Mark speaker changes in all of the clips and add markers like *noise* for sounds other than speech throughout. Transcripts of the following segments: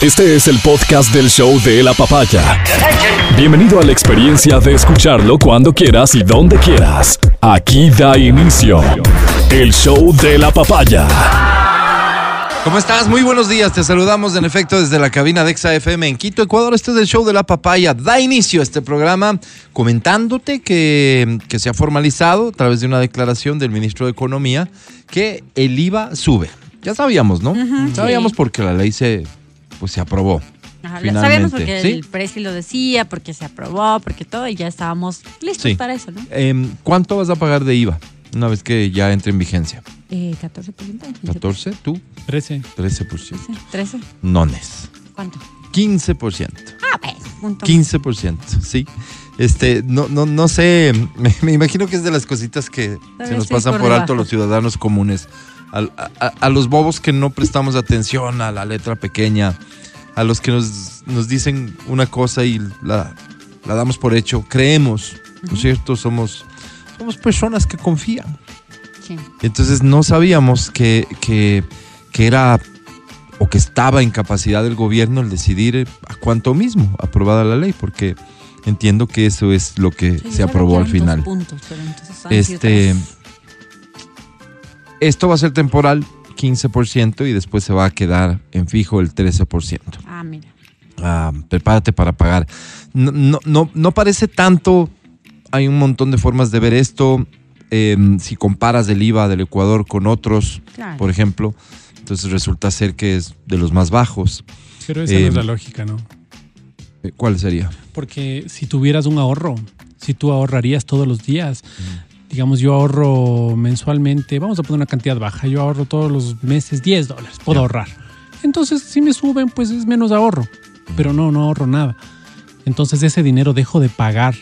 Speaker 1: Este es el podcast del show de la papaya. Bienvenido a la experiencia de escucharlo cuando quieras y donde quieras. Aquí da inicio el show de la papaya.
Speaker 2: ¿Cómo estás? Muy buenos días. Te saludamos en efecto desde la cabina de ExaFM en Quito, Ecuador. Este es el show de la papaya. Da inicio a este programa comentándote que, que se ha formalizado a través de una declaración del ministro de Economía que el IVA sube. Ya sabíamos, ¿no? Sabíamos porque la ley se, pues, se aprobó.
Speaker 3: Ajá, lo
Speaker 2: Finalmente,
Speaker 3: sabemos porque
Speaker 2: ¿sí?
Speaker 3: el precio lo decía, porque se aprobó, porque todo, y ya estábamos listos
Speaker 2: Sí.
Speaker 3: para eso, ¿no?
Speaker 2: Em, ¿Cuánto vas a pagar de IVA una vez que ya entre en vigencia?
Speaker 3: Eh, 14%.
Speaker 2: 14, tú
Speaker 4: 13.
Speaker 2: 13%.
Speaker 3: 13.
Speaker 2: Nones.
Speaker 3: ¿Cuánto?
Speaker 2: 15%.
Speaker 3: Ah, pues, punto.
Speaker 2: 15%, sí. Este, no, no, no sé, *laughs* me, me imagino que es de las cositas que
Speaker 3: Tal
Speaker 2: se
Speaker 3: vez
Speaker 2: nos
Speaker 3: sí,
Speaker 2: pasan
Speaker 3: por
Speaker 2: por alto
Speaker 3: debajo.
Speaker 2: los ciudadanos comunes, Al- a, a- a los bobos que no prestamos atención a la letra pequeña, a los que nos, nos dicen una cosa y la, la damos por hecho, creemos, ¿no es cierto? Somos, somos personas que confían.
Speaker 3: Sí.
Speaker 2: Entonces no sabíamos que, que- que era o que estaba en capacidad del gobierno el decidir eh, a cuánto mismo aprobada la ley, porque entiendo que eso es lo que
Speaker 3: Sí,
Speaker 2: se
Speaker 3: yo creo
Speaker 2: aprobó
Speaker 3: que
Speaker 2: al
Speaker 3: eran dos
Speaker 2: final.
Speaker 3: puntos, pero entonces han sido
Speaker 2: Este,
Speaker 3: tres.
Speaker 2: esto va a ser temporal, 15%, y después se va a quedar en fijo el 13%.
Speaker 3: Ah, mira.
Speaker 2: Ah, prepárate para pagar. No, no, no, no parece tanto. Hay un montón de formas de ver esto. Eh, si comparas el IVA del Ecuador con otros,
Speaker 3: Claro.
Speaker 2: por ejemplo, entonces resulta ser que es de los más bajos.
Speaker 4: Pero esa
Speaker 2: Eh,
Speaker 4: no es la lógica, ¿no?
Speaker 2: Eh, ¿Cuál sería?
Speaker 4: Porque si tuvieras un ahorro, si tú ahorrarías todos los días, digamos, yo ahorro mensualmente, vamos a poner una cantidad baja, yo ahorro todos los meses 10 dólares, puedo ahorrar. Entonces, si me suben, pues es menos ahorro, pero no, no ahorro nada. Entonces, ese dinero dejo de pagar.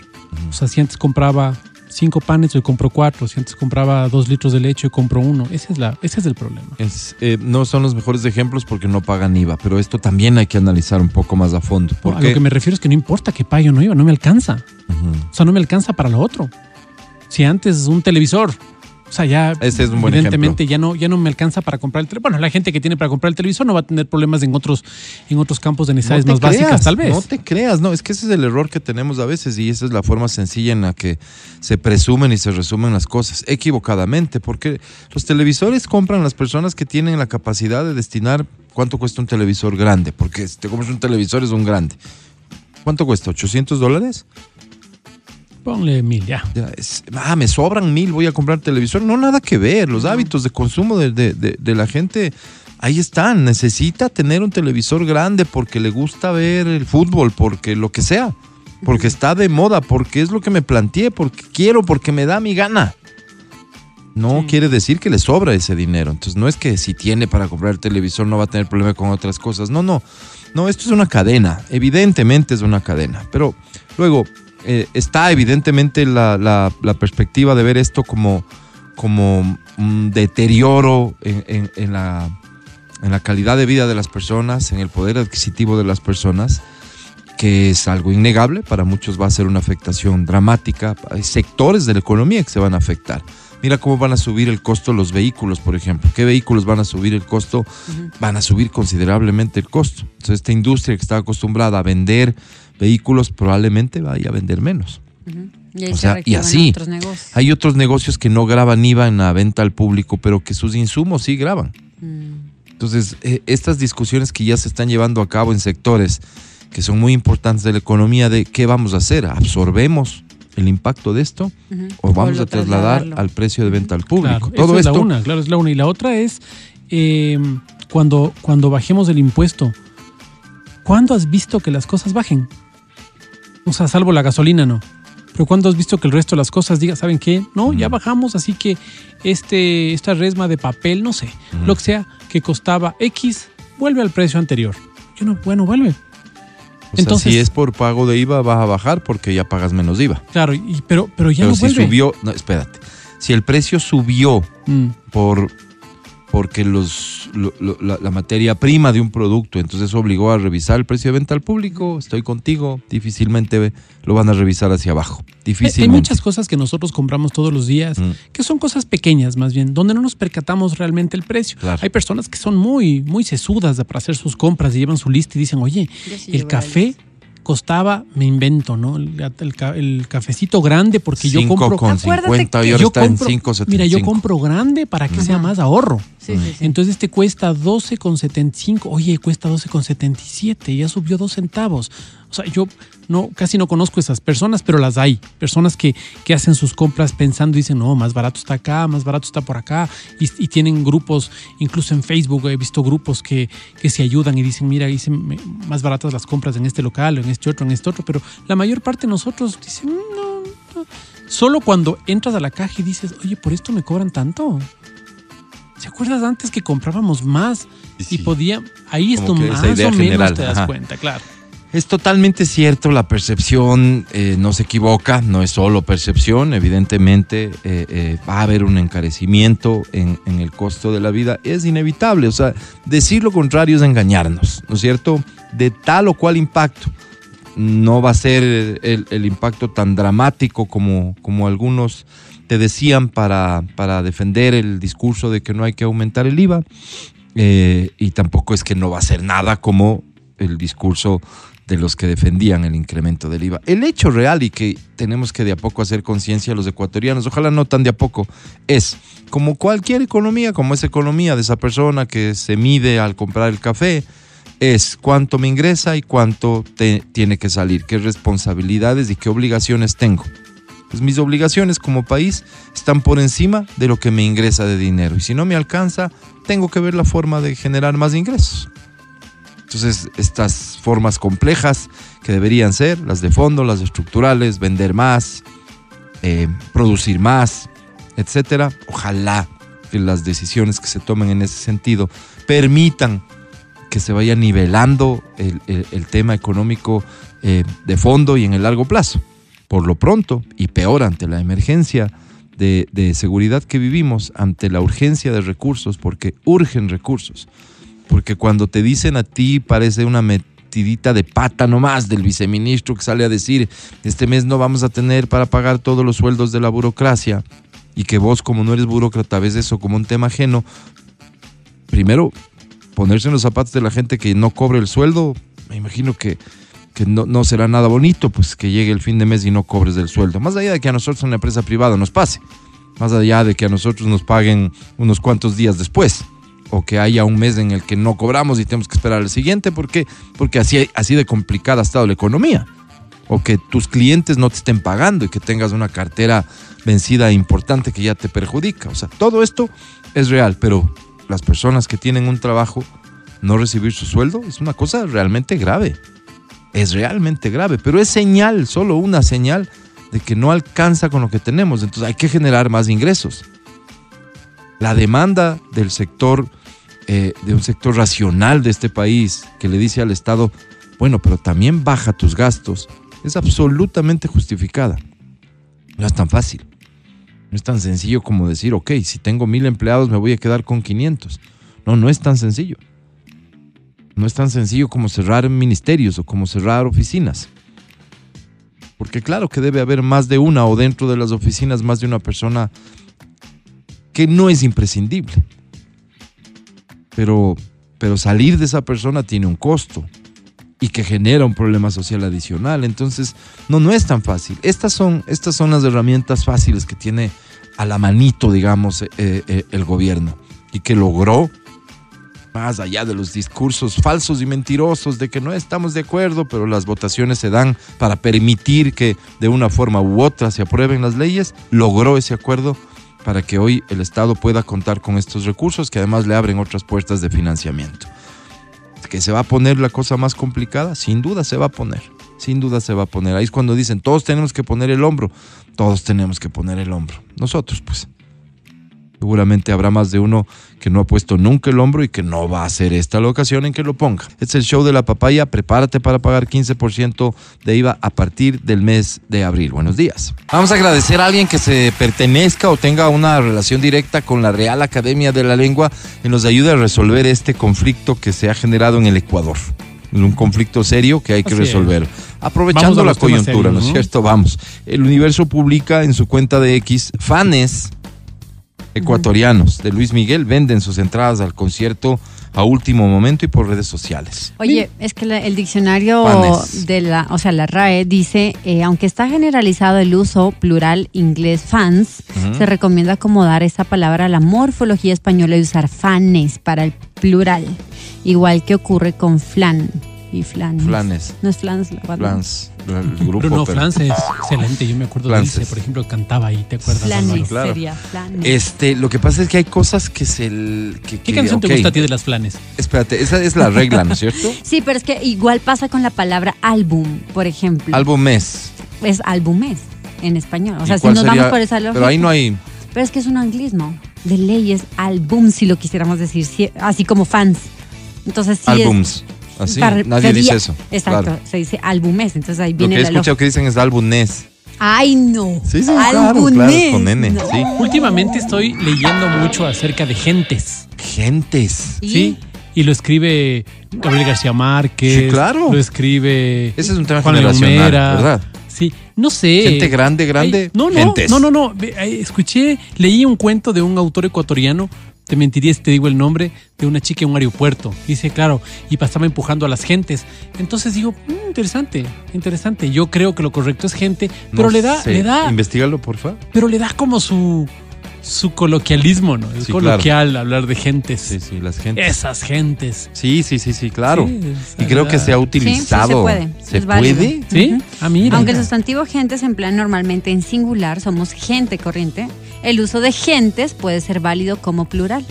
Speaker 4: O sea, si antes compraba cinco panes, hoy compro cuatro. Si antes compraba dos litros de leche, hoy compro uno. Ese es, la, ese es el problema.
Speaker 2: Es, eh, no son los mejores ejemplos porque no pagan IVA, pero esto también hay que analizar un poco más a fondo.
Speaker 4: A lo
Speaker 2: Porque
Speaker 4: que me refiero es que no importa que pague o no IVA, no me alcanza.
Speaker 2: Ujú.
Speaker 4: O sea, no me alcanza para lo otro. Si antes un televisor, o sea, ya
Speaker 2: Ese es un buen
Speaker 4: evidentemente ya no, ya no me alcanza para comprar el televisor. Bueno, la gente que tiene para comprar el televisor no va a tener problemas en otros, en otros campos de necesidades
Speaker 2: No
Speaker 4: más
Speaker 2: te
Speaker 4: básicas,
Speaker 2: creas,
Speaker 4: tal vez.
Speaker 2: No te creas, no, es que ese es el error que tenemos a veces y esa es la forma sencilla en la que se presumen y se resumen las cosas, equivocadamente, porque los televisores compran las personas que tienen la capacidad de destinar cuánto cuesta un televisor grande, porque si te compras un televisor es un grande. ¿Cuánto cuesta? ¿800 dólares?
Speaker 4: Ponle mil, ya.
Speaker 2: Ya, es- ah, me sobran mil, voy a comprar televisor. No, nada que ver. Los hábitos de consumo de, de- de- de la gente, ahí están. Necesita tener un televisor grande porque le gusta ver el fútbol, porque lo que sea, porque está de moda, porque es lo que me planteé, porque quiero, porque me da mi gana. No
Speaker 4: Sí.
Speaker 2: quiere decir que le sobra ese dinero. Entonces no es que si tiene para comprar el televisor no va a tener problema con otras cosas. No, no. No, esto es una cadena. Evidentemente es una cadena. Pero luego eh, está evidentemente la, la- la perspectiva de ver esto como, como un deterioro en, en- en la, en la calidad de vida de las personas, en el poder adquisitivo de las personas que es algo innegable, para muchos va a ser una afectación dramática, hay sectores de la economía que se van a afectar. Mira cómo van a subir el costo los vehículos, por ejemplo. ¿Qué vehículos van a subir el costo? Van a subir considerablemente el costo. Entonces, esta industria que está acostumbrada a vender vehículos probablemente vaya a vender menos.
Speaker 3: Ujú. Y, ahí
Speaker 2: O
Speaker 3: se
Speaker 2: sea, y
Speaker 3: reactivan
Speaker 2: así.
Speaker 3: Otros negocios.
Speaker 2: Hay otros negocios que no graban IVA en la venta al público, pero que sus insumos sí graban.
Speaker 3: Mm,
Speaker 2: Entonces, eh, estas discusiones que ya se están llevando a cabo en sectores que son muy importantes de la economía, de qué vamos a hacer, absorbemos el impacto de esto
Speaker 3: ujú.
Speaker 2: o vamos
Speaker 3: lo
Speaker 2: a trasladar
Speaker 3: trasladarlo.
Speaker 2: al precio de venta al
Speaker 4: Claro,
Speaker 2: público.
Speaker 4: esa
Speaker 2: Todo
Speaker 4: es la
Speaker 2: esto
Speaker 4: una, claro, es la una. Y la otra es eh, cuando, cuando bajemos el impuesto, ¿cuándo has visto que las cosas bajen? O sea, salvo la gasolina, no. Pero ¿cuándo has visto que el resto de las cosas diga, ¿saben qué? No, ya
Speaker 2: Mm.
Speaker 4: bajamos, así que este, esta resma de papel, no sé,
Speaker 2: Ujú.
Speaker 4: lo que sea, que costaba X, vuelve al precio anterior. Yo no, bueno, vuelve.
Speaker 2: O sea,
Speaker 4: Entonces-
Speaker 2: si es por pago de IVA, vas a bajar porque ya pagas menos IVA.
Speaker 4: Claro, y- pero, pero ya
Speaker 2: Pero
Speaker 4: no
Speaker 2: si
Speaker 4: vuelve.
Speaker 2: subió, no, espérate, si el precio subió
Speaker 4: Mm,
Speaker 2: por, por porque los, lo- lo- la, la materia prima de un producto, entonces eso obligó a revisar el precio de venta al público, estoy contigo, difícilmente lo van a revisar hacia abajo,
Speaker 4: Hay- Hay
Speaker 2: difícilmente.
Speaker 4: muchas cosas que nosotros compramos todos los días,
Speaker 2: Mm.
Speaker 4: que son cosas pequeñas más bien, donde no nos percatamos realmente el precio.
Speaker 2: Claro.
Speaker 4: Hay personas que son muy, muy sesudas para hacer sus compras y llevan su lista y dicen, oye,
Speaker 3: Yo sí
Speaker 4: el
Speaker 3: llevo la
Speaker 4: café costaba, me invento, ¿no? El, el ca- el cafecito grande porque yo
Speaker 2: Cinco
Speaker 4: compro...
Speaker 2: con
Speaker 3: Acuérdate
Speaker 2: 50 y
Speaker 4: yo
Speaker 2: ahora está en
Speaker 4: compro-
Speaker 2: 5.75.
Speaker 4: Mira, yo compro grande para que sea más ahorro.
Speaker 3: Sí,
Speaker 2: Mm.
Speaker 3: sí, sí.
Speaker 4: Entonces este cuesta 12,75. Oye, cuesta 12,77. Ya subió dos centavos. O sea, yo no, casi no conozco esas personas, pero las hay. Personas que, que hacen sus compras pensando y dicen, no, más barato está acá, más barato está por acá. Y, y tienen grupos, incluso en Facebook he visto grupos que, que se ayudan y dicen, mira, hice me- más baratas las compras en este local, en este otro, en este otro. Pero la mayor parte de nosotros "Mm, dicen, no, no. Solo cuando entras a la caja y dices, oye, por esto me cobran tanto. ¿Se acuerdas antes que comprábamos más
Speaker 2: Sí.
Speaker 4: y podía ahí es
Speaker 2: Como
Speaker 4: donde
Speaker 2: que esa
Speaker 4: más
Speaker 2: idea
Speaker 4: o
Speaker 2: general,
Speaker 4: menos te das
Speaker 2: ajá.
Speaker 4: cuenta, claro.
Speaker 2: Es totalmente cierto, la percepción eh, no se equivoca, no es solo percepción, evidentemente eh, eh, va a haber un encarecimiento en, en el costo de la vida, es inevitable, o sea, decir lo contrario es engañarnos, ¿no es cierto? De tal o cual impacto, no va a ser el, el impacto tan dramático como, como algunos te decían para, para defender el discurso de que no hay que aumentar el IVA, eh, y tampoco es que no va a ser nada como el discurso de los que defendían el incremento del IVA. El hecho real y que tenemos que de a poco hacer conciencia los ecuatorianos, ojalá no tan de a poco, es como cualquier economía, como esa economía de esa persona que se mide al comprar el café, es cuánto me ingresa y cuánto te- tiene que salir, qué responsabilidades y qué obligaciones tengo. Pues mis obligaciones como país están por encima de lo que me ingresa de dinero y si no me alcanza, tengo que ver la forma de generar más ingresos. Entonces, estas formas complejas que deberían ser, las de fondo, las estructurales, vender más, eh, producir más, etcétera, ojalá que las decisiones que se tomen en ese sentido permitan que se vaya nivelando el, el- el tema económico eh, de fondo y en el largo plazo. Por lo pronto, y peor ante la emergencia de- de seguridad que vivimos, ante la urgencia de recursos, porque urgen recursos. Porque cuando te dicen a ti parece una metidita de pata nomás del viceministro que sale a decir, este mes no vamos a tener para pagar todos los sueldos de la burocracia y que vos como no eres burócrata ves eso como un tema ajeno, primero ponerse en los zapatos de la gente que no cobre el sueldo, me imagino que, que no, no será nada bonito pues que llegue el fin de mes y no cobres del sueldo. Más allá de que a nosotros en la empresa privada nos pase, más allá de que a nosotros nos paguen unos cuantos días después o que haya un mes en el que no cobramos y tenemos que esperar al siguiente, ¿por qué? Porque así, así de complicada ha estado la economía. O que tus clientes no te estén pagando y que tengas una cartera vencida importante que ya te perjudica. O sea, todo esto es real, pero las personas que tienen un trabajo, no recibir su sueldo es una cosa realmente grave. Es realmente grave, pero es señal, solo una señal de que no alcanza con lo que tenemos. Entonces hay que generar más ingresos la demanda del sector, eh, de un sector racional de este país, que le dice al Estado, bueno, pero también baja tus gastos, es absolutamente justificada. No es tan fácil. No es tan sencillo como decir, ok, si tengo mil empleados me voy a quedar con 500. No, no es tan sencillo. No es tan sencillo como cerrar ministerios o como cerrar oficinas. Porque claro que debe haber más de una o dentro de las oficinas más de una persona que no es imprescindible. Pero, pero salir de esa persona tiene un costo y que genera un problema social adicional. Entonces, no, no es tan fácil. Estas son, estas son las herramientas fáciles que tiene a la manito, digamos, eh, eh, el gobierno y que logró, más allá de los discursos falsos y mentirosos de que no estamos de acuerdo, pero las votaciones se dan para permitir que de una forma u otra se aprueben las leyes, logró ese acuerdo para que hoy el Estado pueda contar con estos recursos que además le abren otras puertas de financiamiento. ¿Que se va a poner la cosa más complicada? Sin duda se va a poner. Sin duda se va a poner. Ahí es cuando dicen, todos tenemos que poner el hombro. Todos tenemos que poner el hombro. Nosotros, pues. Seguramente habrá más de uno que no ha puesto nunca el hombro y que no va a ser esta la ocasión en que lo ponga. Es el show de la papaya. Prepárate para pagar 15% de IVA a partir del mes de abril. Buenos días. Vamos a agradecer a alguien que se pertenezca o tenga una relación directa con la Real Academia de la Lengua y nos ayude a resolver este conflicto que se ha generado en el Ecuador. Es un conflicto serio que hay que
Speaker 4: Así es.
Speaker 2: resolver.
Speaker 4: Vamos
Speaker 2: Aprovechando
Speaker 4: a
Speaker 2: la
Speaker 4: los temas
Speaker 2: coyuntura,
Speaker 4: serios,
Speaker 2: ¿no es
Speaker 4: ¿no?
Speaker 2: cierto? Vamos. El universo publica en su cuenta de X fanes ecuatorianos de Luis Miguel venden sus entradas al concierto a último momento y por redes sociales.
Speaker 3: Oye, es que la- el diccionario
Speaker 2: Fanes.
Speaker 3: de la, o sea, la RAE dice, eh, aunque está generalizado el uso plural inglés fans, se recomienda acomodar esta palabra a la morfología española y usar fanes para el plural, igual que ocurre con flan y flan.
Speaker 2: Flanes.
Speaker 3: Ah, No es flans, la verdad.
Speaker 2: Flans,
Speaker 3: *laughs*
Speaker 2: el grupo.
Speaker 4: Bruno
Speaker 2: pero-
Speaker 4: Flans es excelente. Yo me acuerdo de
Speaker 2: Flances.
Speaker 4: él, por ejemplo, cantaba ahí, ¿te acuerdas? Álvaro?
Speaker 3: Flanes
Speaker 2: claro.
Speaker 3: sería flanes.
Speaker 2: Este, lo que pasa es que hay cosas que se... el- Que,
Speaker 4: ¿Qué
Speaker 2: que-
Speaker 4: canción
Speaker 2: ok.
Speaker 4: te gusta a ti de las flanes?
Speaker 2: Espérate, esa es la regla, ¿no es cierto?
Speaker 3: *laughs* Sí, pero es que igual pasa con la palabra álbum, por ejemplo.
Speaker 2: Álbum mes.
Speaker 3: Es álbumes en español. O
Speaker 2: ¿Y
Speaker 3: sea, si
Speaker 2: cuál
Speaker 3: nos
Speaker 2: sería?
Speaker 3: vamos por esa lógica.
Speaker 2: Pero ahí no hay...
Speaker 3: Pero es que es un anglismo. De ley es álbum, si lo quisiéramos decir, si- así como fans. Entonces sí es-
Speaker 2: álbums. Así,
Speaker 3: par-
Speaker 2: nadie
Speaker 3: sería-
Speaker 2: dice eso.
Speaker 3: Exacto,
Speaker 2: Claro.
Speaker 3: se dice álbumes, entonces ahí
Speaker 2: Lo
Speaker 3: viene
Speaker 2: que he
Speaker 3: la lógica.
Speaker 2: escuchado que dicen es álbumes.
Speaker 3: Ay, no.
Speaker 2: Sí, sí, claro,
Speaker 3: álbumes.
Speaker 2: claro, con N,
Speaker 3: no.
Speaker 2: sí.
Speaker 4: Últimamente estoy leyendo mucho acerca de gentes.
Speaker 2: Gentes.
Speaker 3: Y-
Speaker 4: ¿Sí? Y lo escribe Gabriel García Márquez.
Speaker 2: Sí, claro.
Speaker 4: Lo escribe.
Speaker 2: Ese es un tema
Speaker 4: Juan
Speaker 2: generacional,
Speaker 4: Leomera.
Speaker 2: ¿verdad?
Speaker 4: Sí. No sé.
Speaker 2: Gente grande, grande.
Speaker 4: Ay, no, no,
Speaker 2: Gentes.
Speaker 4: no, no, no. Ve, ay, Escuché, leí un cuento de un autor ecuatoriano. Te mentiría si te digo el nombre de una chica en un aeropuerto. Dice, claro, y pasaba empujando a las gentes. Entonces digo, "Mm, interesante, interesante. Yo creo que lo correcto es gente, pero
Speaker 2: No
Speaker 4: le da,
Speaker 2: sé.
Speaker 4: le da,
Speaker 2: Investígalo, porfa.
Speaker 4: pero le da como su su coloquialismo, ¿no? Es
Speaker 2: Sí,
Speaker 4: coloquial hablar de gentes.
Speaker 2: Sí, sí, las gentes.
Speaker 4: Esas gentes.
Speaker 2: Sí, sí, sí, sí, claro.
Speaker 4: Sí, es
Speaker 2: y creo
Speaker 4: verdad.
Speaker 2: que se ha
Speaker 3: Sí, sí
Speaker 2: utilizado.
Speaker 3: se puede,
Speaker 2: ¿Se
Speaker 3: es válido.
Speaker 2: puede?
Speaker 4: ¿Sí? Ah, mira.
Speaker 3: Aunque el sustantivo gente se emplea normalmente en singular, somos gente corriente, el uso de gentes puede ser válido como plural.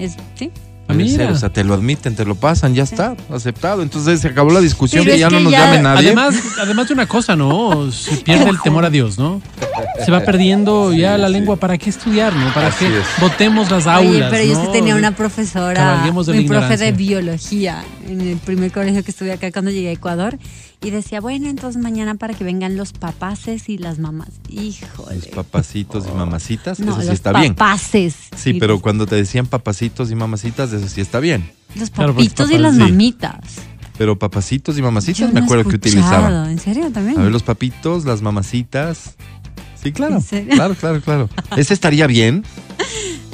Speaker 3: Es, ¿sí?
Speaker 4: Ah,
Speaker 2: Puede
Speaker 4: mira.
Speaker 2: ser, o sea, te lo admiten, te lo pasan, ya está, aceptado. Entonces se acabó la discusión
Speaker 3: Pero
Speaker 2: que
Speaker 3: es
Speaker 2: ya no
Speaker 3: que
Speaker 2: nos
Speaker 3: ya-
Speaker 2: llame nadie.
Speaker 4: Además, además de una cosa, ¿no? Se pierde el temor a Dios, ¿no? Se va perdiendo ya la lengua. ¿Para qué estudiar, no? ¿Para
Speaker 2: Así
Speaker 4: qué
Speaker 2: es.
Speaker 4: botemos las aulas?
Speaker 3: Oye, pero yo sí
Speaker 4: ¿no?
Speaker 3: tenía una profesora,
Speaker 4: Cabalguemos de la
Speaker 3: mi profe
Speaker 4: ignorancia.
Speaker 3: de biología en el primer colegio que estuve acá cuando llegué a Ecuador y decía, bueno, entonces mañana para que vengan los papaces y las mamás. Híjole.
Speaker 2: Los papacitos y mamacitas,
Speaker 3: No,
Speaker 2: eso sí
Speaker 3: los
Speaker 2: está bien.
Speaker 3: papaces.
Speaker 2: Sí,
Speaker 3: y
Speaker 2: pero
Speaker 3: los-
Speaker 2: cuando te decían papacitos y mamacitas, eso sí está bien.
Speaker 3: Los
Speaker 4: Claro, porque
Speaker 3: papitos y
Speaker 4: papas,
Speaker 3: las
Speaker 2: sí.
Speaker 3: mamitas.
Speaker 2: Pero papacitos y
Speaker 3: Yo
Speaker 2: mamacitas
Speaker 3: no
Speaker 2: me
Speaker 3: he
Speaker 2: acuerdo que
Speaker 3: escuchado.
Speaker 2: utilizaban.
Speaker 3: ¿En serio también?
Speaker 2: A ver, los papitos, las mamacitas. Sí, claro.
Speaker 3: Mm. ¿En serio?
Speaker 2: Claro, claro, claro. Ese
Speaker 3: *laughs*
Speaker 2: estaría bien.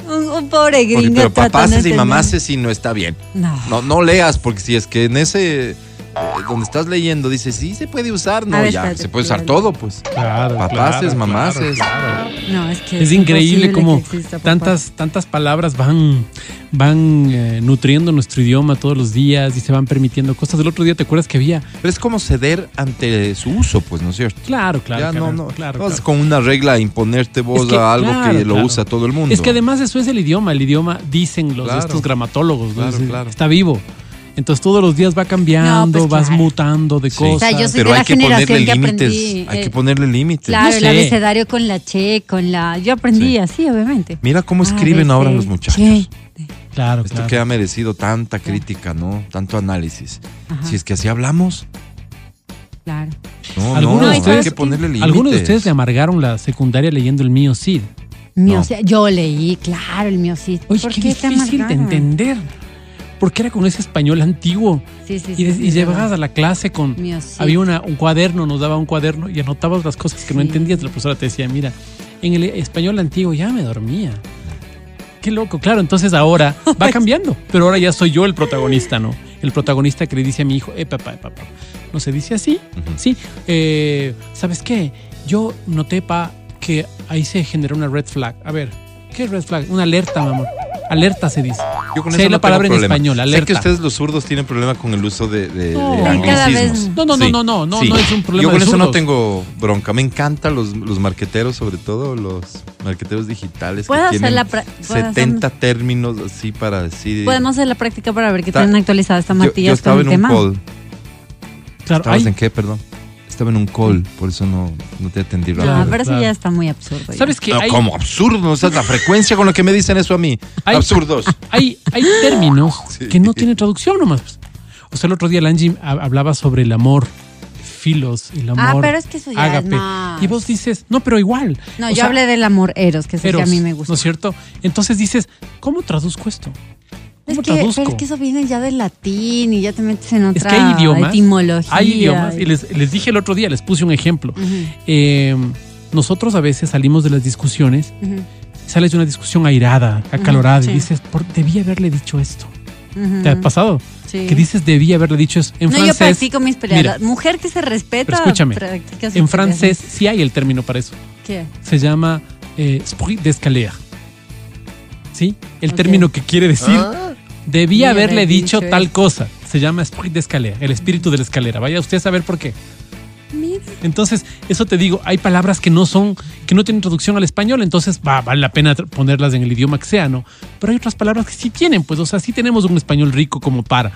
Speaker 3: Un, un pobre
Speaker 2: porque-
Speaker 3: gringo tratando
Speaker 2: pero
Speaker 3: de
Speaker 2: papaces y
Speaker 3: entender.
Speaker 2: mamaces sí no está bien.
Speaker 3: No.
Speaker 2: No, no leas, porque si es que en ese eh, donde estás leyendo dice sí se puede usar, no,
Speaker 3: A ver,
Speaker 2: ya,
Speaker 3: espérate,
Speaker 2: se puede usar
Speaker 3: espérate.
Speaker 2: todo, pues.
Speaker 4: Claro,
Speaker 2: Papaces, mamaces.
Speaker 3: No, es que
Speaker 2: eh.
Speaker 4: Es increíble
Speaker 3: imposible
Speaker 4: cómo
Speaker 3: que exista, papá.
Speaker 4: tantas, tantas palabras van, van eh, nutriendo nuestro idioma todos los días y se van permitiendo cosas. Del otro día, ¿te acuerdas que había?
Speaker 2: Pero es como ceder ante su uso, pues, ¿no es cierto?
Speaker 4: Claro, claro.
Speaker 2: ya
Speaker 4: claro,
Speaker 2: no, no,
Speaker 4: claro,
Speaker 2: no
Speaker 4: claro.
Speaker 2: es con una regla imponerte vos
Speaker 4: Es que,
Speaker 2: a algo
Speaker 4: claro,
Speaker 2: que lo
Speaker 4: claro.
Speaker 2: usa todo el mundo.
Speaker 4: Es que además eso es el idioma, el idioma dicen los
Speaker 2: Claro.
Speaker 4: estos gramatólogos, ¿no?
Speaker 2: Claro,
Speaker 4: Es decir,
Speaker 2: claro.
Speaker 4: está vivo. Entonces todos los días va cambiando,
Speaker 3: No, pues,
Speaker 4: vas
Speaker 3: claro.
Speaker 4: mutando de
Speaker 2: Sí.
Speaker 4: cosas.
Speaker 3: O sea, yo soy
Speaker 2: Pero
Speaker 3: de
Speaker 2: hay
Speaker 3: la
Speaker 2: que ponerle
Speaker 3: generación que
Speaker 2: límites,
Speaker 3: aprendí,
Speaker 2: hay
Speaker 3: eh,
Speaker 2: que ponerle límites.
Speaker 3: Claro,
Speaker 4: No
Speaker 3: el
Speaker 4: sé.
Speaker 3: abecedario con la che, con la. Yo aprendí
Speaker 2: Sí.
Speaker 3: así, obviamente.
Speaker 2: Mira cómo escriben
Speaker 3: A, B,
Speaker 2: ahora
Speaker 3: C,
Speaker 2: los muchachos.
Speaker 3: che.
Speaker 4: Claro,
Speaker 2: Esto
Speaker 4: Ah, claro.
Speaker 2: que ha merecido tanta crítica, ¿no? Tanto análisis.
Speaker 3: Ajá,
Speaker 2: Si es que así hablamos,
Speaker 3: claro.
Speaker 2: no,
Speaker 4: ¿Alguno
Speaker 2: no,
Speaker 4: de
Speaker 2: hay
Speaker 4: ustedes-
Speaker 2: que ponerle límites.
Speaker 4: Algunos de ustedes se amargaron la secundaria leyendo el mío Cid.
Speaker 3: Mío,
Speaker 2: No.
Speaker 3: o sea, yo leí, claro, el mío sí.
Speaker 4: Oye,
Speaker 3: ¿Por
Speaker 4: qué,
Speaker 3: te
Speaker 4: difícil de
Speaker 3: amargaron?
Speaker 4: entender. Porque era con ese español antiguo.
Speaker 3: Sí, sí, sí,
Speaker 4: Y, de-
Speaker 3: sí,
Speaker 4: y
Speaker 3: es
Speaker 4: llegabas
Speaker 3: verdad.
Speaker 4: a la clase con...
Speaker 3: Mío sí.
Speaker 4: Había una- un cuaderno, nos daba un cuaderno y anotabas las cosas que no
Speaker 3: Sí.
Speaker 4: entendías. La profesora te decía, mira, en el español antiguo ya me dormía. Qué loco, claro. Entonces ahora va cambiando, pero ahora ya soy yo el protagonista, ¿no? El protagonista que le dice a mi hijo, eh, papá, eh, papá, no se dice así,
Speaker 2: Ujú.
Speaker 4: sí. eh, ¿Sabes qué? Yo noté, pa, que ahí se generó una red flag. A ver, ¿qué red flag? Una alerta, mi amor. Alerta se dice.
Speaker 2: Yo con
Speaker 4: Sé
Speaker 2: eso no
Speaker 4: la
Speaker 2: tengo
Speaker 4: palabra en
Speaker 2: problema.
Speaker 4: español,
Speaker 2: Sé que
Speaker 4: alerta.
Speaker 2: ustedes los zurdos tienen problema con el uso de, de- de
Speaker 4: No. Sí, cada
Speaker 2: anglicismos.
Speaker 3: vez-
Speaker 4: No, no, no, no, no, no, no es un problema
Speaker 2: Yo con
Speaker 4: de
Speaker 2: eso no
Speaker 4: zurdos.
Speaker 2: tengo bronca. Me encantan los, los marqueteros, sobre todo los marqueteros digitales
Speaker 3: ¿Puedo
Speaker 2: que
Speaker 3: hacer
Speaker 2: tienen
Speaker 3: la pra- puedo
Speaker 2: 70 términos así para decir.
Speaker 3: Podemos hacer la práctica para ver qué
Speaker 2: Está-
Speaker 3: tan actualizada está
Speaker 2: yo, yo
Speaker 3: Matías
Speaker 2: estaba
Speaker 3: con el
Speaker 2: en
Speaker 3: tema.
Speaker 2: un call.
Speaker 4: Claro,
Speaker 2: ¿Estabas
Speaker 4: hay-
Speaker 2: en qué, perdón? estaba en un call, por eso no, no te atendí. la
Speaker 4: Claro,
Speaker 3: Ah,
Speaker 2: verdad.
Speaker 3: pero eso
Speaker 4: claro.
Speaker 3: ya está muy absurdo. ya.
Speaker 4: ¿Sabes qué?
Speaker 2: No,
Speaker 4: hay,
Speaker 2: como absurdo, esa es la frecuencia con la que me dicen eso a
Speaker 4: *laughs*
Speaker 2: mí.
Speaker 4: Ay.
Speaker 2: Absurdos.
Speaker 4: hay, hay términos
Speaker 2: Sí.
Speaker 4: que no tienen traducción nomás. O sea, el otro día la Angie ha- hablaba sobre el amor filos, el amor.
Speaker 3: Ah, pero es que eso ya es
Speaker 4: ágape.
Speaker 3: más.
Speaker 4: Y vos dices, no, pero igual.
Speaker 3: No,
Speaker 4: O
Speaker 3: yo
Speaker 4: sea,
Speaker 3: hablé del amor eros, que es el que a
Speaker 4: eros,
Speaker 3: mí me gusta.
Speaker 4: ¿No es cierto? Entonces dices, ¿cómo traduzco esto?
Speaker 3: es
Speaker 4: ¿Cómo
Speaker 3: que,
Speaker 4: traduzco?
Speaker 3: pero es que eso viene ya del latín y ya te metes en
Speaker 4: Es
Speaker 3: otra
Speaker 4: que hay idiomas.
Speaker 3: etimología.
Speaker 4: Hay idiomas. Y
Speaker 3: y-
Speaker 4: les, les dije el otro día, les puse un ejemplo.
Speaker 3: Ujú,
Speaker 4: Eh, nosotros a veces salimos de las discusiones,
Speaker 3: ujú,
Speaker 4: sales de una discusión airada, acalorada,
Speaker 3: sí.
Speaker 4: y dices, "Por- debí haberle dicho esto.
Speaker 3: ujú.
Speaker 4: ¿Te ha pasado?
Speaker 3: Sí.
Speaker 4: Que dices, debí haberle dicho eso. En
Speaker 3: no, yo
Speaker 4: francés,
Speaker 3: practico mis peleas. Mujer que se respeta.
Speaker 4: Pero escúchame,
Speaker 3: practica sus
Speaker 4: en
Speaker 3: peleas.
Speaker 4: francés sí hay el término para eso.
Speaker 3: ¿Qué?
Speaker 4: Se llama eh, esprit d'escalier. ¿Sí? El
Speaker 3: Ok.
Speaker 4: término que quiere decir, debí
Speaker 3: Debí
Speaker 4: haberle
Speaker 3: haber
Speaker 4: dicho
Speaker 3: dicho
Speaker 4: tal
Speaker 3: esto".
Speaker 4: cosa. Se llama esprit d'escalier, el espíritu de la escalera. Vaya usted a saber por qué.
Speaker 3: Mira.
Speaker 4: Entonces, eso te digo, hay palabras que no son, que no tienen traducción al español, entonces va, vale la pena tra- ponerlas en el idioma que sea, ¿no? Pero hay otras palabras que sí tienen, pues, o sea, sí tenemos un español rico como para.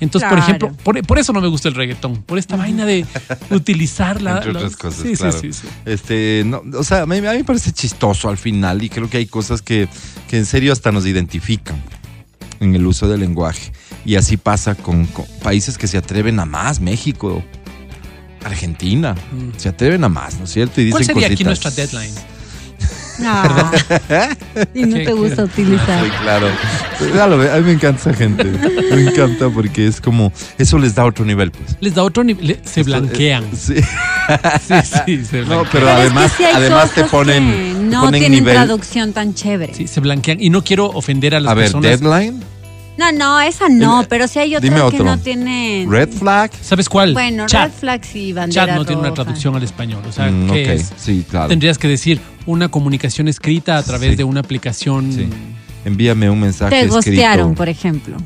Speaker 4: Entonces, por
Speaker 3: Claro.
Speaker 4: ejemplo, por, por eso no me gusta el reggaetón, por esta vaina de utilizar la...
Speaker 2: Entre
Speaker 4: los-
Speaker 2: otras cosas,
Speaker 4: sí, sí,
Speaker 2: claro.
Speaker 4: sí, sí.
Speaker 2: Este, no, o sea, a mí, a mí me parece chistoso al final y creo que hay cosas que, que en serio hasta nos identifican en el uso del lenguaje. Y así pasa con, con países que se atreven a más, México, Argentina,
Speaker 4: Mm.
Speaker 2: se atreven a más, ¿no es cierto? Y dicen
Speaker 4: ¿Cuál sería aquí
Speaker 2: cositas.
Speaker 4: nuestra deadline?
Speaker 3: Ah. y no
Speaker 4: ¿Qué-
Speaker 3: te gusta
Speaker 4: qué?
Speaker 2: Ah, Sí,
Speaker 3: utilizar.
Speaker 2: claro. Ya lo ve, a mí me encanta esa gente. Me encanta porque es como, eso les da otro nivel, pues.
Speaker 4: Les da otro nivel, le- se blanquean.
Speaker 2: *laughs* Sí.
Speaker 4: Sí, sí, se
Speaker 2: No,
Speaker 4: blanquean.
Speaker 2: pero,
Speaker 3: Pero
Speaker 2: además,
Speaker 3: es que sí hay
Speaker 2: además te
Speaker 3: cosas que
Speaker 2: ponen, te
Speaker 3: no
Speaker 2: ponen
Speaker 3: tienen
Speaker 2: nivel.
Speaker 3: traducción tan chévere.
Speaker 4: Sí, se blanquean. Y no quiero ofender a las
Speaker 2: A ver,
Speaker 4: personas.
Speaker 2: deadline,
Speaker 3: No, no, esa no, pero sí hay
Speaker 2: Dime
Speaker 3: otras que
Speaker 2: otro.
Speaker 3: no tienen.
Speaker 2: red flag.
Speaker 4: ¿Sabes cuál?
Speaker 3: Bueno,
Speaker 4: Chat.
Speaker 3: red flags y bandera
Speaker 4: Chat no tiene una
Speaker 3: roja.
Speaker 4: traducción al español. O sea,
Speaker 2: Mm,
Speaker 4: ¿qué
Speaker 2: ok,
Speaker 4: es?
Speaker 2: sí, claro.
Speaker 4: Tendrías que decir una comunicación escrita a través
Speaker 2: Sí.
Speaker 4: de una aplicación.
Speaker 2: Sí. Envíame un mensaje
Speaker 3: Te
Speaker 2: Ah, escrito.
Speaker 3: gostearon, por ejemplo.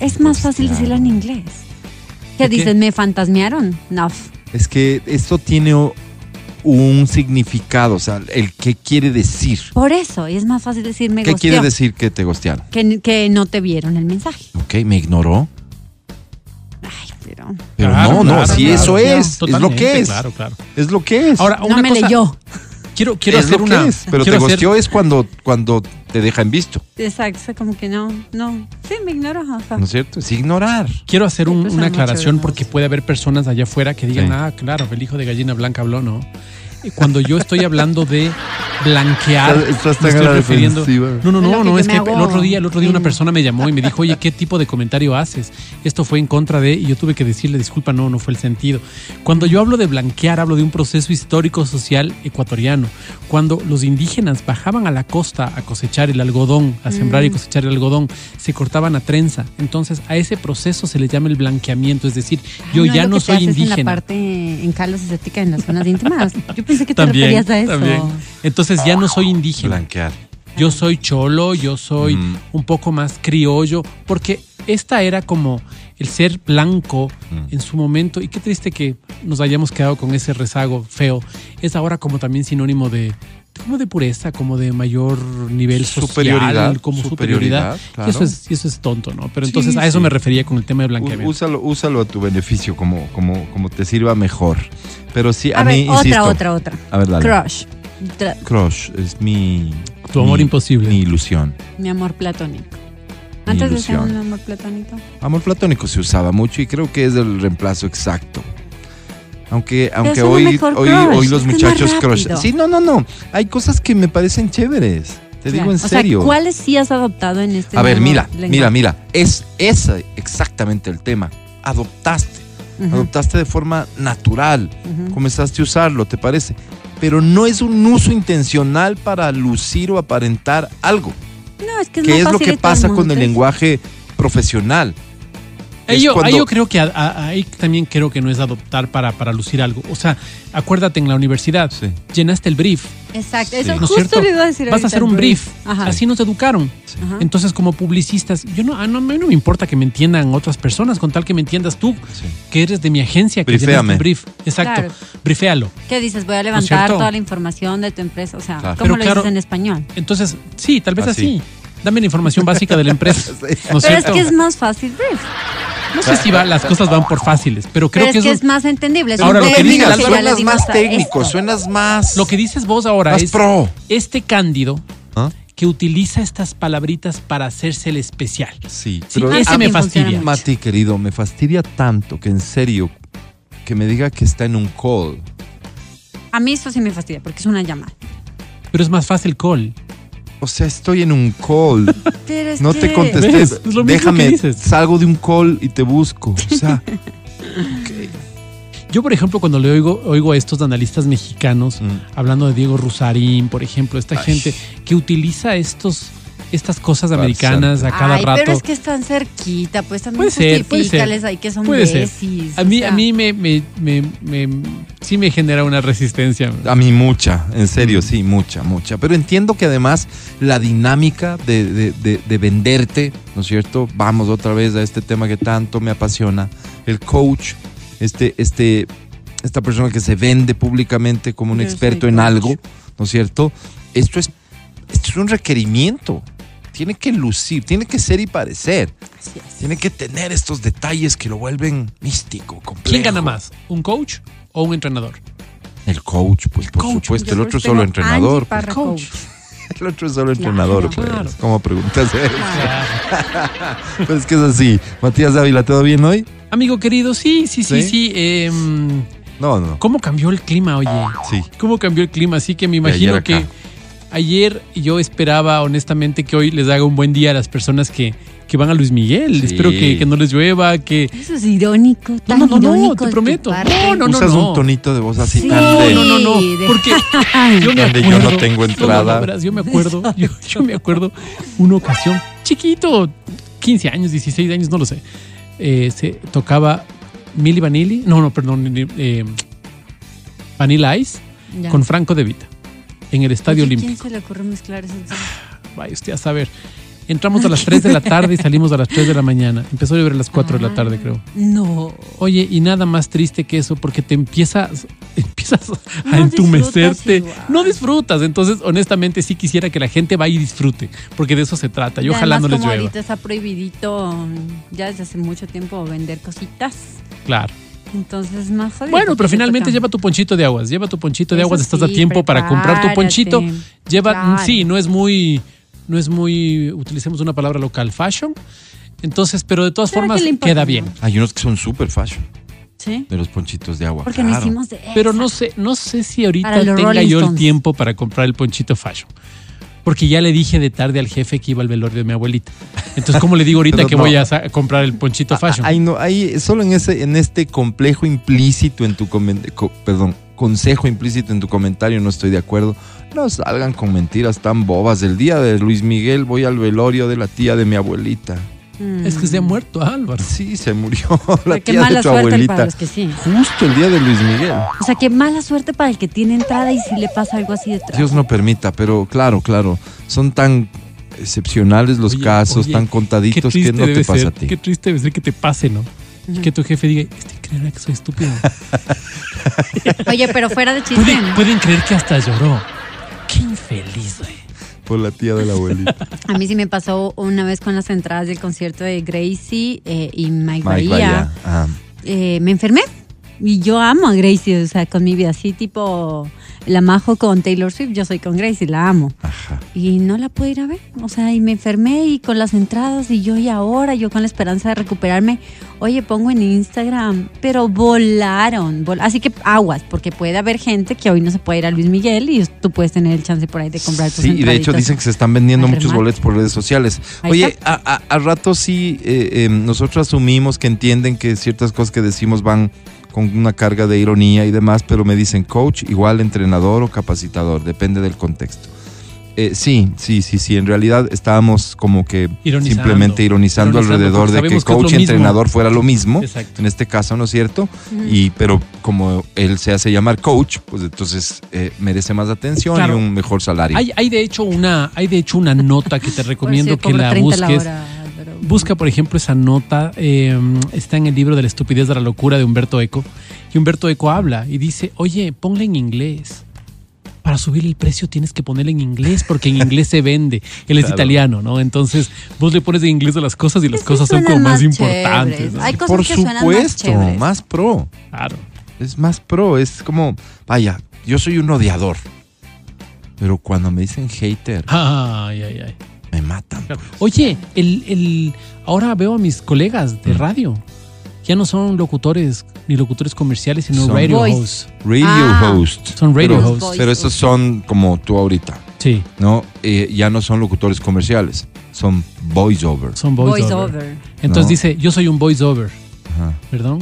Speaker 3: Es más fácil
Speaker 2: Ghostearon.
Speaker 3: decirlo en inglés.
Speaker 4: ¿De qué?
Speaker 3: ¿Qué dicen? ¿Me fantasmearon? No.
Speaker 2: Es que esto tiene o- un significado, o sea, el que quiere decir.
Speaker 3: Por eso, y es más fácil decir me
Speaker 2: ¿Qué
Speaker 3: gosteó,
Speaker 2: quiere decir que te gostearon?
Speaker 3: Que, que no te vieron el mensaje.
Speaker 2: Ok, me ignoró.
Speaker 3: Ay, pero
Speaker 2: Pero
Speaker 4: Claro,
Speaker 2: no, no,
Speaker 4: claro,
Speaker 2: si
Speaker 4: claro,
Speaker 2: eso
Speaker 3: claro.
Speaker 2: es, es lo
Speaker 4: Totalmente,
Speaker 2: que es.
Speaker 4: Claro, claro.
Speaker 2: Es lo que es.
Speaker 4: Ahora,
Speaker 3: no
Speaker 4: Ah, una
Speaker 3: me
Speaker 4: cosa,
Speaker 3: leyó.
Speaker 4: Quiero, quiero
Speaker 2: es
Speaker 4: hacer
Speaker 2: lo
Speaker 4: una.
Speaker 2: que es. Pero te
Speaker 4: quiero hacer-
Speaker 2: gosteó es cuando, cuando te dejan visto,
Speaker 3: Exacto, es como que no, no. Sí, me ignoró. ajá.
Speaker 2: ¿no es cierto? Es ignorar.
Speaker 4: Quiero hacer un-
Speaker 3: Sí, pues,
Speaker 4: una
Speaker 3: hay muchos
Speaker 4: aclaración
Speaker 3: más.
Speaker 4: porque puede haber personas allá afuera que digan,
Speaker 2: Sí.
Speaker 4: ah, claro, el hijo de gallina blanca habló, ¿no? Y Cuando yo estoy hablando de blanquear,
Speaker 2: *laughs* Estás- estás
Speaker 4: me
Speaker 2: tan a
Speaker 4: estoy
Speaker 2: la
Speaker 4: refiriendo.
Speaker 2: defensiva.
Speaker 4: No, no,
Speaker 3: Es lo
Speaker 4: no,
Speaker 3: que
Speaker 4: no,
Speaker 3: yo
Speaker 4: es
Speaker 3: me
Speaker 4: que
Speaker 3: hago
Speaker 4: el otro día, el otro día una
Speaker 3: en-
Speaker 4: persona me llamó y me dijo, oye, ¿qué tipo de comentario haces? Esto fue en contra de, y yo tuve que decirle, disculpa, no, no fue el sentido. Cuando yo hablo de blanquear, hablo de un proceso histórico social ecuatoriano. Cuando los indígenas bajaban a la costa a cosechar el algodón, a sembrar
Speaker 3: Mm.
Speaker 4: y cosechar el algodón, se cortaban a trenza. Entonces, a ese proceso se le llama el blanqueamiento, es decir, yo
Speaker 3: es
Speaker 4: ya
Speaker 3: lo
Speaker 4: no
Speaker 3: que te
Speaker 4: soy
Speaker 3: haces En la
Speaker 4: indígena.
Speaker 3: parte en calos estética en las zonas íntimas. Yo pensé que te
Speaker 4: También,
Speaker 3: referías a eso.
Speaker 4: también. Entonces ya no soy indígena.
Speaker 2: Blanquear.
Speaker 4: Yo soy cholo, yo soy
Speaker 2: Mm.
Speaker 4: un poco más criollo, porque esta era como el ser blanco
Speaker 2: Mm.
Speaker 4: en su momento, y qué triste que nos hayamos quedado con ese rezago feo, es ahora como también sinónimo de como de pureza, como de mayor nivel
Speaker 2: Superioridad,
Speaker 4: social, como superioridad.
Speaker 2: superioridad,
Speaker 4: Y eso
Speaker 2: claro.
Speaker 4: es, y eso es tonto, ¿no? Pero
Speaker 2: Sí,
Speaker 4: entonces a eso
Speaker 2: sí.
Speaker 4: me refería con el tema
Speaker 2: Ú-
Speaker 4: de blanqueamiento.
Speaker 2: Úsalo, úsalo a tu beneficio, como, como, como te sirva mejor. Pero sí, a,
Speaker 3: A ver,
Speaker 2: mí, insisto.
Speaker 3: otra, otra, otra.
Speaker 2: A ver, dale.
Speaker 3: Crush. Tra-
Speaker 2: Crush es mi.
Speaker 4: Tu amor
Speaker 2: mi-
Speaker 4: imposible.
Speaker 2: Mi ilusión.
Speaker 3: Mi amor platónico.
Speaker 2: Mi
Speaker 3: Antes de ser
Speaker 2: ilusión.
Speaker 3: un amor platónico.
Speaker 2: Amor platónico se usaba mucho y creo que es el reemplazo exacto. Aunque, aunque
Speaker 3: suena
Speaker 2: hoy,
Speaker 3: mejor
Speaker 2: hoy,
Speaker 3: crush,
Speaker 2: hoy los
Speaker 3: es más
Speaker 2: muchachos crush.
Speaker 3: rápido.
Speaker 2: Sí, no, no, no. Hay cosas que me parecen chéveres. Te
Speaker 3: Claro.
Speaker 2: digo en serio.
Speaker 3: O sea, ¿cuáles sí has adoptado en este
Speaker 2: a ver,
Speaker 3: nuevo
Speaker 2: mira,
Speaker 3: lenguaje?
Speaker 2: mira, mira. Es ese exactamente el tema. Adoptaste.
Speaker 3: Ujú,
Speaker 2: Adoptaste de forma natural.
Speaker 3: ujú.
Speaker 2: comenzaste a usarlo, ¿te parece? Pero no es un uso intencional para lucir o aparentar algo,
Speaker 3: No, es que es,
Speaker 2: que
Speaker 3: más
Speaker 2: es lo
Speaker 3: fácil
Speaker 2: que
Speaker 3: ir por
Speaker 2: pasa con el
Speaker 3: montes.
Speaker 2: lenguaje profesional.
Speaker 4: Ahí
Speaker 2: Es
Speaker 4: yo, ahí
Speaker 2: cuando-
Speaker 4: yo creo que a- a- ahí también creo que no es adoptar para, para lucir algo. O sea, acuérdate en la universidad,
Speaker 2: Sí,
Speaker 4: llenaste el brief,
Speaker 3: Exacto,
Speaker 2: Sí.
Speaker 3: eso
Speaker 2: ¿No
Speaker 4: es
Speaker 3: justo
Speaker 4: cierto?
Speaker 3: le iba a decir
Speaker 4: vas a
Speaker 3: ahorita,
Speaker 4: hacer
Speaker 3: el
Speaker 4: un brief.
Speaker 3: Ajá.
Speaker 4: Así nos educaron.
Speaker 2: sí.
Speaker 3: Ajá.
Speaker 4: Entonces, como publicistas, yo no, a no- a mí no me importa que me entiendan otras personas, con tal que me entiendas tú,
Speaker 2: sí.
Speaker 4: que eres de mi agencia, que llenaste
Speaker 2: Briféame.
Speaker 4: un brief. Exacto,
Speaker 3: Claro.
Speaker 4: briféalo.
Speaker 3: ¿Qué dices? Voy a
Speaker 4: ¿No es
Speaker 3: levantar
Speaker 4: cierto?
Speaker 3: toda la información de tu empresa. O sea,
Speaker 2: Claro.
Speaker 4: Pero
Speaker 3: ¿cómo lo dices
Speaker 4: claro-
Speaker 3: en español?
Speaker 4: Entonces, sí, tal vez así.
Speaker 2: Así. *laughs*
Speaker 4: Dame la información básica de la empresa. ¿No es
Speaker 3: Pero es
Speaker 4: cierto?
Speaker 3: que es más fácil brief.
Speaker 4: No sé si va, las cosas van por fáciles, pero creo
Speaker 3: Pero
Speaker 4: que,
Speaker 3: es que
Speaker 4: eso-
Speaker 3: es más entendible. Es
Speaker 4: Ahora,
Speaker 3: un
Speaker 4: lo que
Speaker 3: término
Speaker 4: digas,
Speaker 3: que ya le
Speaker 2: suenas
Speaker 3: dimos
Speaker 2: más
Speaker 3: a
Speaker 2: técnico,
Speaker 3: esto.
Speaker 2: suenas más.
Speaker 4: Lo que dices vos ahora
Speaker 2: Más
Speaker 4: es
Speaker 2: pro.
Speaker 4: este Cándido
Speaker 2: ¿Ah?
Speaker 4: que utiliza estas palabritas para hacerse el especial.
Speaker 2: Sí,
Speaker 4: Sí,
Speaker 2: pero-
Speaker 4: ese
Speaker 3: Ah,
Speaker 4: me
Speaker 3: también funciona
Speaker 4: fastidia.
Speaker 3: mucho.
Speaker 2: Mati, querido, me fastidia tanto que en serio que me diga que está en un call.
Speaker 3: A mí eso sí me fastidia porque es una llamada.
Speaker 4: Pero es más fácil call.
Speaker 2: O sea, estoy en un call.
Speaker 3: Pero *laughs* es
Speaker 2: No
Speaker 3: que-
Speaker 2: te contestes.
Speaker 4: ¿Ves? Es lo mismo que
Speaker 2: Déjame,
Speaker 4: dices.
Speaker 2: salgo de un call y te busco. O
Speaker 4: *laughs*
Speaker 2: sea,
Speaker 4: Yo, por ejemplo, cuando le oigo, oigo a estos analistas mexicanos
Speaker 2: mm,
Speaker 4: hablando de Diego Rusarín, por ejemplo, esta gente que utiliza estos, estas cosas
Speaker 2: Farsante.
Speaker 4: americanas a cada
Speaker 3: Ay,
Speaker 4: rato.
Speaker 3: pero es que están cerquita, pues también
Speaker 4: Puede ser, puede ser.
Speaker 3: justifícales ahí que son
Speaker 4: Puede ser.
Speaker 3: besis,
Speaker 4: A
Speaker 3: o
Speaker 4: mí,
Speaker 3: sea.
Speaker 4: a mí me, me- me- me- sí me genera una resistencia.
Speaker 2: a mí mucha, en
Speaker 3: Mm.
Speaker 2: serio, sí, mucha, mucha. Pero entiendo que además la dinámica de, de- de- de venderte, ¿no es cierto? Vamos otra vez a este tema que tanto me apasiona. El coach, este, este, esta persona que se vende públicamente como un
Speaker 3: Yo soy
Speaker 2: experto en
Speaker 3: coach.
Speaker 2: algo, ¿no es cierto? Esto es, esto es un requerimiento. Tiene que lucir, tiene que ser y parecer.
Speaker 3: Así es.
Speaker 2: Tiene que tener estos detalles que lo vuelven místico, complejo.
Speaker 4: ¿Quién gana más? ¿Un coach o un entrenador?
Speaker 2: El coach, pues por
Speaker 4: coach,
Speaker 2: supuesto. El
Speaker 3: Yo
Speaker 2: otro
Speaker 3: soy
Speaker 2: solo
Speaker 3: Angie
Speaker 2: entrenador.
Speaker 3: Parra
Speaker 4: coach.
Speaker 3: coach.
Speaker 2: pues. *laughs* El otro solo
Speaker 3: Claro,
Speaker 2: entrenador,
Speaker 3: claro.
Speaker 2: pues. ¿Cómo preguntas eso?
Speaker 3: Claro.
Speaker 2: *laughs* Pero es que es así. Matías Dávila, ¿todo bien hoy?
Speaker 4: Amigo querido, sí, sí, sí,
Speaker 2: ¿Sí?
Speaker 4: sí. em,
Speaker 2: No, no.
Speaker 4: ¿Cómo cambió el clima, oye?
Speaker 2: Sí.
Speaker 4: ¿Cómo cambió el clima? Así que me
Speaker 2: ayer
Speaker 4: imagino que
Speaker 2: acá.
Speaker 4: ayer yo esperaba honestamente que hoy les haga un buen día a las personas que, que van a Luis Miguel.
Speaker 2: Sí.
Speaker 4: Espero que, que no les llueva, que...
Speaker 3: Eso es irónico, tan
Speaker 4: no, no, no,
Speaker 3: irónico
Speaker 4: te
Speaker 3: de tu
Speaker 4: prometo.
Speaker 3: parte.
Speaker 4: No, no,
Speaker 2: Usas un tonito de voz así
Speaker 3: Sí.
Speaker 2: tan
Speaker 4: No,
Speaker 2: de-
Speaker 4: no, no, no.
Speaker 3: Sí, de-
Speaker 4: Porque yo me
Speaker 2: Donde
Speaker 4: acuerdo.
Speaker 2: yo no tengo entrada.
Speaker 4: verás, yo me acuerdo. Yo, yo me acuerdo una ocasión, chiquito, 15 años, 16 años, no lo sé. eh, se tocaba Milli Vanilli. No, no, perdón. eh, Vanilla Ice
Speaker 3: Ya.
Speaker 4: con Franco De Vita en el Estadio
Speaker 3: Oye,
Speaker 4: Olímpico.
Speaker 3: ¿Quién se le ocurre mezclar esos dos?
Speaker 4: Vaya usted a saber. Entramos a las 3 de la tarde y salimos a las 3 de la mañana. Empezó a llover a las 4
Speaker 3: Ah.
Speaker 4: de la tarde, creo.
Speaker 3: No.
Speaker 4: Oye, y nada más triste que eso, porque te empiezas, *laughs* empiezas
Speaker 3: No
Speaker 4: a entumecerte.
Speaker 3: disfrutas igual.
Speaker 4: no disfrutas. Entonces, honestamente, sí quisiera que la gente vaya y disfrute, porque de eso se trata.
Speaker 3: Y
Speaker 4: Yo ojalá
Speaker 3: además,
Speaker 4: no les
Speaker 3: como
Speaker 4: llueva.
Speaker 3: ahorita está prohibidito mm, ya desde hace mucho tiempo vender cositas.
Speaker 4: Claro.
Speaker 3: Entonces, más jodido
Speaker 4: Bueno,
Speaker 3: porque te
Speaker 4: pero finalmente
Speaker 3: tocan.
Speaker 4: lleva tu ponchito de aguas. Lleva tu ponchito de
Speaker 3: Eso
Speaker 4: aguas. Estás a
Speaker 3: sí,
Speaker 4: tiempo para comprar tu
Speaker 3: prepárate.
Speaker 4: ponchito. Lleva, mm,
Speaker 3: Claro.
Speaker 4: sí, no es muy, no es muy, utilicemos una palabra local, fashion. Entonces, pero de todas
Speaker 3: Pero
Speaker 4: formas
Speaker 3: ¿qué le importa,
Speaker 4: queda
Speaker 3: no?
Speaker 4: bien.
Speaker 2: Hay unos que son súper fashion,
Speaker 3: Sí.
Speaker 2: de los ponchitos de agua.
Speaker 3: Porque no
Speaker 2: claro.
Speaker 3: hicimos de
Speaker 4: Pero
Speaker 3: esa.
Speaker 4: no sé, no sé si ahorita
Speaker 3: Para los
Speaker 4: tenga
Speaker 3: Rolling
Speaker 4: yo el
Speaker 3: Stones.
Speaker 4: tiempo para comprar el ponchito fashion. Porque ya le dije de tarde al jefe que iba al velorio de mi abuelita. Entonces, ¿cómo le digo ahorita
Speaker 2: Pero
Speaker 4: que
Speaker 2: no. Ah,
Speaker 4: voy a sa- comprar el ponchito fashion?
Speaker 2: Ahí no, ahí solo en ese, en este complejo implícito en tu comen- co- perdón, consejo implícito en tu comentario no estoy de acuerdo. No salgan con mentiras tan bobas. El día de Luis Miguel voy al velorio de la tía de mi abuelita.
Speaker 3: Mm.
Speaker 4: Es que se ha muerto Álvaro.
Speaker 2: Sí, se murió *laughs*
Speaker 3: Pero
Speaker 2: la
Speaker 3: Qué
Speaker 2: tía de
Speaker 3: mala
Speaker 2: tu
Speaker 3: suerte para
Speaker 2: abuelita.
Speaker 3: los que sí.
Speaker 2: Justo el día de Luis Miguel.
Speaker 3: O sea, qué mala suerte para el que tiene entrada y si le pasa algo así detrás.
Speaker 2: Dios no permita, pero claro, claro, son tan excepcionales los
Speaker 4: Oye,
Speaker 2: casos,
Speaker 4: oye,
Speaker 2: tan
Speaker 4: Qué
Speaker 2: contaditos que
Speaker 4: triste
Speaker 2: no te
Speaker 4: debe
Speaker 2: pasa
Speaker 4: ser.
Speaker 2: a ti.
Speaker 4: Qué triste debe ser que te pase, ¿no? Y que tu jefe diga, este creerá que soy estúpido.
Speaker 3: Oye, pero fuera de chiste.
Speaker 4: Pueden, pueden creer que hasta lloró. Qué infeliz, güey.
Speaker 2: Por la tía de la abuelita.
Speaker 3: A mí sí me pasó una vez con las entradas del concierto de Gracie eh, y Mike,
Speaker 2: Mike
Speaker 3: Bahía.
Speaker 2: Bahía. Ah,
Speaker 3: Eh, me enfermé. Y yo amo a Gracie, o sea, con mi vida así tipo la majo con Taylor Swift, yo soy con Gracie, la amo.
Speaker 2: ajá.
Speaker 3: Y no la pude ir a ver, o sea, y me enfermé y con las entradas y yo y ahora, yo con la esperanza de recuperarme, oye, pongo en Instagram, pero volaron, vol- así que aguas, porque puede haber gente que hoy no se puede ir a Luis Miguel y tú puedes tener el chance por ahí de comprar tus
Speaker 2: Sí, y de hecho
Speaker 3: entraditas.
Speaker 2: dicen que se están vendiendo
Speaker 3: al
Speaker 2: muchos
Speaker 3: remate.
Speaker 2: boletos por redes sociales.
Speaker 3: Ahí
Speaker 2: Oye,
Speaker 3: está.
Speaker 2: a, a- a rato sí, eh, eh, nosotros asumimos que entienden que ciertas cosas que decimos van con una carga de ironía y demás, pero me dicen coach, igual entrenador o capacitador, depende del contexto. Eh, sí, sí, sí, sí, en realidad estábamos como que
Speaker 4: Ironizando.
Speaker 2: simplemente ironizando,
Speaker 4: Ironizando,
Speaker 2: alrededor
Speaker 4: porque
Speaker 2: de que
Speaker 4: sabemos que es lo
Speaker 2: coach y
Speaker 4: mismo.
Speaker 2: entrenador fuera lo mismo,
Speaker 4: Exacto.
Speaker 2: en este caso, ¿no es cierto?
Speaker 3: Ujú.
Speaker 2: Y, pero como él se hace llamar coach, pues entonces eh, merece más atención
Speaker 4: Claro.
Speaker 2: y un mejor salario.
Speaker 4: Hay, hay de hecho una, hay de hecho una nota que te recomiendo
Speaker 3: Por
Speaker 4: que
Speaker 3: cierto,
Speaker 4: la
Speaker 3: cobra 30
Speaker 4: busques.
Speaker 3: hora, Álvaro.
Speaker 4: Busca, por ejemplo, esa nota. eh, está en el libro de la estupidez de la locura de Humberto Eco. Y Humberto Eco habla y dice, oye, ponle en inglés. para subir el precio tienes que ponerle en inglés porque en inglés se vende. Él es
Speaker 2: Claro.
Speaker 4: italiano, ¿no? Entonces vos le pones en inglés a las cosas y las
Speaker 3: Sí,
Speaker 4: cosas son
Speaker 3: suenan
Speaker 4: como más,
Speaker 3: chéveres.
Speaker 4: importantes. ¿no?
Speaker 3: Hay cosas
Speaker 2: Por
Speaker 3: que suenan más
Speaker 2: supuesto,
Speaker 3: chéveres.
Speaker 2: más pro.
Speaker 4: Claro.
Speaker 2: Es más pro, es como, vaya, yo soy un odiador. Pero cuando me dicen hater,
Speaker 4: Ay, ay, ay.
Speaker 2: me matan.
Speaker 4: Claro. Oye, el, el, ahora veo a mis colegas de
Speaker 2: Mm.
Speaker 4: radio. Ya no son locutores ni locutores comerciales, sino
Speaker 2: Son
Speaker 4: radio
Speaker 3: voice.
Speaker 4: hosts.
Speaker 2: Radio
Speaker 3: Ah.
Speaker 2: host.
Speaker 4: Son radio
Speaker 2: pero,
Speaker 4: hosts.
Speaker 2: Pero esos son como tú ahorita,
Speaker 4: Sí,
Speaker 2: ¿no? Eh, ya no son locutores comerciales, son voiceover.
Speaker 4: son voice
Speaker 3: Voiceover.
Speaker 4: over. Entonces
Speaker 2: No.
Speaker 4: dice, yo soy un voice over.
Speaker 2: Ajá,
Speaker 4: ¿Perdón?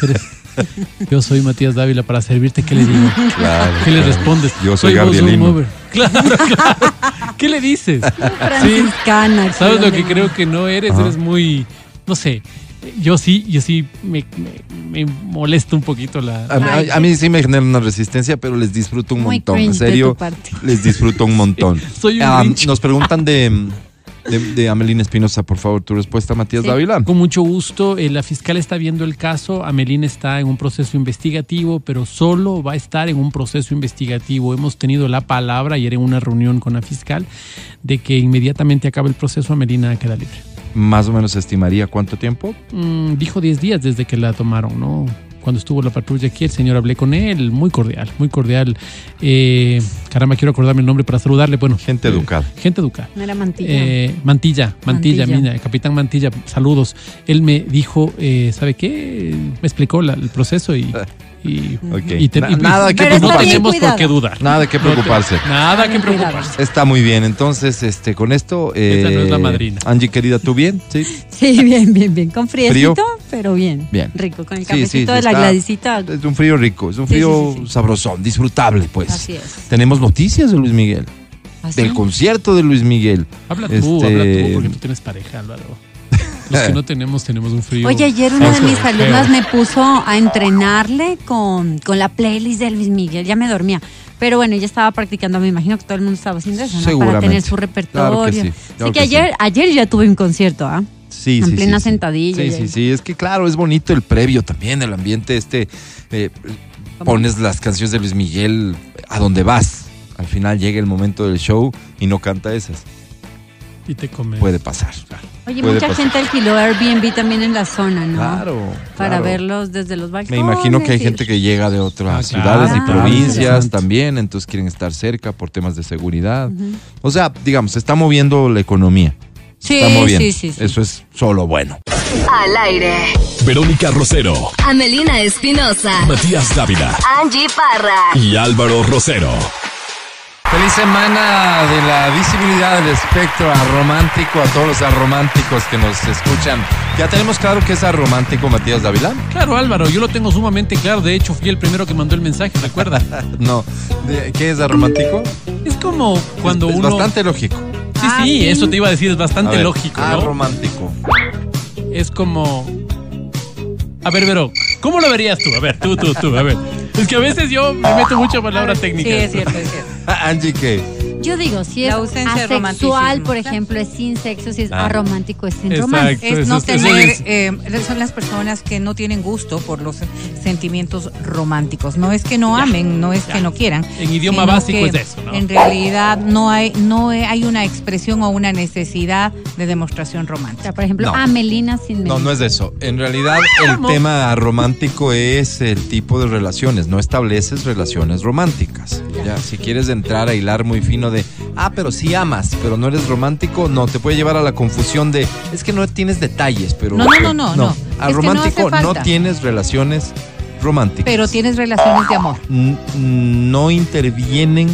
Speaker 4: ¿Qué eres?
Speaker 2: *laughs*
Speaker 4: Yo soy Matías Dávila para servirte. ¿Qué le digo?
Speaker 2: claro,
Speaker 4: ¿Qué le
Speaker 2: claro.
Speaker 4: respondes?
Speaker 2: Yo soy
Speaker 4: voice
Speaker 2: Gabrielino.
Speaker 4: over. *laughs* Claro, claro. ¿Qué le dices?
Speaker 3: Franciscana. aquí
Speaker 4: ¿Sabes lo
Speaker 3: donde
Speaker 4: que
Speaker 3: no.
Speaker 4: creo que no eres?
Speaker 2: Ajá.
Speaker 4: Eres muy, no sé, yo sí, yo sí me, me, me molesta un poquito
Speaker 2: A,
Speaker 4: la...
Speaker 2: a-
Speaker 3: Ay,
Speaker 2: a mí sí me genera una resistencia, pero les disfruto un
Speaker 3: Muy
Speaker 2: montón. En
Speaker 3: cringe de
Speaker 2: serio,
Speaker 3: tu parte.
Speaker 2: les disfruto un montón.
Speaker 4: Soy un
Speaker 2: Ah,
Speaker 4: Grinch.
Speaker 2: nos preguntan de, de, de Amelina Espinosa, por favor, tu respuesta, Matías
Speaker 3: Sí.
Speaker 2: Dávila.
Speaker 4: Con mucho gusto, eh, la fiscal está viendo el caso, Amelina está en un proceso investigativo, pero solo va a estar en un proceso investigativo. Hemos tenido la palabra ayer en una reunión con la fiscal de que inmediatamente acabe el proceso, Amelina queda libre.
Speaker 2: Más o menos estimaría cuánto tiempo.
Speaker 4: Mm, dijo 10 días desde que la tomaron, ¿no? Cuando estuvo la patrulla aquí, el señor hablé con él, muy cordial, muy cordial. Eh, caramba, quiero acordarme el nombre para saludarle. Bueno,
Speaker 2: Gente
Speaker 4: eh,
Speaker 2: educada.
Speaker 4: gente educada.
Speaker 3: No era mantilla.
Speaker 4: Eh, Mantilla, Mantilla,
Speaker 3: Mantilla.
Speaker 4: mira, el Capitán Mantilla, saludos. Él me dijo, eh, ¿sabe qué? Me explicó la- el proceso y, y,
Speaker 2: *laughs* Ok.
Speaker 4: y te-
Speaker 2: Na-
Speaker 4: y-
Speaker 2: nada que
Speaker 3: Pero está bien
Speaker 4: no
Speaker 2: preocuparse.
Speaker 4: tenemos por
Speaker 3: cuidado.
Speaker 4: qué dudar.
Speaker 2: Nada que preocuparse.
Speaker 4: Nada que
Speaker 3: Bien cuidado.
Speaker 4: preocuparse.
Speaker 2: Está muy bien, entonces este con esto
Speaker 4: Esa no es la
Speaker 2: eh,
Speaker 4: madrina.
Speaker 2: Angie querida, ¿tú bien? Sí.
Speaker 3: Sí, *laughs* bien, bien, bien. Con friecito,
Speaker 2: Frío.
Speaker 3: pero bien.
Speaker 2: Bien.
Speaker 3: Rico, con el
Speaker 2: Sí, sí,
Speaker 3: cafecito de la
Speaker 2: está- pues,
Speaker 3: gladicita.
Speaker 2: Es un frío rico, es un
Speaker 3: Sí, sí,
Speaker 2: frío
Speaker 3: sí, sí.
Speaker 2: sabrosón, disfrutable pues.
Speaker 3: Así es. ¿Ah,
Speaker 2: Tenemos noticias de Luis Miguel,
Speaker 3: Así.
Speaker 2: del concierto de Luis Miguel.
Speaker 4: Habla tú,
Speaker 2: Este-
Speaker 4: habla tú, porque tú tienes pareja, Álvaro. Los que no tenemos, tenemos un frío.
Speaker 3: Oye, ayer una de
Speaker 4: Feo,
Speaker 3: mis
Speaker 4: feo.
Speaker 3: alumnas me puso a entrenarle con, con la playlist de Luis Miguel. Ya me dormía. Pero bueno, ella estaba practicando. Me imagino que todo el mundo estaba haciendo eso, ¿no? Para
Speaker 2: Seguramente.
Speaker 3: tener su repertorio.
Speaker 2: Claro que sí, claro
Speaker 3: Así que
Speaker 2: que sí.
Speaker 3: ayer, ayer ya tuve un concierto, ¿ah?
Speaker 2: Sí,
Speaker 3: En
Speaker 2: sí,
Speaker 3: plena
Speaker 2: sí, sí.
Speaker 3: sentadilla
Speaker 2: Sí,
Speaker 3: y
Speaker 2: sí,
Speaker 3: ahí.
Speaker 2: sí. Es que claro, es bonito el previo también, el ambiente este. eh, pones las canciones de Luis Miguel a donde vas. Al final llega el momento del show y no canta esas.
Speaker 4: Y te comes.
Speaker 2: Puede pasar.
Speaker 3: Oye,
Speaker 2: Puede
Speaker 3: mucha
Speaker 2: pasar.
Speaker 3: gente alquiló Airbnb también en la zona, ¿no?
Speaker 2: Claro.
Speaker 3: Para
Speaker 2: claro.
Speaker 3: verlos desde los balcones.
Speaker 2: Me imagino que hay gente que llega de
Speaker 4: Ah,
Speaker 2: otras
Speaker 4: claro,
Speaker 2: ciudades y
Speaker 3: claro,
Speaker 2: provincias
Speaker 4: interesante.
Speaker 2: también, entonces quieren estar cerca por temas de seguridad.
Speaker 3: Ujú.
Speaker 2: O sea, digamos, se está moviendo la economía. Se
Speaker 3: Sí,
Speaker 2: está moviendo.
Speaker 3: sí, sí, sí.
Speaker 2: Eso es solo bueno.
Speaker 5: Al aire.
Speaker 1: Verónica Rosero,
Speaker 5: Amelina Espinosa.
Speaker 1: Matías Dávila
Speaker 5: Angie Parra.
Speaker 1: y Álvaro Rosero.
Speaker 2: Feliz semana de la visibilidad del espectro aromántico a todos los arománticos que nos escuchan. Ya tenemos claro que es aromántico Matías Dávila.
Speaker 4: Claro, Álvaro, yo lo tengo sumamente claro. De hecho, fui el primero que mandó el mensaje, ¿te
Speaker 2: *laughs*
Speaker 4: acuerdas?
Speaker 2: No, ¿de- ¿qué es aromántico?
Speaker 4: es como cuando
Speaker 2: es, es
Speaker 4: uno.
Speaker 2: bastante lógico.
Speaker 4: Sí,
Speaker 3: Ah,
Speaker 4: sí,
Speaker 3: sí.
Speaker 4: eso te iba a decir, es
Speaker 2: A
Speaker 4: bastante
Speaker 2: ver, Ah,
Speaker 4: lógico, ¿no?
Speaker 2: Aromántico.
Speaker 4: Es como. A ver, Vero, ¿cómo lo verías tú? A ver, tú, tú, tú, a ver. Es que a veces yo me meto mucha palabra técnica.
Speaker 6: Sí, es cierto, es cierto.
Speaker 2: *laughs* Angie, ¿qué?
Speaker 3: Yo digo, si es
Speaker 6: La ausencia de
Speaker 3: asexual,
Speaker 6: romanticismo.
Speaker 3: por ejemplo, es sin sexo, si es
Speaker 2: Ah.
Speaker 3: aromántico, es sin
Speaker 4: Exacto.
Speaker 3: romance.
Speaker 6: Es
Speaker 4: Eso-
Speaker 6: no
Speaker 4: eso
Speaker 6: tener,
Speaker 4: Pues es-
Speaker 6: eh, son las personas que no tienen gusto por los sentimientos románticos. No es que no amen, no es que no quieran.
Speaker 4: En idioma
Speaker 6: sino
Speaker 4: básico
Speaker 6: que
Speaker 4: es eso, ¿no?
Speaker 6: En realidad no hay, no hay una expresión o una necesidad de demostración
Speaker 3: O
Speaker 6: romántica.
Speaker 3: sea, por ejemplo,
Speaker 2: No.
Speaker 3: Amelina sin
Speaker 2: No, no es de eso. En realidad,
Speaker 6: Ah,
Speaker 2: el tema romántico es el tipo de relaciones. No estableces relaciones románticas. Ya, si quieres entrar a hilar muy fino de, ah, pero sí amas, pero no eres romántico, no, te puede llevar a la confusión de, es que no tienes detalles, pero.
Speaker 6: No, no, no, no, no.
Speaker 2: A
Speaker 6: Es que no
Speaker 2: romántico
Speaker 6: hace
Speaker 2: no,
Speaker 6: falta.
Speaker 2: tienes relaciones románticas.
Speaker 6: Pero tienes relaciones de amor.
Speaker 2: N- No intervienen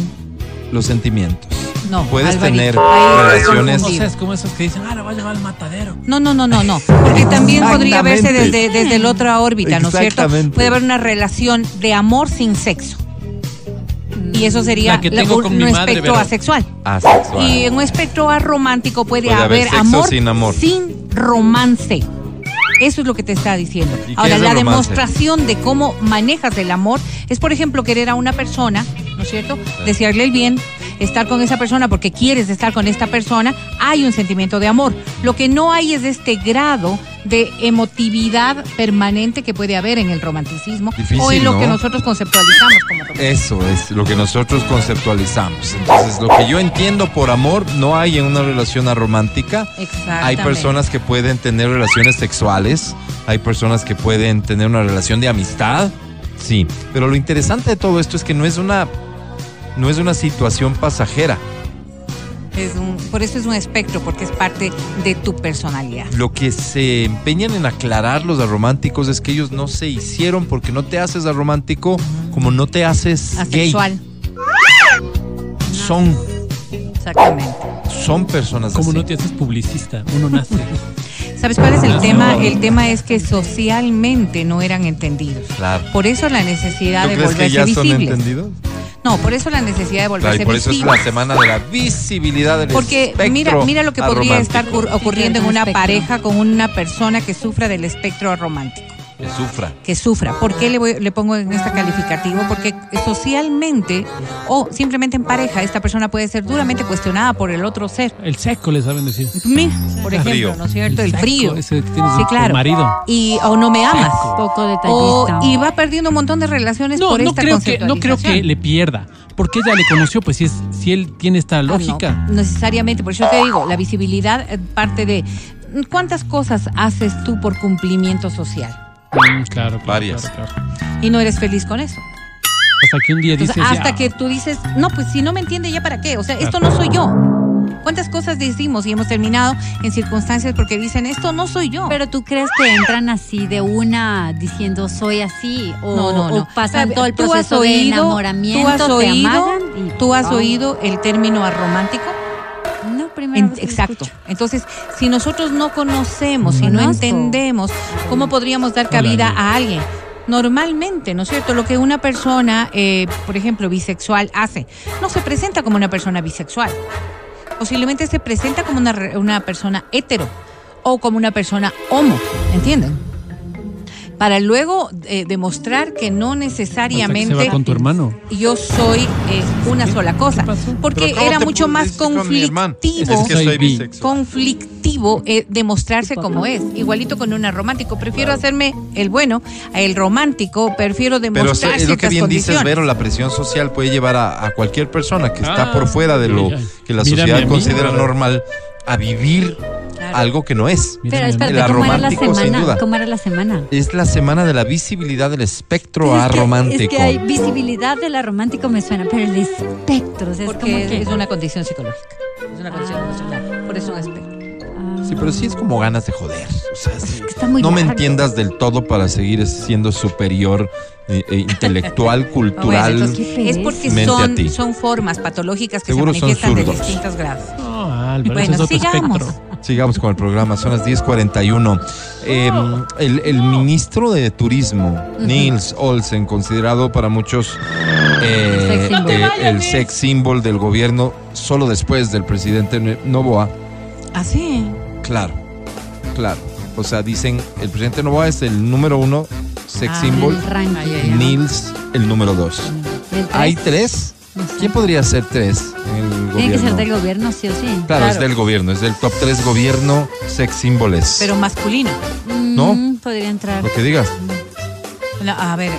Speaker 2: los sentimientos.
Speaker 6: No.
Speaker 2: Puedes
Speaker 6: Alvarito,
Speaker 2: tener
Speaker 6: ahí estás
Speaker 2: relaciones.
Speaker 4: O
Speaker 6: confundido.
Speaker 4: sea, es como esos que dicen, ah, la voy a llevar al matadero.
Speaker 6: No, no, no, no, no. Porque también podría verse
Speaker 2: Exactamente.
Speaker 6: desde, desde la otra órbita, ¿no es cierto?
Speaker 2: Exactamente.
Speaker 6: Puede haber una relación de amor sin sexo. Y eso sería
Speaker 4: La que
Speaker 6: la-
Speaker 4: tengo
Speaker 6: un,
Speaker 4: con mi
Speaker 6: un
Speaker 4: madre,
Speaker 6: espectro
Speaker 4: pero-
Speaker 6: asexual.
Speaker 2: Asexual.
Speaker 6: Y en un espectro aromántico puede,
Speaker 2: Puede haber
Speaker 6: haber,
Speaker 2: sexo
Speaker 6: amor,
Speaker 2: sin amor.
Speaker 6: sin romance. Eso es lo que te está diciendo.
Speaker 2: ¿Y qué
Speaker 6: Ahora,
Speaker 2: es el
Speaker 6: la
Speaker 2: romance?
Speaker 6: demostración de cómo manejas el amor es, por ejemplo, querer a una persona, ¿no es cierto? Desearle el bien, estar con esa persona porque quieres estar con esta persona, hay un sentimiento de amor. Lo que no hay es este grado de emotividad permanente que puede haber en el romanticismo o
Speaker 2: Difícil,
Speaker 6: en lo
Speaker 2: ¿no? Eh,
Speaker 6: que nosotros conceptualizamos como romanticismo.
Speaker 2: Eso es lo que nosotros conceptualizamos. Entonces, lo que yo entiendo por amor no hay en una relación romántica.
Speaker 6: Exactamente.
Speaker 2: Hay personas que pueden tener relaciones sexuales, hay personas que pueden tener una relación de amistad, sí. Pero lo interesante de todo esto es que no es una, no es una situación pasajera.
Speaker 6: Es un- por eso es un espectro, porque es parte de tu personalidad.
Speaker 2: Lo que se empeñan en aclarar los arománticos es que ellos no se hicieron porque no te haces aromántico como no te haces
Speaker 6: Asexual.
Speaker 2: gay. Son,
Speaker 6: Exactamente.
Speaker 2: son personas
Speaker 4: Como
Speaker 2: así.
Speaker 4: no te haces publicista, uno nace.
Speaker 6: ¿Sabes cuál es el
Speaker 4: No.
Speaker 6: tema? El tema es que socialmente no eran entendidos.
Speaker 2: Claro.
Speaker 6: Por eso la necesidad
Speaker 2: ¿Tú
Speaker 6: de
Speaker 2: crees que
Speaker 6: volverse
Speaker 2: ya son
Speaker 6: visibles.
Speaker 2: entendidos?
Speaker 6: No, por eso la
Speaker 2: Claro,
Speaker 6: necesidad de volverse
Speaker 2: y por eso es la
Speaker 6: visibles.
Speaker 2: semana de la visibilidad del
Speaker 6: Porque
Speaker 2: espectro
Speaker 6: mira, mira lo que podría estar
Speaker 2: aromántico.
Speaker 6: ocur- ocurriendo en
Speaker 3: Un
Speaker 6: una
Speaker 3: espectro.
Speaker 6: pareja con una persona que sufra del espectro romántico.
Speaker 2: Que sufra.
Speaker 6: que sufra. ¿Por qué le, voy- le pongo en este calificativo? Porque socialmente o simplemente en pareja esta persona puede ser duramente cuestionada por el otro ser.
Speaker 4: El seco le saben decir.
Speaker 6: Me, por ejemplo,
Speaker 2: Frío.
Speaker 6: ¿no es cierto? El
Speaker 4: seco,
Speaker 6: frío.
Speaker 4: Ese que tienes
Speaker 6: Sí,
Speaker 4: con
Speaker 6: claro.
Speaker 4: marido.
Speaker 6: Y o no me amas.
Speaker 4: Seco.
Speaker 3: Poco
Speaker 6: O,
Speaker 3: detallista.
Speaker 6: y va perdiendo un montón de relaciones
Speaker 4: No,
Speaker 6: por
Speaker 4: no
Speaker 6: esta
Speaker 4: creo, que, no creo que
Speaker 6: conceptualización.
Speaker 4: le pierda. Porque ella le conoció, pues si, es, si él tiene esta
Speaker 6: Ah, no,
Speaker 4: lógica.
Speaker 6: necesariamente, por eso te digo, la visibilidad eh, parte de cuántas cosas haces tú por cumplimiento social
Speaker 4: Mm, claro, claro,
Speaker 2: Varias.
Speaker 4: claro, claro.
Speaker 6: y no eres feliz con eso.
Speaker 4: Hasta que un día dices.
Speaker 6: Entonces, hasta
Speaker 4: "Ya".
Speaker 6: que tú dices, no, pues si no me entiende, ¿ya para qué? O sea, esto no soy yo. ¿Cuántas cosas decimos y hemos terminado en circunstancias porque dicen, esto no soy yo?
Speaker 3: Pero tú crees que entran así de una diciendo soy así o,
Speaker 6: no, no, no.
Speaker 3: o pasan
Speaker 6: Sabe,
Speaker 3: todo el
Speaker 6: ¿tú has
Speaker 3: proceso de
Speaker 6: oído-
Speaker 3: enamoramiento,
Speaker 6: ¿Tú has
Speaker 3: te
Speaker 6: oído,
Speaker 3: amagan y-
Speaker 6: ¿tú has
Speaker 3: Ah.
Speaker 6: oído el término aromántico?
Speaker 3: No, primero
Speaker 6: En- exacto. Entonces, si nosotros no conocemos, si no
Speaker 3: Conozco.
Speaker 6: entendemos, ¿cómo podríamos dar cabida a alguien? Normalmente, ¿no es cierto? Lo que una persona, eh, por ejemplo, bisexual hace, no se presenta como una persona bisexual. Posiblemente se presenta como una, re- una persona hetero o como una persona homo, ¿entienden? Para luego eh, demostrar que no
Speaker 4: Hasta que se
Speaker 6: necesariamente
Speaker 4: va con tu hermano.
Speaker 6: yo soy eh, una sola cosa.
Speaker 4: pasó?
Speaker 6: Porque
Speaker 2: Pero ¿cómo
Speaker 6: era
Speaker 2: te
Speaker 6: mucho más
Speaker 2: pusiste con mi hermano?
Speaker 6: conflictivo
Speaker 2: Es que
Speaker 4: Soy
Speaker 2: soy
Speaker 4: bi.
Speaker 2: bisexual.
Speaker 6: conflictivo eh, demostrarse como es. Igualito con un romántico. Prefiero hacerme el bueno, el romántico. Prefiero
Speaker 2: Pero
Speaker 6: demostrar
Speaker 2: se- es lo que
Speaker 6: ciertas
Speaker 2: bien dices,
Speaker 6: condiciones.
Speaker 2: Vero, la presión social puede llevar a, a cualquier persona que está
Speaker 4: Ah,
Speaker 2: por fuera de lo
Speaker 4: mira,
Speaker 2: que la
Speaker 4: mírame a
Speaker 2: sociedad
Speaker 4: mí,
Speaker 2: considera
Speaker 4: brother.
Speaker 2: normal a vivir
Speaker 6: Claro.
Speaker 2: algo que no es.
Speaker 4: Mira,
Speaker 3: Pero
Speaker 4: mi
Speaker 3: espérate,
Speaker 2: La
Speaker 3: ¿cómo era la
Speaker 2: romántico, sin duda.
Speaker 3: semana? ¿Cómo era la semana?
Speaker 2: Es la semana de la visibilidad del espectro
Speaker 3: Es que-
Speaker 2: aromántico.
Speaker 3: Es que hay visibilidad de la romántico me suena, pero el espectro, o sea, es como
Speaker 6: Porque
Speaker 3: que...
Speaker 6: es una condición psicológica. Es una condición emocional. Por eso un aspecto.
Speaker 3: Ah,
Speaker 2: Sí, pero sí es como ganas de joder. O sea, sí.
Speaker 3: que está muy
Speaker 2: no me
Speaker 3: largo.
Speaker 2: entiendas del todo para seguir siendo superior eh, eh,
Speaker 3: *laughs*
Speaker 2: intelectual,
Speaker 6: Ah, bueno,
Speaker 2: cultural.
Speaker 6: entonces,
Speaker 3: Qué
Speaker 6: es porque
Speaker 2: pereza. Mente a ti.
Speaker 6: son, son formas patológicas que
Speaker 2: Seguro
Speaker 6: se
Speaker 2: son
Speaker 6: manifiestan de
Speaker 2: zurdos.
Speaker 6: distintos grados.
Speaker 4: No, Álvaro, ese
Speaker 6: Bueno,
Speaker 4: es otro
Speaker 6: sigamos.
Speaker 4: espectro.
Speaker 2: Sigamos con el programa, son las 10:41. Eh, el, el ministro de Turismo, Nils Olsen, considerado para muchos eh,
Speaker 3: Sex symbol.
Speaker 2: eh, el sex symbol del gobierno, solo después del presidente Ne- Novoa,
Speaker 6: Así.
Speaker 2: claro, claro. O sea, dicen, el presidente Novoa es el número uno sex
Speaker 6: Ah,
Speaker 2: symbol,
Speaker 3: El ranking.
Speaker 6: Ay, ay,
Speaker 2: Nils el número dos.
Speaker 3: Del tres.
Speaker 2: ¿Hay tres? ¿Quién podría ser tres en el gobierno?
Speaker 3: Tiene que ser del gobierno, sí o sí.
Speaker 2: Claro, es
Speaker 6: Claro.
Speaker 2: del gobierno, es del top tres gobierno sex symboles.
Speaker 6: Pero masculino.
Speaker 2: ¿No?
Speaker 3: Mm, Podría entrar.
Speaker 2: Lo que digas.
Speaker 6: La- a ver,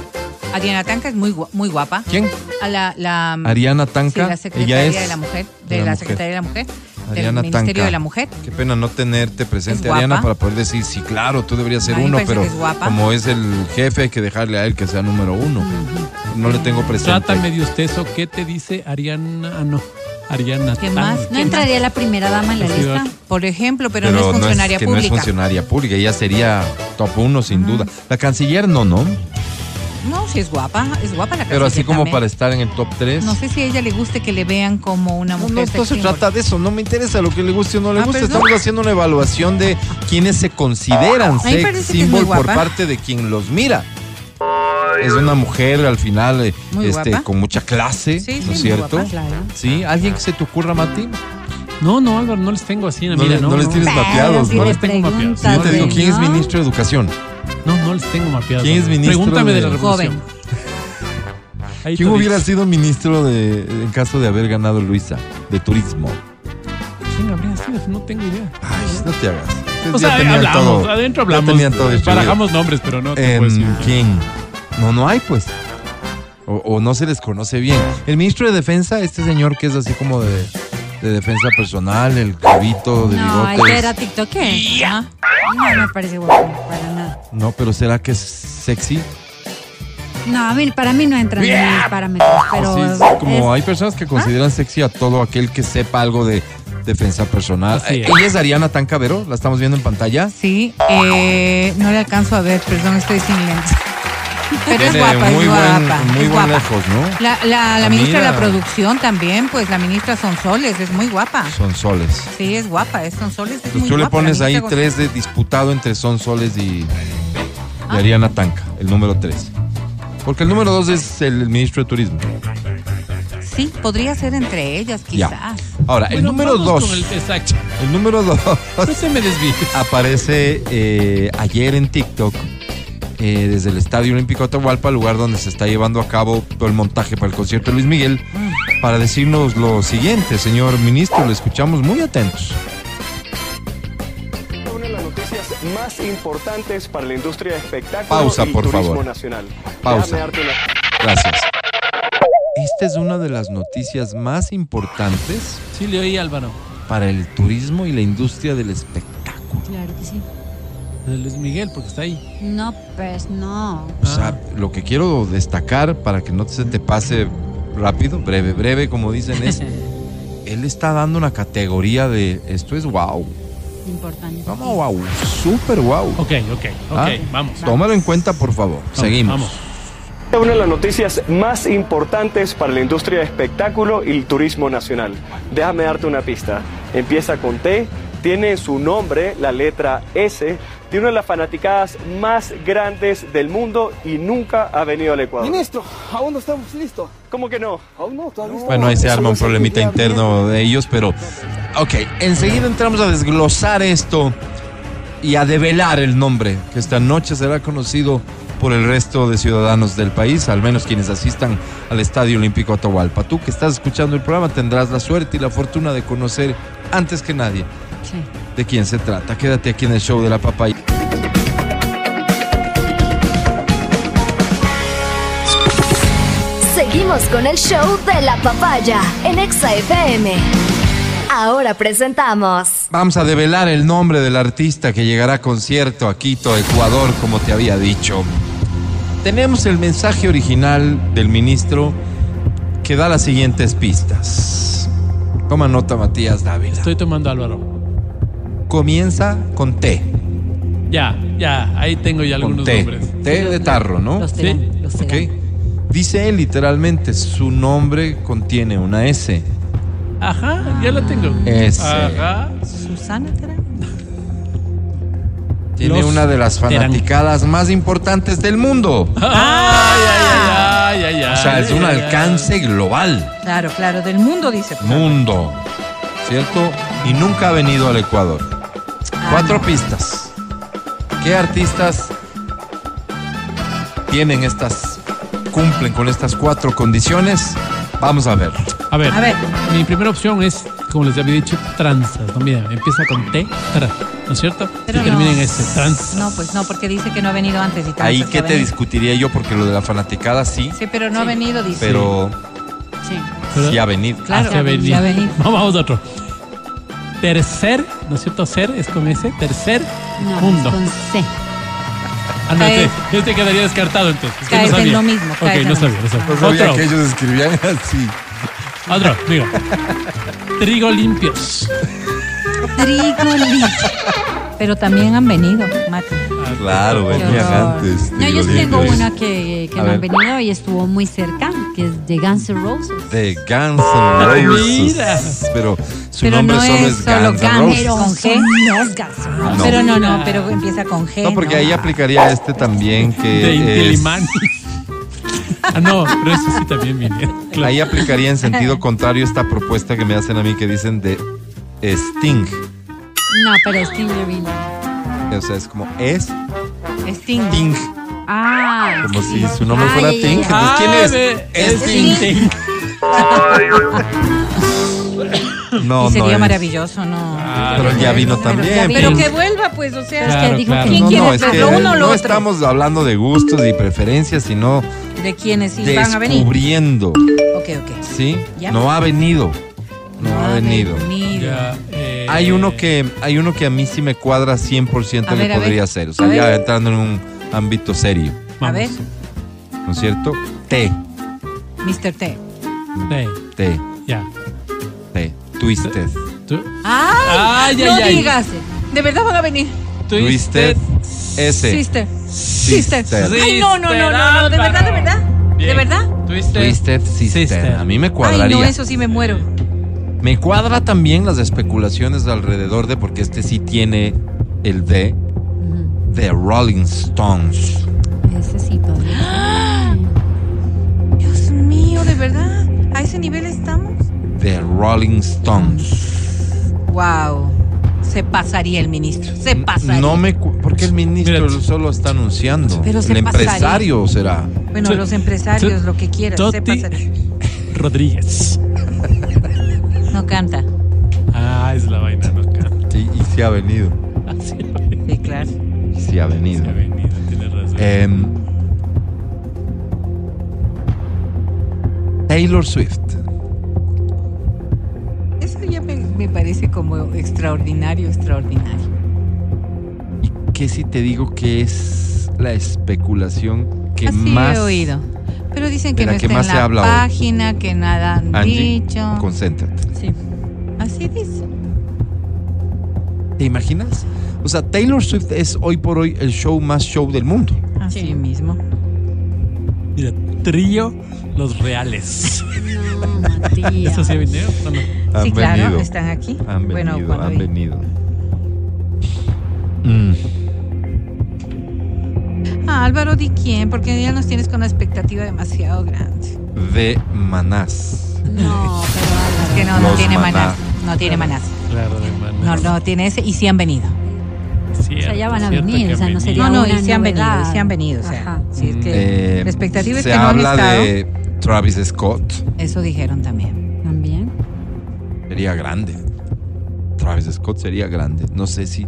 Speaker 6: Adriana Tanca es muy, gua- muy guapa.
Speaker 2: ¿Quién?
Speaker 6: A la, la,
Speaker 2: Ariana
Speaker 6: sí, la
Speaker 2: Tanca.
Speaker 6: Secretaría
Speaker 2: ella es.
Speaker 6: de la Mujer,
Speaker 2: de
Speaker 6: de
Speaker 2: la
Speaker 6: la,
Speaker 2: mujer.
Speaker 6: Secretaría de la Mujer,
Speaker 2: Ariana
Speaker 6: del Ministerio
Speaker 2: Tanca.
Speaker 6: de la Mujer.
Speaker 2: Qué pena no tenerte presente,
Speaker 6: Es
Speaker 2: Ariana,
Speaker 6: guapa.
Speaker 2: para poder decir, sí, claro, tú deberías ser
Speaker 6: A mí me
Speaker 2: uno,
Speaker 6: parece
Speaker 2: pero
Speaker 6: que es guapa.
Speaker 2: como es el jefe, hay que dejarle a él que sea número uno. No le tengo presente.
Speaker 4: Trátame de usted eso. ¿Qué te dice Ariana? Ah, no. Ariana.
Speaker 6: ¿Quién
Speaker 4: Tan.
Speaker 6: más?
Speaker 3: ¿No entraría la primera dama en la
Speaker 2: Pues
Speaker 4: Sí, va.
Speaker 3: lista?
Speaker 6: Por ejemplo, pero, no es
Speaker 2: que
Speaker 6: funcionaria
Speaker 2: no es
Speaker 6: pública.
Speaker 2: funcionaria pública, ella sería top uno, sin duda. La canciller no, ¿no?
Speaker 6: no, sí es guapa, es guapa la
Speaker 2: Pero así
Speaker 6: canciller
Speaker 2: como
Speaker 6: también.
Speaker 2: para estar en el top tres.
Speaker 6: No sé si a ella le guste que le vean como una
Speaker 2: No,
Speaker 6: mujer.
Speaker 2: no, no
Speaker 6: sex
Speaker 2: se
Speaker 6: symbol.
Speaker 2: trata de eso, no me interesa lo que le guste o no le
Speaker 6: Ah,
Speaker 2: guste.
Speaker 6: pues no.
Speaker 2: Estamos haciendo una evaluación de quienes se consideran
Speaker 6: A mí me
Speaker 2: sex
Speaker 6: parece que es muy
Speaker 2: symbol por
Speaker 6: guapa.
Speaker 2: parte de quien los mira. Es una mujer al final eh,
Speaker 6: Muy
Speaker 2: este,
Speaker 6: guapa.
Speaker 2: con mucha clase,
Speaker 6: Sí, sí,
Speaker 2: ¿no es
Speaker 6: muy
Speaker 2: cierto?
Speaker 6: guapa,
Speaker 3: Claro.
Speaker 2: Sí, ¿alguien que se te ocurra, Mati?
Speaker 4: No, no, Álvaro, no les tengo así en la
Speaker 2: No,
Speaker 4: mira,
Speaker 2: le-
Speaker 4: no,
Speaker 2: no les
Speaker 4: no.
Speaker 2: tienes
Speaker 3: Pero
Speaker 2: mapeados,
Speaker 3: si
Speaker 2: ¿no?
Speaker 3: le
Speaker 4: les tengo mapeados.
Speaker 2: Sí,
Speaker 4: No,
Speaker 2: yo te digo,
Speaker 4: no,
Speaker 2: ¿quién es
Speaker 3: ¿no?
Speaker 2: ministro de Educación?
Speaker 4: No, no les tengo mapeados.
Speaker 2: ¿Quién es ministro *laughs*
Speaker 4: Pregúntame de,
Speaker 2: de-
Speaker 4: la revolución.
Speaker 6: Joven.
Speaker 4: Ahí
Speaker 2: ¿Quién
Speaker 4: tú
Speaker 2: hubiera
Speaker 4: dices,
Speaker 2: sido ministro de, en caso de haber ganado Luisa? De turismo.
Speaker 4: ¿Quién habría sido? No tengo idea.
Speaker 2: Ay, no te hagas. Ustedes
Speaker 4: O
Speaker 2: Pues ya
Speaker 4: sea,
Speaker 2: tenían
Speaker 4: hablamos,
Speaker 2: todo-
Speaker 4: adentro
Speaker 2: ya
Speaker 4: hablamos.
Speaker 2: tenían todo hecho.
Speaker 4: barajamos nombres, pero no te puedo decir.
Speaker 2: ¿En quién? No, no hay, pues. O, o no se les conoce bien. El ministro de Defensa, este señor que es así como de, de defensa personal, el cabito de
Speaker 3: No, el que
Speaker 2: bigotes.
Speaker 3: era TikTok. No me parece guapo, para nada.
Speaker 2: No, pero ¿será que es sexy?
Speaker 3: No, a mí, para mí no entra en mis parámetros, pero
Speaker 2: Pues Sí, es como hay personas
Speaker 6: ¿Ah?
Speaker 2: que consideran sexy a todo aquel que sepa algo de defensa personal.
Speaker 4: Así
Speaker 2: Eh,
Speaker 4: es.
Speaker 2: Ella es Ariana Tancavero, la estamos viendo en pantalla.
Speaker 6: Sí, eh, no le alcanzo a ver, perdón, estoy sin lentes. *laughs* Pero es
Speaker 2: Tiene
Speaker 6: guapa,
Speaker 2: muy
Speaker 6: es guapa.
Speaker 2: buen, muy
Speaker 6: es
Speaker 2: buen
Speaker 6: guapa.
Speaker 2: lejos, ¿no?
Speaker 6: La, la- la
Speaker 2: Ah,
Speaker 6: ministra de la
Speaker 2: mira.
Speaker 6: producción también, pues la ministra Sonsoles, es muy guapa.
Speaker 2: Son soles.
Speaker 6: Sí, es guapa, es Sonsoles, es muy
Speaker 2: Entonces tú le
Speaker 6: guapa, la
Speaker 2: pones ahí
Speaker 6: ministra
Speaker 2: tres de disputado entre Son Soles y, y Ariana Tanca, el número tres. Porque el número dos es el ministro de Turismo.
Speaker 6: González. Sí, podría ser entre ellas,
Speaker 2: Ya.
Speaker 6: quizás.
Speaker 2: Ahora, el
Speaker 4: Bueno,
Speaker 2: número
Speaker 4: vamos
Speaker 2: dos.
Speaker 4: con el- exacto.
Speaker 2: El número dos *laughs*
Speaker 4: No se me desvíes.
Speaker 2: aparece eh, ayer en TikTok. eh, desde el Estadio Olímpico Atahualpa, lugar donde se está llevando a cabo todo el montaje para el concierto de Luis Miguel, para decirnos lo siguiente, señor ministro, lo escuchamos muy atentos.
Speaker 7: Una de las noticias más importantes para la industria de espectáculo
Speaker 2: Pausa,
Speaker 7: y
Speaker 2: por
Speaker 7: turismo
Speaker 2: favor.
Speaker 7: nacional.
Speaker 2: Pausa.
Speaker 7: Déjame darte una-
Speaker 2: Gracias. Esta es una de las noticias más importantes
Speaker 4: Sí, le oí Álvaro.
Speaker 2: para el turismo y la industria del espectáculo.
Speaker 3: Claro que sí.
Speaker 4: De Luis Miguel, porque está ahí.
Speaker 3: No, pues no.
Speaker 2: O sea,
Speaker 4: Ah.
Speaker 2: lo que quiero destacar para que no se te pase rápido, breve, breve, como dicen,
Speaker 4: *laughs*
Speaker 2: es él está dando una categoría de esto es wow.
Speaker 3: Importante.
Speaker 2: No, no, wow, súper wow.
Speaker 4: Ok, ok, ok,
Speaker 2: ¿Ah?
Speaker 4: vamos.
Speaker 2: Tómalo en cuenta, por favor.
Speaker 4: Vamos,
Speaker 2: Seguimos.
Speaker 4: Vamos.
Speaker 7: Una de las noticias más importantes para la industria de espectáculo y el turismo nacional. Déjame darte una pista. Empieza con T, tiene en su nombre la letra S, tiene una de las fanaticadas más grandes del mundo y nunca ha venido al Ecuador.
Speaker 8: Ministro, aún no estamos listos.
Speaker 7: ¿Cómo que no?
Speaker 8: Aún no, todavía estamos-
Speaker 2: Bueno, ahí se arma un problemita
Speaker 8: Ya,
Speaker 2: interno de ellos, pero. Ok, enseguida entramos a desglosar esto y a develar el nombre, que esta noche será conocido por el resto de ciudadanos del país, al menos quienes asistan al Estadio Olímpico Atahualpa. Tú que estás escuchando el programa tendrás la suerte y la fortuna de conocer antes que nadie
Speaker 3: Sí.
Speaker 2: de quién se trata. Quédate aquí en el show de la papaya.
Speaker 5: Seguimos con el show de la papaya en Exa FM. Ahora presentamos
Speaker 2: Vamos a develar el nombre del artista que llegará a concierto a Quito, Ecuador, como te había dicho. Tenemos el mensaje original del ministro que da las siguientes pistas. Toma nota, Matías Dávila.
Speaker 4: Estoy tomando Álvaro.
Speaker 2: Comienza con T.
Speaker 4: Ya, ya, ahí tengo ya
Speaker 2: Con
Speaker 4: algunos
Speaker 2: T.
Speaker 4: nombres.
Speaker 2: T de tarro, ¿no?
Speaker 3: Los
Speaker 2: Ok.
Speaker 3: serán, los serán.
Speaker 2: Dice él literalmente, su nombre contiene una S.
Speaker 4: Ajá, ya la tengo.
Speaker 2: Ese.
Speaker 4: Ajá.
Speaker 6: Susana Terán.
Speaker 2: Tiene
Speaker 4: Los
Speaker 2: una de las
Speaker 4: Terán.
Speaker 2: fanaticadas más importantes del mundo.
Speaker 4: Ay, ay, ay, ay, ay,
Speaker 2: O sea,
Speaker 4: ay,
Speaker 2: es un
Speaker 4: ay, ay.
Speaker 2: alcance global.
Speaker 6: Claro, claro, del mundo dice.
Speaker 2: mundo, ¿cierto? Y nunca ha venido al Ecuador. Cuatro pistas. ¿Qué artistas tienen estas, cumplen con estas cuatro condiciones? Vamos a ver.
Speaker 4: A ver,
Speaker 6: A ver.
Speaker 4: mi primera opción es, como les había dicho, tranzas. No, mira, empieza con T, tra, ¿no es cierto?
Speaker 6: Pero
Speaker 4: y
Speaker 6: no.
Speaker 4: termina en S, trans.
Speaker 6: No, pues no, porque dice que no ha venido antes y tal.
Speaker 2: este Ahí
Speaker 6: pues,
Speaker 2: que
Speaker 6: ha
Speaker 2: te
Speaker 6: venido.
Speaker 2: discutiría yo, porque lo de la fanaticada sí,
Speaker 6: Sí, pero no ha venido, dice.
Speaker 2: pero
Speaker 3: Sí.
Speaker 4: Pero-
Speaker 2: sí ha venido.
Speaker 6: Claro,
Speaker 4: hacia venir.
Speaker 6: ya venir.
Speaker 4: Vamos, *laughs* vamos a otro. Tercer, ¿no es cierto? Ser es con S, tercer
Speaker 3: No,
Speaker 4: mundo.
Speaker 3: es con C.
Speaker 4: Ah, no,
Speaker 6: Cae-
Speaker 4: este, este quedaría descartado entonces. Es que
Speaker 6: Caes
Speaker 4: no
Speaker 6: en
Speaker 4: sabía.
Speaker 6: E lo mismo,
Speaker 4: Ok,
Speaker 6: caes en
Speaker 4: no
Speaker 6: lo
Speaker 4: sabía, no
Speaker 6: mismo.
Speaker 4: sabía.
Speaker 2: No sabía
Speaker 4: otro,
Speaker 2: que ellos escribían *laughs* así.
Speaker 4: otro,
Speaker 2: *laughs*
Speaker 4: digo. Trigo limpios.
Speaker 6: Trígoli. Pero también han venido, Mati.
Speaker 2: Claro, venían antes.
Speaker 3: No, yo sí tengo una que, que
Speaker 2: A
Speaker 3: no han
Speaker 2: ver.
Speaker 3: venido y estuvo muy cerca, que es de Guns N' Roses.
Speaker 2: De Guns N'
Speaker 4: mira.
Speaker 2: Roses. Pero su
Speaker 6: Pero
Speaker 2: nombre
Speaker 6: no
Speaker 2: solo
Speaker 6: es
Speaker 2: es
Speaker 6: solo
Speaker 2: Guns N'
Speaker 6: Guns,
Speaker 2: Roses.
Speaker 6: pero con G.
Speaker 2: No.
Speaker 6: Pero no, no, pero empieza con G.
Speaker 2: No, porque ahí aplicaría este también
Speaker 4: De
Speaker 2: que es,
Speaker 4: Intilimani. *laughs* Ah, no, pero eso sí también vinieron. Claro.
Speaker 2: ahí aplicaría en sentido contrario esta propuesta que me hacen a mí que dicen de Sting.
Speaker 3: No, pero Sting no vino.
Speaker 2: O sea, es como Sting.
Speaker 6: Sting.
Speaker 3: Ah,
Speaker 2: Como si su nombre
Speaker 3: Ay,
Speaker 2: fuera
Speaker 3: ay,
Speaker 2: Tink.
Speaker 3: ay,
Speaker 2: Entonces, pues, ¿quién
Speaker 4: Ah,
Speaker 2: es?
Speaker 4: de-
Speaker 2: Es
Speaker 4: es
Speaker 2: Tink.
Speaker 4: Tink.
Speaker 2: No,
Speaker 6: y sería
Speaker 2: es. Ah,
Speaker 6: maravilloso, ¿no?
Speaker 2: Pero ya vino también.
Speaker 6: Pero
Speaker 2: pues.
Speaker 6: que vuelva, pues, o sea,
Speaker 4: Claro,
Speaker 3: que dijo
Speaker 4: claro.
Speaker 3: que
Speaker 6: ¿quién
Speaker 2: no,
Speaker 6: quiere
Speaker 2: no, es que
Speaker 6: hacerlo? Uno o lo
Speaker 2: no
Speaker 6: otro.
Speaker 2: estamos hablando de gustos y preferencias, sino
Speaker 6: de quienes sí van a venir.
Speaker 2: descubriendo.
Speaker 6: Ok, ok.
Speaker 2: ¿Sí?
Speaker 6: Ya.
Speaker 2: No ha venido. No, ha venido.
Speaker 4: Ya, eh,
Speaker 2: Hay uno que hay uno que a mí sí me cuadra 100%
Speaker 6: A ver,
Speaker 2: que
Speaker 6: a
Speaker 2: podría
Speaker 6: ver.
Speaker 2: ser. O sea,
Speaker 6: A
Speaker 2: ya
Speaker 6: ver.
Speaker 2: entrando en un ámbito serio,
Speaker 6: A ver,
Speaker 4: vamos.
Speaker 2: ¿no es cierto? T,
Speaker 6: Mr. T.
Speaker 4: Sí,
Speaker 2: T,
Speaker 4: ya.
Speaker 2: T. Twisted.
Speaker 4: Tú-
Speaker 6: ¡Ay!
Speaker 4: Ay,
Speaker 6: no
Speaker 4: ay, ay.
Speaker 6: digas. De verdad van a venir.
Speaker 2: Twisted. S.
Speaker 6: Sister. Sister.
Speaker 2: Sister.
Speaker 6: Ay, no, no, no, no, no. De verdad, de verdad. ¿De
Speaker 4: Bien.
Speaker 6: verdad?
Speaker 4: Twisted.
Speaker 2: Twisted Sister.
Speaker 4: Sister.
Speaker 2: A mí me
Speaker 6: Ay,
Speaker 2: cuadraría.
Speaker 6: no, eso sí me muero.
Speaker 2: Me cuadra también las especulaciones alrededor de porque este sí tiene el D. The Rolling Stones.
Speaker 3: ese sí *gasps* todavía.
Speaker 6: Dios mío, de verdad. ¿A ese nivel estamos?
Speaker 2: The Rolling Stones.
Speaker 6: Wow. Se pasaría el ministro. Se pasaría.
Speaker 2: No me cu- porque el ministro
Speaker 4: Mira,
Speaker 2: solo está anunciando.
Speaker 6: Pero se
Speaker 2: el
Speaker 6: pasaría.
Speaker 2: empresario será.
Speaker 6: Bueno, los empresarios, lo que quieras. Se
Speaker 4: Toti.
Speaker 6: pasaría.
Speaker 4: *laughs* Rodríguez.
Speaker 6: No canta.
Speaker 4: Ah, es la vaina, no canta.
Speaker 2: Sí, y sí ha venido.
Speaker 4: Sí, la
Speaker 6: Sí, claro.
Speaker 2: Sí ha venido.
Speaker 4: avenida, tiene razón.
Speaker 2: Em, Taylor Swift.
Speaker 6: Eso ya me, me parece como extraordinario, extraordinario.
Speaker 2: ¿Y qué si te digo que es la especulación que
Speaker 6: Así
Speaker 2: más
Speaker 6: he oído. Pero dicen que
Speaker 2: de la
Speaker 6: no
Speaker 2: que
Speaker 6: está
Speaker 2: más
Speaker 6: en
Speaker 2: se
Speaker 6: la
Speaker 2: habla hoy.
Speaker 6: página, que nada han
Speaker 2: Angie,
Speaker 6: dicho.
Speaker 2: concéntrate.
Speaker 6: Sí. Así dice.
Speaker 2: ¿Te imaginas? O sea, Taylor Swift es hoy por hoy el show más show del mundo.
Speaker 6: Así mismo.
Speaker 4: Mira, trío Los Reales.
Speaker 3: No, Matías.
Speaker 4: ¿Eso sí ha venido? No, no.
Speaker 2: Han
Speaker 6: sí, claro,
Speaker 2: venido.
Speaker 6: están aquí.
Speaker 2: Han
Speaker 6: bueno,
Speaker 2: venido,
Speaker 6: cuando
Speaker 2: han
Speaker 6: vi-
Speaker 2: venido. Mm,
Speaker 6: Ah, Álvaro, ¿di quién? Porque ya nos tienes con una expectativa demasiado grande.
Speaker 2: de Manás.
Speaker 3: No,
Speaker 6: Es
Speaker 3: pero
Speaker 6: que no, no
Speaker 2: Los
Speaker 6: tiene
Speaker 2: Maná.
Speaker 6: manás. No tiene manás.
Speaker 4: Claro, hermano.
Speaker 6: No, no tiene ese. Y sí han venido.
Speaker 4: Cierto,
Speaker 3: O sea, ya van a
Speaker 4: cierto
Speaker 3: venir,
Speaker 4: que
Speaker 3: o sea,
Speaker 4: han
Speaker 3: no
Speaker 4: venido.
Speaker 3: sería
Speaker 6: No, no, y
Speaker 3: una
Speaker 6: sí han venido.
Speaker 3: novedad.
Speaker 6: Y sí han venido. O sea,
Speaker 3: Ajá.
Speaker 6: sí, es que
Speaker 2: Eh,
Speaker 6: la expectativa es
Speaker 2: se
Speaker 6: que no han
Speaker 2: habla
Speaker 6: estado.
Speaker 2: de Travis Scott.
Speaker 6: Eso dijeron también.
Speaker 3: también.
Speaker 2: Sería grande. Travis Scott sería grande. No sé si,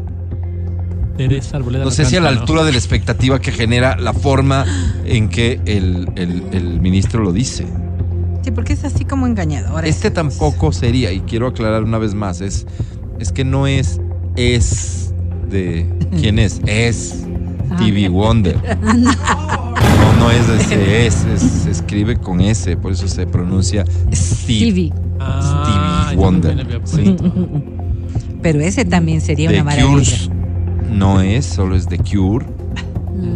Speaker 4: Teresa Arboleda
Speaker 2: no sé si a la
Speaker 4: canta, ¿no?
Speaker 2: altura de la expectativa que genera la forma en que el, el- el ministro lo dice.
Speaker 6: Sí, porque es así como engañador.
Speaker 2: Este tampoco sería, y quiero aclarar una vez más, es, es que no es es de
Speaker 6: *laughs*
Speaker 2: quién es, es
Speaker 6: Ah,
Speaker 2: TV Wonder. No, no es ese es, es- se escribe con S, por eso se pronuncia Steve.
Speaker 3: Stevie.
Speaker 4: Ah,
Speaker 2: Stevie
Speaker 4: yo
Speaker 2: Wonder.
Speaker 4: también había puesto.
Speaker 6: Pero ese también sería
Speaker 2: The
Speaker 6: una maravilla.
Speaker 2: Cures no es, solo es The Cure.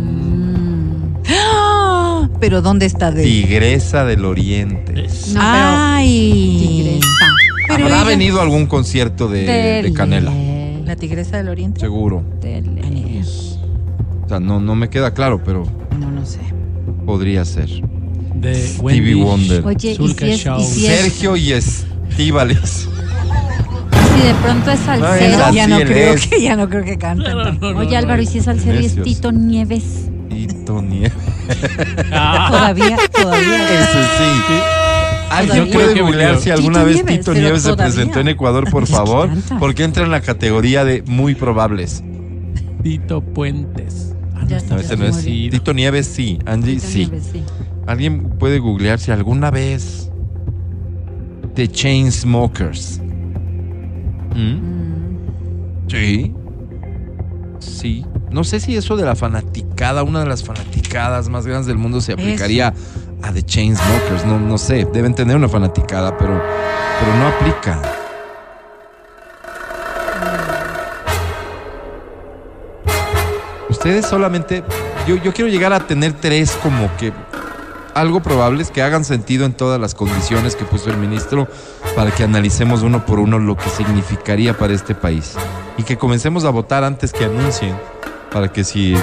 Speaker 3: Mm.
Speaker 6: ¡Ah! Pero ¿dónde está de?
Speaker 2: Tigresa del Oriente.
Speaker 4: Es-
Speaker 3: No, Ah, pero
Speaker 6: Ay.
Speaker 3: tigresa.
Speaker 6: Pero
Speaker 2: ¿Habrá
Speaker 6: ella-
Speaker 2: venido a algún concierto de, de Canela?
Speaker 6: La tigresa del Oriente.
Speaker 2: Seguro.
Speaker 3: Tele.
Speaker 2: O sea, no, no me queda claro, pero
Speaker 6: No, no sé.
Speaker 2: podría ser.
Speaker 4: De
Speaker 2: Stevie
Speaker 4: Wendy
Speaker 2: Wonder.
Speaker 3: Oye, y
Speaker 4: Zulka
Speaker 3: si, es,
Speaker 4: Shaw.
Speaker 3: y si es-
Speaker 2: Sergio y *laughs* Estíbales.
Speaker 3: si de pronto es
Speaker 2: No, es
Speaker 3: salsero.
Speaker 2: así
Speaker 6: ya no
Speaker 2: él
Speaker 6: creo
Speaker 2: es.
Speaker 6: que ya no creo que cante.
Speaker 3: Oye, Álvaro, y si es salsero y es
Speaker 2: Necios.
Speaker 3: Tito Nieves.
Speaker 2: Tito Nieves. *laughs*
Speaker 6: Todavía,
Speaker 3: Ah.
Speaker 6: todavía.
Speaker 2: Ese sí. Ay, yo
Speaker 4: Todavía.
Speaker 2: quiero googlear si
Speaker 4: Tito
Speaker 2: alguna vez
Speaker 6: Nieves,
Speaker 2: Tito
Speaker 6: pero
Speaker 2: Nieves se
Speaker 6: todavía.
Speaker 2: presentó en Ecuador, por
Speaker 3: Es que
Speaker 2: favor,
Speaker 3: canta.
Speaker 2: porque entra en la categoría de muy probables.
Speaker 4: Tito Puentes. Ah,
Speaker 3: Ya
Speaker 4: está
Speaker 2: No, ese no es.
Speaker 4: morido.
Speaker 2: Tito Nieves sí, Angie
Speaker 3: Tito
Speaker 2: sí.
Speaker 3: Nieves, sí.
Speaker 2: ¿Alguien puede googlear si alguna vez The Chainsmokers? ¿Mm? Sí. Sí. No sé si eso de la fanaticada, una de las fanaticadas más grandes del mundo, se aplicaría a The Chainsmokers. No, no sé. Deben tener una fanaticada, pero, pero no aplica. Ustedes solamente. Yo, yo quiero llegar a tener tres como que algo probables que hagan sentido en todas las condiciones que puso el ministro para que analicemos uno por uno lo que significaría para este país y que comencemos a votar antes que anuncien para que si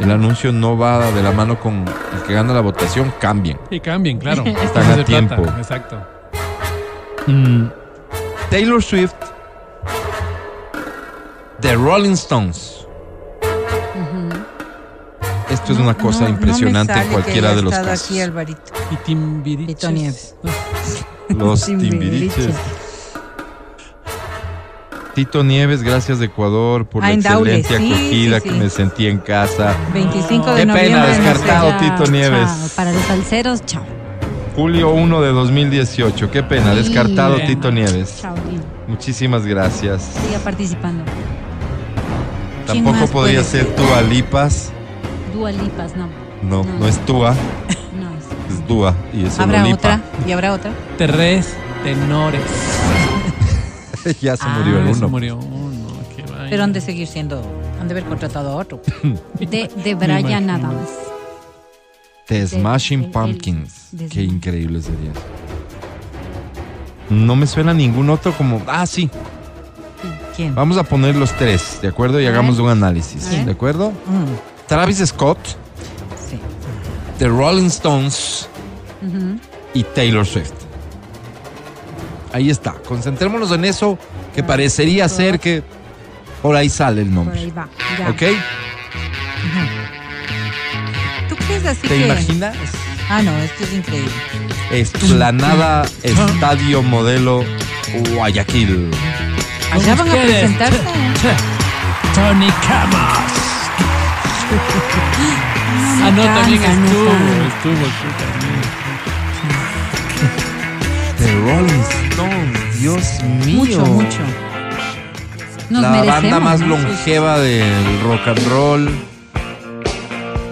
Speaker 2: el anuncio no va de la mano con el que gana la votación cambien.
Speaker 4: Y cambien, claro.
Speaker 2: *laughs* Están
Speaker 4: Eso
Speaker 2: a
Speaker 4: se trata,
Speaker 2: tiempo. Mm.
Speaker 4: Exacto.
Speaker 2: Taylor Swift, The Rolling Stones. Esto es una cosa
Speaker 6: No, no me
Speaker 2: impresionante
Speaker 6: sale
Speaker 2: en
Speaker 6: que
Speaker 2: cualquiera
Speaker 6: haya
Speaker 2: de los
Speaker 6: estado
Speaker 2: casos.
Speaker 6: aquí, Alvarito.
Speaker 4: Y Timbiriches.
Speaker 6: Tito Nieves.
Speaker 2: Los
Speaker 3: Timbiriches.
Speaker 2: timbiriches. Tito Nieves, gracias de Ecuador por
Speaker 6: Ah,
Speaker 2: la
Speaker 6: en Daule,
Speaker 2: excelente
Speaker 6: sí,
Speaker 2: acogida
Speaker 6: sí,
Speaker 2: que
Speaker 6: sí.
Speaker 2: me sentí en casa.
Speaker 6: 25 de
Speaker 2: Ah. Qué pena,
Speaker 6: noviembre. no sé.
Speaker 2: descartado
Speaker 3: Ya,
Speaker 2: Tito Nieves.
Speaker 3: pues, chao. Para los salseros, chao.
Speaker 2: Julio 1 de 2018. Qué pena,
Speaker 3: Sí.
Speaker 2: descartado
Speaker 4: Bien.
Speaker 2: Tito Nieves.
Speaker 3: Chao, Lino.
Speaker 2: Muchísimas gracias.
Speaker 3: Siga participando.
Speaker 6: ¿Quién
Speaker 2: Tampoco
Speaker 6: más
Speaker 2: podía
Speaker 6: puede
Speaker 2: ser Tua Lipas.
Speaker 3: Dua Lipas, no.
Speaker 2: No,
Speaker 3: No.
Speaker 2: no es Tua,
Speaker 3: No es.
Speaker 2: es Dua y es
Speaker 6: Habrá
Speaker 2: una
Speaker 6: otra y habrá otra.
Speaker 4: Tres tenores.
Speaker 2: *laughs* ya se
Speaker 6: Ah,
Speaker 2: murió el
Speaker 4: Ah, se
Speaker 2: uno.
Speaker 4: murió uno. qué vaina.
Speaker 6: Pero han de seguir siendo, han de haber contratado a otro.
Speaker 3: De, de
Speaker 4: Me
Speaker 3: Brian
Speaker 4: imagino.
Speaker 3: Adams.
Speaker 2: The
Speaker 3: el-
Speaker 2: Smashing
Speaker 3: el-
Speaker 2: Pumpkins.
Speaker 3: de-
Speaker 2: Qué increíble sería. eso. No me suena ningún otro como. Ah, sí.
Speaker 6: ¿Quién?
Speaker 2: Vamos a poner los tres, ¿de acuerdo? Y
Speaker 3: A
Speaker 2: hagamos
Speaker 3: ver.
Speaker 2: un análisis,
Speaker 3: A ver.
Speaker 2: ¿de acuerdo?
Speaker 6: Mm,
Speaker 2: Travis Scott,
Speaker 6: sí.
Speaker 2: The Rolling Stones y Taylor Swift. Ahí está. Concentrémonos en eso que
Speaker 3: Ah,
Speaker 2: parecería ser que por ahí sale el
Speaker 3: Por ahí
Speaker 2: nombre.
Speaker 3: va. Ya.
Speaker 2: ¿Ok?
Speaker 6: ¿Tú crees así
Speaker 2: Ah. ¿Te
Speaker 6: que?
Speaker 2: imaginas?
Speaker 6: Ah, no, esto es increíble.
Speaker 2: Esplanada Estadio Modelo Guayaquil.
Speaker 6: Allá Pues van a
Speaker 4: ustedes.
Speaker 6: presentarse. ¿eh?
Speaker 4: Tony Camas. Ah, no, también
Speaker 3: cansa, no
Speaker 4: estuvo.
Speaker 3: cansa.
Speaker 4: estuvo tú también.
Speaker 2: The Rolling Stones, Dios mío.
Speaker 6: Mucho, mucho.
Speaker 3: Nos
Speaker 2: la
Speaker 3: merecemos,
Speaker 2: banda más
Speaker 3: ¿no?
Speaker 2: longeva del rock and roll.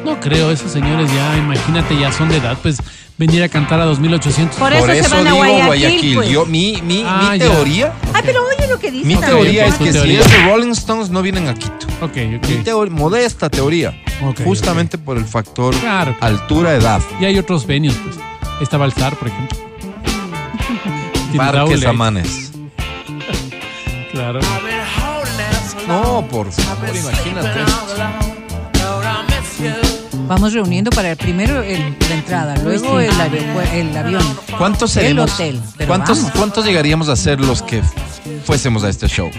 Speaker 4: No creo, esos señores ya, imagínate, ya son de edad, pues venir a cantar a 2800.
Speaker 6: Por eso, se van a Guayaquil. pues.
Speaker 2: Yo, mi, mi,
Speaker 4: Ah,
Speaker 2: mi
Speaker 4: ya.
Speaker 2: teoría,
Speaker 6: Ah, pero oye lo que dice.
Speaker 2: mi
Speaker 4: Ok,
Speaker 6: también.
Speaker 2: teoría
Speaker 4: ok,
Speaker 2: es
Speaker 4: tu
Speaker 2: que
Speaker 4: teoría.
Speaker 2: si es de Rolling Stones no vienen a Quito.
Speaker 4: Ok,
Speaker 2: Mi
Speaker 4: ok.
Speaker 2: teor- modesta teoría,
Speaker 4: Ok,
Speaker 2: justamente por el factor
Speaker 4: Claro.
Speaker 2: altura edad.
Speaker 4: Y hay otros venues, pues. Está Balsar,
Speaker 2: *laughs*
Speaker 4: por ejemplo. Tiene
Speaker 2: Parques
Speaker 4: Daule,
Speaker 2: Amanes.
Speaker 4: Claro.
Speaker 2: No, por favor, imagínate.
Speaker 6: Vamos reuniendo para el primero el- la entrada, luego el, aeropu- el avión.
Speaker 2: ¿Cuántos
Speaker 6: El
Speaker 2: seremos?
Speaker 6: hotel, pero
Speaker 2: ¿cuántos,
Speaker 6: vamos.
Speaker 2: ¿Cuántos llegaríamos a ser los que fuésemos a este show?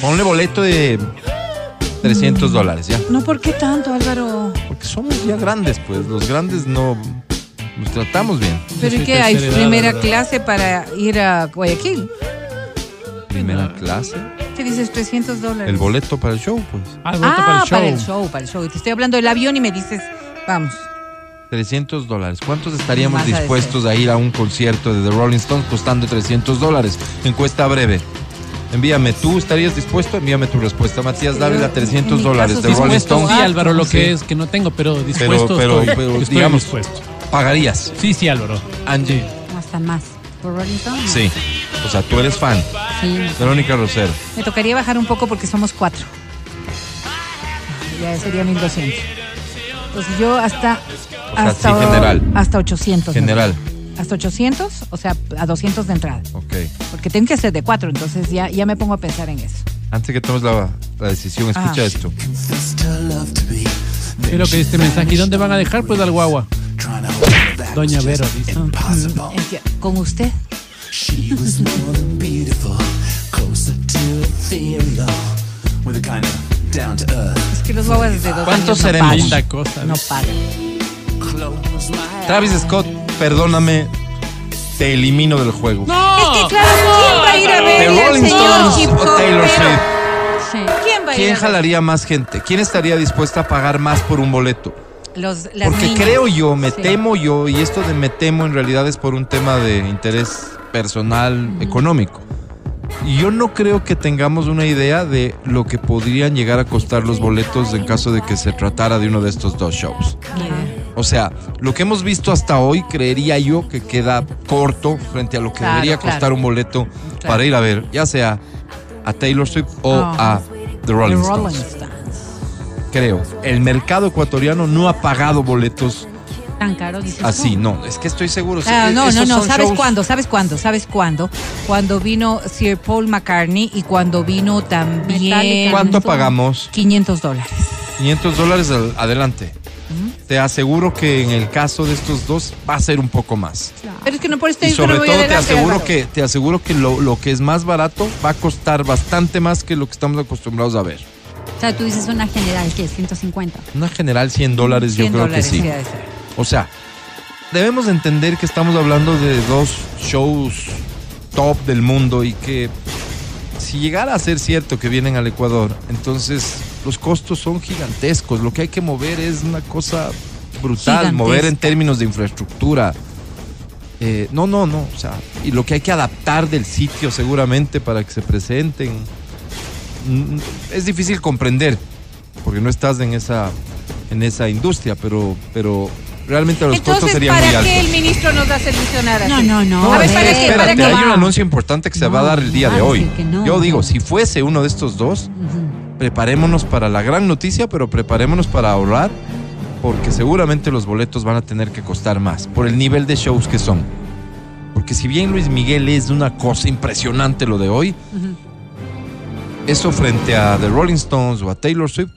Speaker 2: Ponle boleto de
Speaker 6: Mm.
Speaker 2: 300 dólares, ya.
Speaker 6: No, ¿por qué tanto, Álvaro?
Speaker 2: Porque somos ya grandes, pues. Los grandes no nos tratamos bien.
Speaker 6: ¿Pero
Speaker 4: soy
Speaker 6: y qué hay?
Speaker 4: tercera edad,
Speaker 6: ¿Primera
Speaker 4: ¿verdad?
Speaker 6: clase para ir a Guayaquil?
Speaker 2: Primera clase.
Speaker 6: ¿Qué dices? 300 dólares.
Speaker 2: El boleto para el show, pues.
Speaker 4: Ah, boleto
Speaker 6: Ah,
Speaker 4: para el show.
Speaker 6: show, para el show. Y te estoy hablando del avión y me dices, vamos.
Speaker 2: 300 dólares. ¿Cuántos estaríamos
Speaker 6: Vas a
Speaker 2: dispuestos a ir a un concierto de The Rolling Stones costando 300 dólares? Encuesta breve. Envíame tú, ¿estarías dispuesto? Envíame tu respuesta. Matías Dávila,
Speaker 6: Yo,
Speaker 2: 300
Speaker 6: en mi
Speaker 2: dólares de
Speaker 6: caso, sí.
Speaker 2: Rolling
Speaker 4: Dispuesto,
Speaker 2: Stones.
Speaker 4: sí, Álvaro, lo
Speaker 2: Sí.
Speaker 4: que es que no tengo, pero dispuesto
Speaker 2: pero-
Speaker 4: estoy,
Speaker 2: pero
Speaker 4: estoy
Speaker 2: digamos-
Speaker 4: dispuesto.
Speaker 2: ¿Pagarías?
Speaker 4: Sí, sí, Álvaro.
Speaker 2: Angie.
Speaker 3: Hasta más. ¿Por Rolling Stone?
Speaker 2: Sí. O sea, tú eres fan.
Speaker 3: Sí.
Speaker 2: Verónica Rosero.
Speaker 6: Me tocaría bajar un poco porque somos cuatro. Ya sería 1200. Entonces yo hasta.
Speaker 2: sea,
Speaker 6: hasta,
Speaker 2: sí, general.
Speaker 6: Hasta 800. me
Speaker 2: General.
Speaker 6: voy. Hasta 800, o sea, a 200 de entrada.
Speaker 2: Ok.
Speaker 6: Porque tengo que hacer de cuatro, entonces ya, ya me pongo a pensar en eso.
Speaker 2: Antes que tomes la, la decisión, escucha
Speaker 6: Ah.
Speaker 2: esto.
Speaker 4: Es lo que dice este mensaje. ¿Y dónde van a dejar? Pues al guagua. Doña Vero dice.
Speaker 6: Enti- Con usted. Es que los guaguas desde dos
Speaker 2: ¿Cuántos
Speaker 6: años
Speaker 2: seremos?
Speaker 6: No
Speaker 4: Linda
Speaker 6: pagan.
Speaker 4: cosa.
Speaker 6: No
Speaker 4: dice.
Speaker 6: pagan.
Speaker 2: Travis Scott, perdóname, te elimino del juego.
Speaker 6: Es que claro, ¿quién va a ir a ver
Speaker 2: ¿The
Speaker 6: al
Speaker 2: Rolling
Speaker 6: señor
Speaker 2: Stones
Speaker 6: hip
Speaker 2: o Taylor
Speaker 6: hopero?
Speaker 2: Swift?
Speaker 3: Sí.
Speaker 6: oh, ¿Quién va a ir
Speaker 2: ¿Quién
Speaker 6: a ver?
Speaker 2: jalaría más gente? ¿Quién estaría dispuesta a pagar más por un boleto?
Speaker 6: Los, las
Speaker 2: Porque
Speaker 6: niñas.
Speaker 2: creo yo, me
Speaker 6: Sí.
Speaker 2: temo yo, y esto de me temo en realidad es por un tema de interés personal, económico. Y Yo no creo que tengamos una idea de lo que podrían llegar a costar los boletos en caso de que se tratara de uno de estos dos shows. O sea, lo que hemos visto hasta hoy creería yo que queda corto frente a lo que
Speaker 6: Claro,
Speaker 2: debería
Speaker 6: claro.
Speaker 2: costar un boleto para ir a ver, ya sea a Taylor Swift o
Speaker 6: Oh.
Speaker 2: a The
Speaker 6: The
Speaker 2: Rolling
Speaker 6: Rolling
Speaker 2: Stones.
Speaker 6: Stones.
Speaker 2: Creo, el mercado ecuatoriano no ha pagado boletos
Speaker 3: Tan caro, dices tú.
Speaker 2: así, Ah, no, es que estoy seguro.
Speaker 6: Ah,
Speaker 2: eh,
Speaker 6: no, no,
Speaker 2: esos
Speaker 6: no,
Speaker 2: son
Speaker 6: ¿sabes
Speaker 2: shows-
Speaker 6: cuándo? ¿Sabes cuándo? ¿Sabes cuándo? Cuando vino Sir Paul McCartney y cuando vino también
Speaker 3: Metallica.
Speaker 2: ¿Cuánto
Speaker 3: Ernesto?
Speaker 2: pagamos?
Speaker 6: 500 dólares.
Speaker 2: 500 dólares al- adelante. Te aseguro que en el caso de estos dos va a ser un poco más.
Speaker 6: Pero es que no por esto
Speaker 2: Y
Speaker 6: yo no
Speaker 2: sobre
Speaker 6: voy
Speaker 2: todo te
Speaker 6: adelante,
Speaker 2: aseguro
Speaker 6: Álvaro.
Speaker 2: que te aseguro que lo, lo que es más barato va a costar bastante más que lo que estamos acostumbrados a ver.
Speaker 3: O sea, tú dices una general, que es 150.
Speaker 2: Una general 100 dólares,
Speaker 6: 100
Speaker 2: yo creo
Speaker 6: dólares,
Speaker 2: que sí.
Speaker 6: sí ha de ser.
Speaker 2: O sea, debemos entender que estamos hablando de dos shows top del mundo y que si llegara a ser cierto que vienen al Ecuador, entonces los costos son gigantescos. Lo que hay que mover es una cosa brutal,
Speaker 6: Gigantesca.
Speaker 2: mover en términos de infraestructura. Eh, no, no, no. O sea, y lo que hay que adaptar del sitio seguramente para que se presenten. Mm, Es difícil comprender, porque no estás en esa, en esa industria, pero, pero realmente los costos
Speaker 6: Entonces,
Speaker 2: serían muy
Speaker 6: ¿para
Speaker 2: altos.
Speaker 6: qué el ministro nos va a solucionar así?
Speaker 3: No, no, no.
Speaker 2: No,
Speaker 6: A ver,
Speaker 2: es que
Speaker 6: ¿para qué? ¿Para
Speaker 2: espérate,
Speaker 6: qué
Speaker 2: hay
Speaker 6: va?
Speaker 2: un anuncio importante que se
Speaker 3: No,
Speaker 2: va a dar el día
Speaker 3: va
Speaker 6: Ah,
Speaker 2: de
Speaker 3: a
Speaker 2: hoy.
Speaker 3: decir que no.
Speaker 2: Yo digo, si fuese uno de estos dos, preparémonos para la gran noticia, pero preparémonos para ahorrar, porque seguramente los boletos van a tener que costar más, por el nivel de shows que son. Porque si bien Luis Miguel es una cosa impresionante lo de hoy, eso frente a The Rolling Stones o a Taylor Swift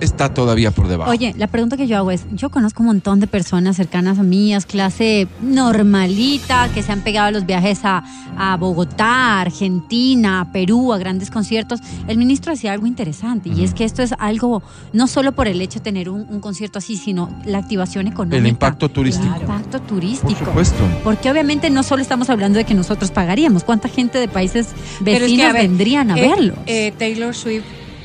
Speaker 2: está todavía por debajo.
Speaker 3: Oye, la pregunta que yo hago es, yo conozco un montón de personas cercanas a mías, clase normalita, que se han pegado a los viajes a, a Bogotá, a Argentina, a Perú, a grandes conciertos. El ministro decía algo interesante y es que esto es algo, no solo por el hecho de tener un, un concierto así, sino la activación económica.
Speaker 2: El impacto turístico.
Speaker 3: El impacto
Speaker 2: por
Speaker 3: turístico.
Speaker 2: supuesto.
Speaker 3: Porque obviamente no solo estamos hablando de que nosotros pagaríamos, cuánta gente de países
Speaker 6: Pero
Speaker 3: vecinos
Speaker 6: es que, a ver,
Speaker 3: vendrían a
Speaker 6: eh,
Speaker 3: verlo.
Speaker 6: eh, Taylor Swift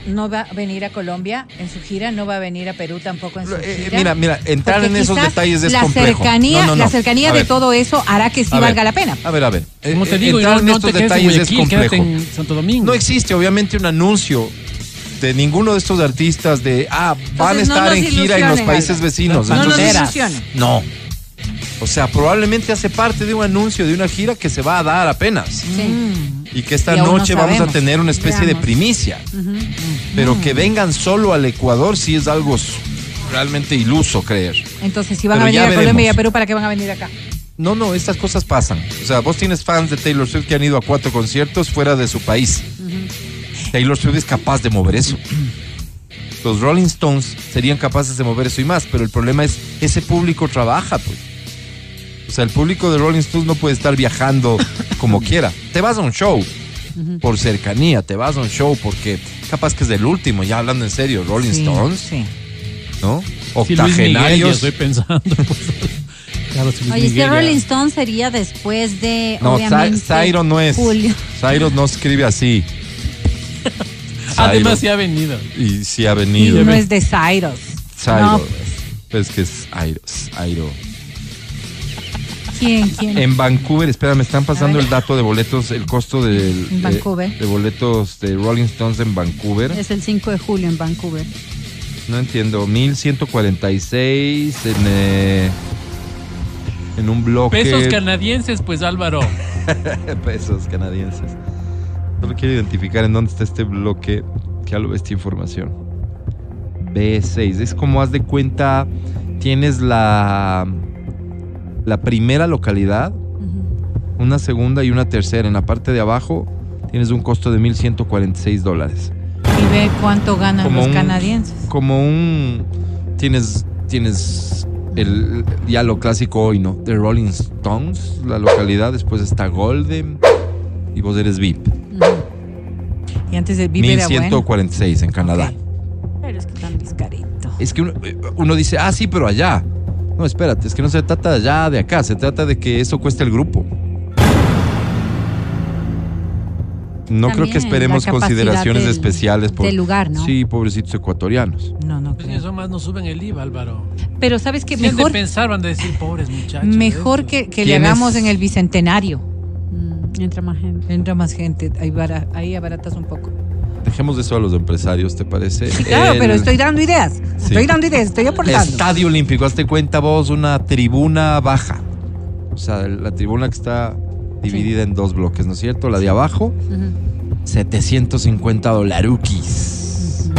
Speaker 6: no va a venir a Colombia en su gira, no va a venir a Perú tampoco en su
Speaker 2: Eh,
Speaker 6: gira.
Speaker 2: mira, mira, entrar
Speaker 6: Porque
Speaker 2: en esos
Speaker 6: quizás
Speaker 2: detalles es
Speaker 6: la
Speaker 2: complejo.
Speaker 6: Cercanía,
Speaker 2: No, no, no.
Speaker 6: La cercanía
Speaker 2: A
Speaker 6: de
Speaker 2: ver.
Speaker 6: todo eso hará que sí
Speaker 2: A ver,
Speaker 6: valga la pena.
Speaker 2: A ver, a ver.
Speaker 4: Como
Speaker 2: Eh,
Speaker 4: te digo, y
Speaker 2: entrar
Speaker 4: no,
Speaker 2: en
Speaker 4: no
Speaker 2: estos
Speaker 4: te quedes en
Speaker 2: detalles es
Speaker 4: Guayaquil, quédate
Speaker 2: complejo.
Speaker 4: en Santo Domingo.
Speaker 2: No existe obviamente un anuncio de ninguno de estos artistas de ah, van a
Speaker 6: Entonces, no
Speaker 2: estar
Speaker 6: nos
Speaker 2: en gira en los
Speaker 6: ilusiones,
Speaker 2: países vecinos.
Speaker 6: No nos
Speaker 2: Entonces,
Speaker 6: ilusiones.
Speaker 2: no. O sea, probablemente hace parte de un anuncio de una gira que se va a dar apenas.
Speaker 3: Mm.
Speaker 2: Y que esta
Speaker 6: Y aún no
Speaker 2: noche vamos a
Speaker 6: sabemos.
Speaker 2: tener una especie de
Speaker 6: Veamos.
Speaker 2: primicia. Pero que vengan solo al Ecuador sí es algo s- realmente iluso creer.
Speaker 6: Entonces, si van
Speaker 2: Pero
Speaker 6: a
Speaker 2: ya
Speaker 6: venir a Colombia y
Speaker 2: veremos.
Speaker 6: a Perú, ¿para qué van a venir acá?
Speaker 2: No, no, estas cosas pasan. O sea, vos tienes fans de Taylor Swift que han ido a cuatro conciertos fuera de su país. Taylor Swift es capaz de mover eso. Los Rolling Stones serían capaces de mover eso y más, pero el problema es ese público trabaja, pues. O sea, el público de Rolling Stones no puede estar viajando como quiera. Te vas a un show por cercanía, te vas a un show porque capaz que es del último, ya hablando en serio, Rolling
Speaker 6: Sí,
Speaker 2: Stones,
Speaker 6: Sí.
Speaker 2: ¿no?
Speaker 4: Sí, Luis Miguel, ya
Speaker 2: Octogenarios.
Speaker 4: estoy pensando. claro, si Luis
Speaker 3: Oye, este
Speaker 4: Miguel ya-
Speaker 3: Rolling Stone sería después de.
Speaker 2: No, Zai-
Speaker 3: obviamente,
Speaker 2: Zairo no es.
Speaker 3: Julio. *laughs*
Speaker 2: Zairo no escribe así.
Speaker 4: *laughs* Además,
Speaker 2: Zairo.
Speaker 4: se ha venido.
Speaker 2: Y sí ha venido.
Speaker 6: No es de Cyrus.
Speaker 2: Zairo.
Speaker 6: No,
Speaker 2: Es que es Zairo. Zairo.
Speaker 6: ¿quién, quién?
Speaker 2: En Vancouver, espera, me están pasando el dato de boletos, el costo del,
Speaker 6: En
Speaker 2: de, eh,
Speaker 6: Vancouver.
Speaker 2: de boletos de Rolling Stones en Vancouver.
Speaker 3: Es el 5 de julio en Vancouver.
Speaker 2: No entiendo, 1146 en, eh, en un bloque.
Speaker 4: Pesos canadienses, pues Álvaro.
Speaker 2: *laughs* pesos canadienses. Solo quiero identificar en dónde está este bloque que algo esta información. B6. Es como haz de cuenta, tienes la, la primera localidad, una segunda y una tercera. En la parte de abajo tienes un costo de 1.146 dólares.
Speaker 6: Y ve cuánto ganan
Speaker 2: Como
Speaker 6: los
Speaker 2: un-
Speaker 6: canadienses.
Speaker 2: Como un... Tienes, tienes el, ya lo clásico hoy, ¿no? The Rolling Stones, la localidad. Después está Golden y vos eres VIP.
Speaker 6: Y antes de vivir era bueno.
Speaker 2: 1146 en Canadá.
Speaker 6: Pero es que tan descarito.
Speaker 2: Es que uno, uno dice, ah, sí, pero allá. No, espérate, es que no se trata de allá, de acá, se trata de que eso cueste el grupo. No creo
Speaker 3: También
Speaker 2: que esperemos
Speaker 3: la capacidad
Speaker 2: consideraciones
Speaker 3: del-
Speaker 2: especiales por
Speaker 3: del lugar, ¿no?
Speaker 2: Sí, pobrecitos ecuatorianos.
Speaker 6: No, no creo.
Speaker 4: Pues Eso más no suben el IVA, Álvaro.
Speaker 6: Pero ¿sabes qué?
Speaker 4: Si han de
Speaker 6: Mejor,
Speaker 4: pensar, van a decir, pobres muchachos.
Speaker 6: mejor
Speaker 4: estos.
Speaker 6: que, que le
Speaker 2: ¿Quién es?
Speaker 6: hagamos en el Bicentenario.
Speaker 3: Mm, entra más gente.
Speaker 6: Entra más gente, ahí, bara- ahí abaratas un poco.
Speaker 2: Dejemos eso a los empresarios, ¿te parece?
Speaker 6: Sí, claro,
Speaker 2: El
Speaker 6: pero estoy dando ideas.
Speaker 2: Sí.
Speaker 6: Estoy dando ideas, estoy aportando.
Speaker 2: Estadio Olímpico, hazte cuenta vos, una tribuna baja. O sea, la tribuna que está dividida en dos bloques, ¿no es cierto? La de abajo 750 dolaruquis.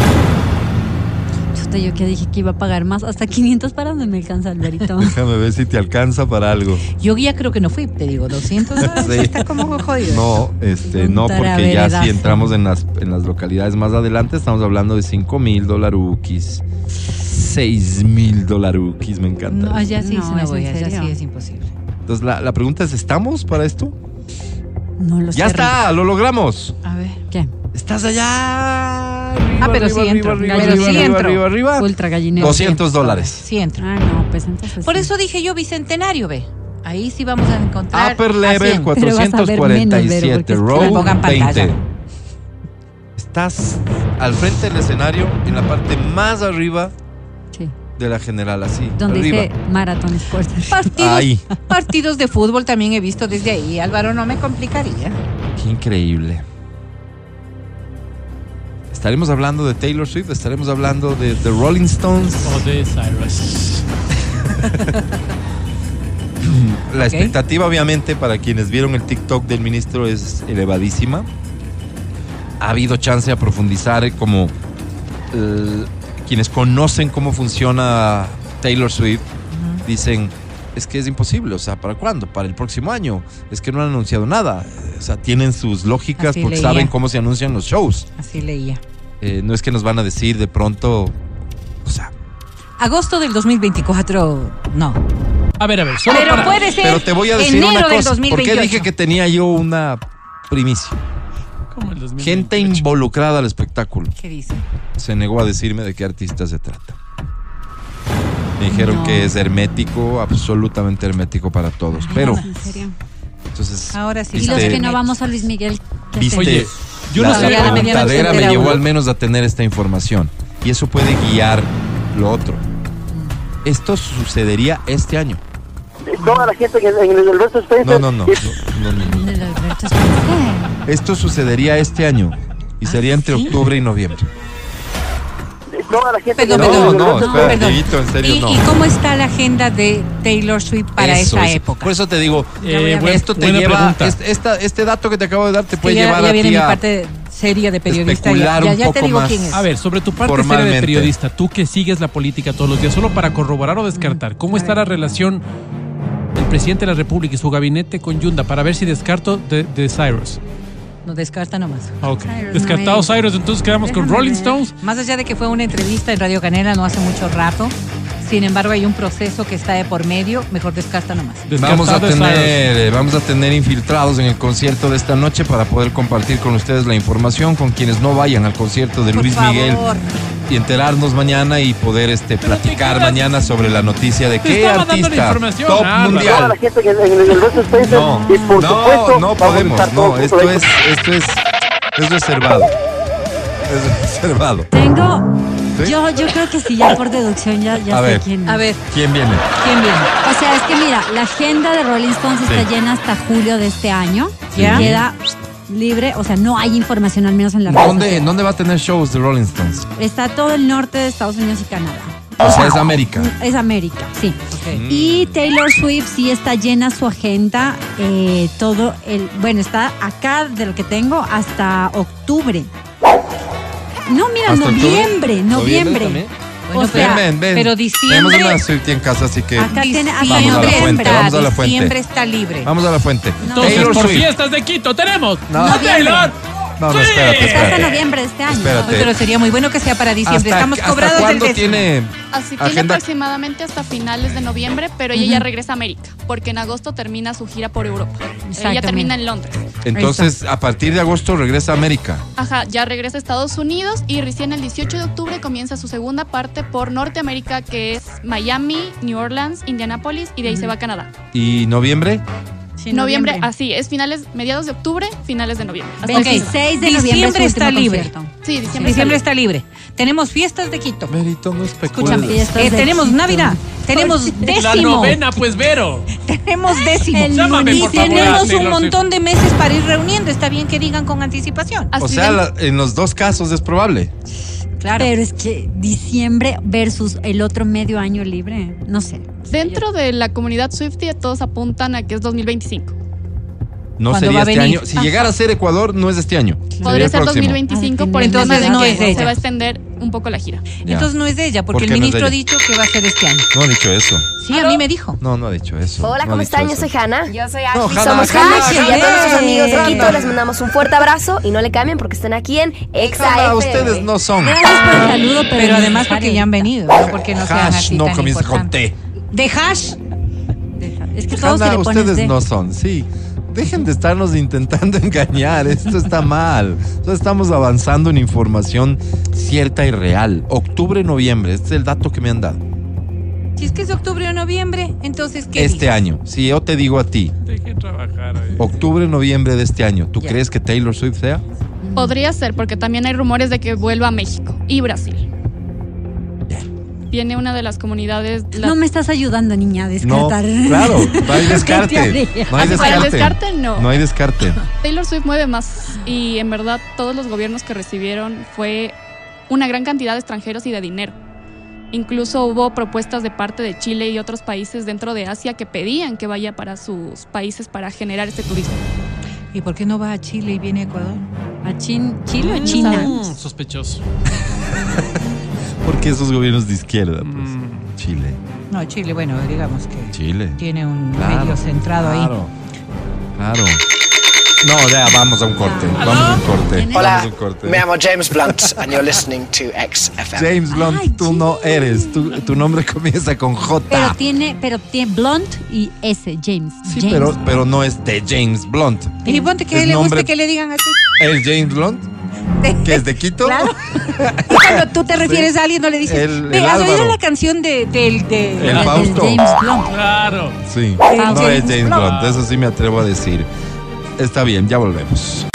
Speaker 3: Chuta, yo que dije que iba a pagar más. Hasta 500 para donde me alcanza,
Speaker 2: *laughs*
Speaker 3: Alvarito.
Speaker 2: Déjame ver si te alcanza para algo.
Speaker 6: Yo ya creo que no fui, te digo, 200 dólares
Speaker 2: Sí.
Speaker 6: está como jodido.
Speaker 2: No, este,
Speaker 6: Un
Speaker 2: no, porque ya
Speaker 6: taraberedazo.
Speaker 2: si entramos en las, en las localidades más adelante, estamos hablando de 5 mil dolaruquis, 6 mil dolaruquis, me encanta.
Speaker 6: No, allá sí
Speaker 3: No,
Speaker 6: se me
Speaker 3: es
Speaker 6: voy,
Speaker 3: en
Speaker 6: allá
Speaker 3: serio.
Speaker 6: sí es imposible.
Speaker 2: Entonces, la, la pregunta es, ¿estamos para esto?
Speaker 3: No lo sé.
Speaker 6: Pues
Speaker 2: Ya está, lo logramos.
Speaker 6: A ver.
Speaker 3: ¿Qué?
Speaker 2: Estás allá.
Speaker 6: Ah, pero sí entro. Pero sí
Speaker 2: arriba,
Speaker 6: entro.
Speaker 2: arriba.
Speaker 3: Ultra gallinero.
Speaker 2: 200 dólares.
Speaker 6: Sí entro.
Speaker 3: Ah, no, pues entonces.
Speaker 6: Por
Speaker 3: sí.
Speaker 6: eso dije yo bicentenario, ve. Ahí sí vamos a encontrar.
Speaker 2: Upper
Speaker 6: a
Speaker 2: level
Speaker 6: 100.
Speaker 3: Pero vas a ver menos, Vero,
Speaker 2: 447,
Speaker 3: porque es que
Speaker 6: me
Speaker 2: row
Speaker 6: pongan pantalla.
Speaker 2: 20. Estás al frente del escenario, en la parte más arriba
Speaker 3: Sí.
Speaker 2: de la general, así.
Speaker 3: Donde
Speaker 2: arriba.
Speaker 3: dice Marathon Sports.
Speaker 6: Partidos,
Speaker 2: Ahí.
Speaker 6: partidos de fútbol también he visto desde ahí. Álvaro, no me complicaría.
Speaker 2: Qué increíble. Estaremos hablando de Taylor Swift, estaremos hablando de The Rolling Stones.
Speaker 4: O de Cyrus.
Speaker 2: La expectativa, obviamente, para quienes vieron el TikTok del ministro es elevadísima. Ha habido chance a profundizar eh, como eh, quienes conocen cómo funciona Taylor Swift dicen es que es imposible, o sea, ¿para cuándo? Para el próximo año. Es que no han anunciado nada. O sea, tienen sus lógicas
Speaker 6: Así
Speaker 2: porque
Speaker 6: leía.
Speaker 2: saben cómo se anuncian los shows.
Speaker 6: Así leía.
Speaker 2: Eh, no es que nos van a decir de pronto, o sea,
Speaker 6: Agosto del 2024. No.
Speaker 4: A ver, a ver, solo
Speaker 6: Pero
Speaker 4: para-
Speaker 6: puede ser.
Speaker 2: pero te voy a decir
Speaker 6: enero
Speaker 2: una
Speaker 6: del
Speaker 2: cosa. ¿Por qué
Speaker 6: 2028.
Speaker 2: dije que tenía yo una primicia?
Speaker 4: ¿Cómo el 2028?
Speaker 2: Gente involucrada al espectáculo.
Speaker 6: ¿Qué dice?
Speaker 2: Se negó a decirme de qué artista se trata. Me dijeron
Speaker 3: No.
Speaker 2: que es hermético, absolutamente hermético para todos. Pero,
Speaker 3: ¿En serio?
Speaker 2: entonces,
Speaker 6: Ahora sí.
Speaker 3: Y los
Speaker 2: Viste-
Speaker 3: que no vamos a Luis Miguel. ¿qué
Speaker 2: Este, viste,
Speaker 3: hacemos?
Speaker 4: Oye, yo no
Speaker 2: la,
Speaker 4: sé-
Speaker 2: la
Speaker 4: Ya la
Speaker 6: mañana se
Speaker 2: preguntadera me
Speaker 6: entera
Speaker 2: llevó
Speaker 6: uno.
Speaker 2: al menos a tener esta información. Y eso puede guiar lo otro. Esto sucedería este año.
Speaker 8: Toda la gente que en el verso
Speaker 2: No, no, no. no, no, no, no.
Speaker 3: El Alberto Spencer.
Speaker 2: Esto sucedería este año. Y
Speaker 3: ¿Ah,
Speaker 2: sería entre octubre y noviembre.
Speaker 8: Toda la gente
Speaker 6: Perdón,
Speaker 2: No,
Speaker 6: perdón.
Speaker 2: no, espera,
Speaker 6: perdón.
Speaker 2: Dieguito, en serio,
Speaker 6: ¿Y,
Speaker 2: no.
Speaker 6: y cómo está la agenda de Taylor Swift
Speaker 2: Eso,
Speaker 6: para
Speaker 2: Pues,
Speaker 6: esa
Speaker 2: eso.
Speaker 6: época?
Speaker 2: Por eso te digo, eh,
Speaker 4: Ya voy a ver.
Speaker 2: esto te
Speaker 4: Buena
Speaker 2: lleva,
Speaker 4: pregunta.
Speaker 2: es- esta- este dato que te acabo de dar te puede
Speaker 6: Que ya,
Speaker 2: llevar
Speaker 6: ya
Speaker 2: a
Speaker 6: viene
Speaker 2: ti
Speaker 6: mi
Speaker 2: a-
Speaker 6: parte seria de periodista.
Speaker 2: especular
Speaker 6: Ya, ya,
Speaker 2: un
Speaker 6: ya te
Speaker 2: poco
Speaker 6: digo
Speaker 2: más.
Speaker 6: quién es.
Speaker 4: A ver, sobre tu parte seria
Speaker 2: Formalmente.
Speaker 4: de periodista, tú que sigues la política todos los días, solo para corroborar o descartar, ¿cómo está la relación del presidente de la República y su gabinete con Yunda para ver si descarto de, de Cyrus?
Speaker 6: Nos descarta nomás.
Speaker 4: Ah, ok.
Speaker 3: Cyrus,
Speaker 4: Descartado
Speaker 3: no es.
Speaker 4: Cyrus, entonces quedamos con
Speaker 3: Déjame
Speaker 4: Rolling
Speaker 3: ver.
Speaker 4: Stones.
Speaker 6: Más allá de que fue una entrevista en Radio Canela no hace mucho rato, sin embargo hay un proceso que está de por medio, mejor descarta nomás.
Speaker 4: Descartado
Speaker 2: Vamos a,
Speaker 4: Cyrus.
Speaker 2: tener, eh, vamos a tener infiltrados en el concierto de esta noche para poder compartir con ustedes la información con quienes no vayan al concierto de
Speaker 6: Por
Speaker 2: Luis
Speaker 6: favor.
Speaker 2: Miguel y enterarnos mañana y poder este platicar
Speaker 4: quedas-
Speaker 2: mañana sobre la noticia de
Speaker 4: Te
Speaker 2: qué
Speaker 4: estaba dando la
Speaker 2: artista
Speaker 4: información,
Speaker 2: top
Speaker 4: Álvaro.
Speaker 8: Toda la
Speaker 2: mundial.
Speaker 8: gente que en el verso Spencer.
Speaker 2: No,
Speaker 8: Y por
Speaker 2: no,
Speaker 8: supuesto,
Speaker 2: no
Speaker 8: vamos a
Speaker 2: podemos,
Speaker 8: estar
Speaker 2: no,
Speaker 8: todos
Speaker 2: esto
Speaker 8: juntos
Speaker 2: es, esto es, es reservado. Es reservado.
Speaker 3: Tengo.
Speaker 2: ¿Sí?
Speaker 3: Yo, yo creo que sí, ya por deducción ya, ya
Speaker 2: A
Speaker 3: sé
Speaker 2: ver.
Speaker 3: quién. es.
Speaker 6: A ver,
Speaker 2: ¿Quién viene?
Speaker 6: ¿quién viene?
Speaker 3: O sea, es que mira, la agenda de Rolling Stones
Speaker 2: Sí.
Speaker 3: está llena hasta julio de este año.
Speaker 2: Sí.
Speaker 3: Ya Queda libre, o sea, no hay información al menos en la
Speaker 2: ¿Dónde, en ¿Dónde va a tener shows de Rolling Stones?
Speaker 3: Está todo el norte de Estados Unidos y Canadá.
Speaker 2: O sea, es América.
Speaker 3: Es América, sí.
Speaker 2: Mm.
Speaker 6: Ok.
Speaker 3: Y Taylor Swift sí está llena su agenda, eh, todo el, bueno, está acá de lo que tengo hasta octubre. No, mira,
Speaker 2: ¿Hasta octubre?
Speaker 3: noviembre, noviembre.
Speaker 2: también?
Speaker 6: Bueno,
Speaker 3: o sea,
Speaker 2: ven, ven, ven.
Speaker 6: pero
Speaker 2: Tenemos
Speaker 6: diciembre,
Speaker 2: una suite en casa, así que
Speaker 3: Acá tiene- acá
Speaker 2: Vamos a la
Speaker 6: diciembre
Speaker 2: fuente,
Speaker 6: está-
Speaker 2: vamos a la fuente.
Speaker 6: diciembre está libre.
Speaker 2: vamos a la fuente.
Speaker 4: Entonces,
Speaker 2: Taylor
Speaker 4: por
Speaker 2: Swift.
Speaker 4: fiestas de Quito tenemos.
Speaker 2: No.
Speaker 4: ¡A Taylor!
Speaker 2: No, no, espérate,
Speaker 3: Está hasta
Speaker 2: espérate.
Speaker 3: noviembre de este año.
Speaker 2: Espérate.
Speaker 6: Ay, pero sería muy bueno que sea para diciembre.
Speaker 2: ¿Hasta,
Speaker 6: Estamos
Speaker 2: hasta
Speaker 6: cobrados del
Speaker 2: cuándo
Speaker 6: décimo.
Speaker 2: tiene
Speaker 9: Así tiene
Speaker 2: agenda?
Speaker 9: aproximadamente hasta finales de noviembre, pero ella ya regresa a América, porque en agosto termina su gira por Europa. Ella
Speaker 6: Exactamente.
Speaker 9: termina en Londres.
Speaker 2: Entonces, a partir de agosto regresa a América.
Speaker 9: Ajá, ya regresa a Estados Unidos y recién el 18 de octubre comienza su segunda parte por Norteamérica, que es Miami, New Orleans, Indianapolis y de ahí se va a Canadá.
Speaker 2: ¿Y noviembre?
Speaker 6: Sí,
Speaker 9: noviembre, así, es finales, mediados de octubre, finales de noviembre. Hasta
Speaker 6: Ok.
Speaker 3: 26 de noviembre es
Speaker 6: Diciembre
Speaker 3: su
Speaker 6: está
Speaker 3: último
Speaker 6: libre.
Speaker 3: concierto.
Speaker 9: el- Sí, diciembre.
Speaker 6: Diciembre está libre. Tenemos fiestas de Quito.
Speaker 2: Merito, no
Speaker 6: Escúchame,
Speaker 3: Fiestas
Speaker 6: eh,
Speaker 3: de
Speaker 6: tenemos
Speaker 3: Quito.
Speaker 6: Navidad, tenemos
Speaker 4: La
Speaker 6: décimo,
Speaker 4: novena, pues Vero.
Speaker 6: tenemos décimo.
Speaker 3: El
Speaker 4: Llámame,
Speaker 6: Y
Speaker 4: por favor. a
Speaker 6: tenemos
Speaker 4: Taylor
Speaker 6: un
Speaker 4: Swift.
Speaker 6: montón de meses para ir reuniendo. Está bien que digan con anticipación.
Speaker 9: Así
Speaker 2: O sea,
Speaker 9: de-
Speaker 2: la- en los dos casos es probable.
Speaker 6: Claro.
Speaker 3: Pero es que diciembre versus el otro medio año libre, no sé.
Speaker 9: Dentro de la comunidad Swiftie todos apuntan a que es 2025.
Speaker 2: No
Speaker 6: ¿Cuándo
Speaker 2: sería
Speaker 6: va a
Speaker 2: este
Speaker 6: venir?
Speaker 2: año. Si llegara a ser Ecuador, no es este año. Sería
Speaker 9: Podría
Speaker 2: el
Speaker 9: ser
Speaker 2: próximo.
Speaker 9: 2025
Speaker 3: Al
Speaker 9: por el
Speaker 3: final.
Speaker 9: tema de
Speaker 6: Entonces no
Speaker 9: que
Speaker 6: es ella.
Speaker 9: se va a extender un poco la gira.
Speaker 2: Ya.
Speaker 6: Entonces no es de ella,
Speaker 2: ¿Por
Speaker 6: porque el
Speaker 2: qué no es
Speaker 6: ministro
Speaker 2: de
Speaker 6: ha
Speaker 2: ella?
Speaker 6: dicho que va a ser este año.
Speaker 2: No han dicho eso.
Speaker 6: Sí, a mí me dijo.
Speaker 2: No, no ha dicho eso.
Speaker 10: Hola,
Speaker 2: No ha
Speaker 10: ¿cómo
Speaker 2: dicho
Speaker 10: están? Yo
Speaker 2: eso.
Speaker 10: soy Hanna. Yo soy
Speaker 2: No,
Speaker 10: Ashley.
Speaker 2: Hanna,
Speaker 10: Somos
Speaker 2: Hanna,
Speaker 10: Hash y
Speaker 2: Hanna.
Speaker 10: a todos nuestros amigos de
Speaker 6: Hanna.
Speaker 10: Quito les mandamos un fuerte abrazo y no le cambien porque están aquí en Exa
Speaker 2: Hanna, ustedes no son.
Speaker 3: Gracias por el saludo, pero,
Speaker 6: Pero además porque ya han venido, no porque no sean
Speaker 2: Hash
Speaker 6: así
Speaker 2: no
Speaker 6: tan
Speaker 2: comienza con
Speaker 6: importantes.
Speaker 2: T.
Speaker 6: De hash.
Speaker 3: Es que todos
Speaker 2: Hanna,
Speaker 3: que le pones
Speaker 2: ustedes
Speaker 3: de-
Speaker 2: no son, sí. dejen de estarnos intentando *laughs* engañar. Esto está mal. Nosotros estamos avanzando en información cierta y real. Octubre, noviembre. Este es el dato que me han dado.
Speaker 6: Si es que es octubre o noviembre, entonces ¿qué
Speaker 2: Este
Speaker 6: dices?
Speaker 2: año. Si yo te digo a ti,
Speaker 4: Deje trabajar. ahí.
Speaker 2: octubre, noviembre de este año, ¿tú
Speaker 6: Ya.
Speaker 2: crees que Taylor Swift sea?
Speaker 9: Podría ser, porque también hay rumores de que vuelva a México y Brasil. Tiene una de las comunidades. la-
Speaker 3: No me estás ayudando, niña, a descartar.
Speaker 2: No, claro,
Speaker 6: *laughs*
Speaker 2: no hay
Speaker 3: ¿Qué
Speaker 2: descarte.
Speaker 3: teoría?
Speaker 2: No hay
Speaker 9: Para el
Speaker 2: descarte.
Speaker 9: descarte, no.
Speaker 2: No hay descarte.
Speaker 9: Taylor Swift mueve más y en verdad todos los gobiernos que recibieron fue una gran cantidad de extranjeros y de dinero. Incluso hubo propuestas de parte de Chile y otros países dentro de Asia que pedían que vaya para sus países para generar este turismo.
Speaker 6: ¿Y por qué no va a Chile y viene a Ecuador?
Speaker 3: ¿A Chin- Chile o
Speaker 9: Mm,
Speaker 3: China?
Speaker 4: Mm, Sospechoso.
Speaker 2: Porque esos gobiernos de izquierda, pues.
Speaker 4: Mm.
Speaker 2: Chile.
Speaker 6: No, Chile, bueno, digamos que
Speaker 2: Chile.
Speaker 6: tiene un
Speaker 2: Claro,
Speaker 6: medio centrado ahí.
Speaker 2: Claro. Claro. No, ya, vamos a un corte. Vamos a un corte. Vamos a un corte.
Speaker 8: llamo James Blunt and you're listening to XFM.
Speaker 2: James Blunt,
Speaker 3: Ay,
Speaker 2: tú no
Speaker 3: James.
Speaker 2: eres. Tú- tu nombre *laughs* comienza con J.
Speaker 3: Pero tiene, pero tiene Blunt y S, James.
Speaker 2: sí,
Speaker 3: James.
Speaker 2: pero, pero no es de James Blunt.
Speaker 6: Y ponte que
Speaker 2: Mm. Es
Speaker 6: le
Speaker 2: nombre-
Speaker 6: guste que le digan así.
Speaker 2: ¿El James Blunt? ¿Que es de Quito?
Speaker 6: Claro. Cuando tú
Speaker 2: *laughs*
Speaker 6: te refieres a alguien, no le dices.
Speaker 2: El-
Speaker 6: "Ve,
Speaker 2: el
Speaker 6: ¿Has oído
Speaker 2: Álvaro".
Speaker 6: la canción de, del- de-
Speaker 2: El
Speaker 3: del
Speaker 2: Fausto.
Speaker 3: James Blunt.
Speaker 4: Claro.
Speaker 2: Sí,
Speaker 6: Ah,
Speaker 2: no es
Speaker 6: James
Speaker 2: James
Speaker 6: Blunt.
Speaker 2: Blunt. Eso sí me atrevo a decir. Está bien, ya volvemos.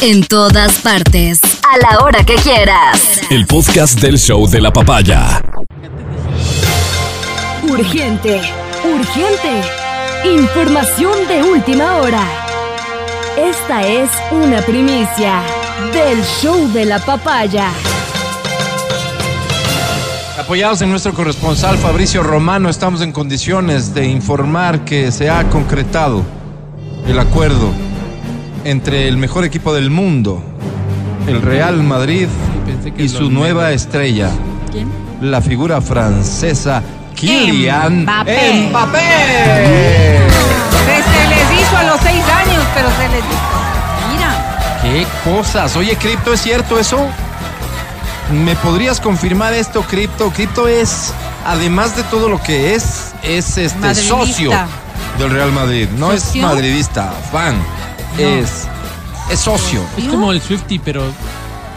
Speaker 5: En todas partes. A la hora que quieras.
Speaker 1: El podcast del show de la papaya.
Speaker 5: Urgente, urgente. Información de última hora. Esta es una primicia del show de la papaya.
Speaker 2: Apoyados en nuestro corresponsal Fabricio Romano, estamos en condiciones de informar que se ha concretado el acuerdo entre el mejor equipo del mundo, el Real Madrid
Speaker 4: pensé que
Speaker 2: y
Speaker 4: lo
Speaker 2: su nueva estrella,
Speaker 3: ¿Quién?
Speaker 2: la figura francesa Kylian
Speaker 6: Mbappé.
Speaker 2: Mbappé.
Speaker 6: Se, se les hizo a los seis años, pero se les hizo.
Speaker 3: Mira,
Speaker 2: ¡Qué cosas! Oye, Cripto, ¿es cierto eso? ¿Me podrías confirmar esto, Cripto? Cripto es, además de todo lo que es, es este
Speaker 6: Madridista.
Speaker 2: socio del Real Madrid. No es
Speaker 6: ¿Socio?
Speaker 2: madridista, fan. Es, es socio.
Speaker 4: Es como el Swifty, pero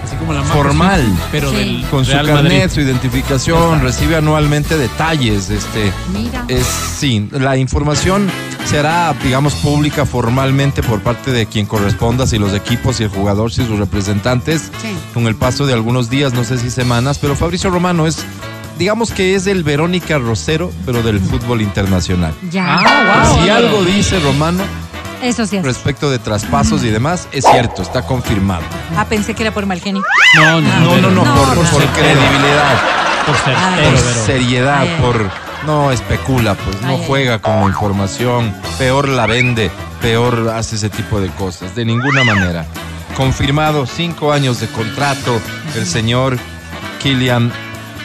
Speaker 4: así como la marca
Speaker 2: Formal.
Speaker 4: Swiftie, pero
Speaker 3: Sí.
Speaker 4: del
Speaker 2: Con su
Speaker 4: Real
Speaker 2: carnet,
Speaker 4: Madrid.
Speaker 2: su identificación, recibe anualmente detalles. Este,
Speaker 3: mira.
Speaker 2: es, sí, la información será, digamos, pública formalmente por parte de quien corresponda, si los equipos, si el jugador, si sus representantes,
Speaker 3: Sí.
Speaker 2: con el paso de algunos días, no sé si semanas, pero Fabricio Romano es, digamos que es el Verónica Rosero, pero del fútbol internacional.
Speaker 3: Ya.
Speaker 4: Ah, wow.
Speaker 2: si
Speaker 4: Álvaro.
Speaker 2: algo dice Romano
Speaker 3: Eso sí es.
Speaker 2: respecto de traspasos y demás, es cierto, está confirmado.
Speaker 6: Ah, pensé que era por mal genio.
Speaker 4: No, no,
Speaker 2: No, no, no,
Speaker 4: pero-
Speaker 2: por,
Speaker 4: por
Speaker 2: por
Speaker 4: ser-
Speaker 2: credibilidad,
Speaker 4: Por ser,
Speaker 6: Ay.
Speaker 4: pero,
Speaker 2: por
Speaker 4: pero-
Speaker 2: seriedad,
Speaker 6: Ay, ay.
Speaker 2: por... No especula, pues no
Speaker 6: Ay, ay.
Speaker 2: juega con la información, peor la vende, peor hace ese tipo de cosas, de ninguna manera. Confirmado cinco años de contrato el señor Kylian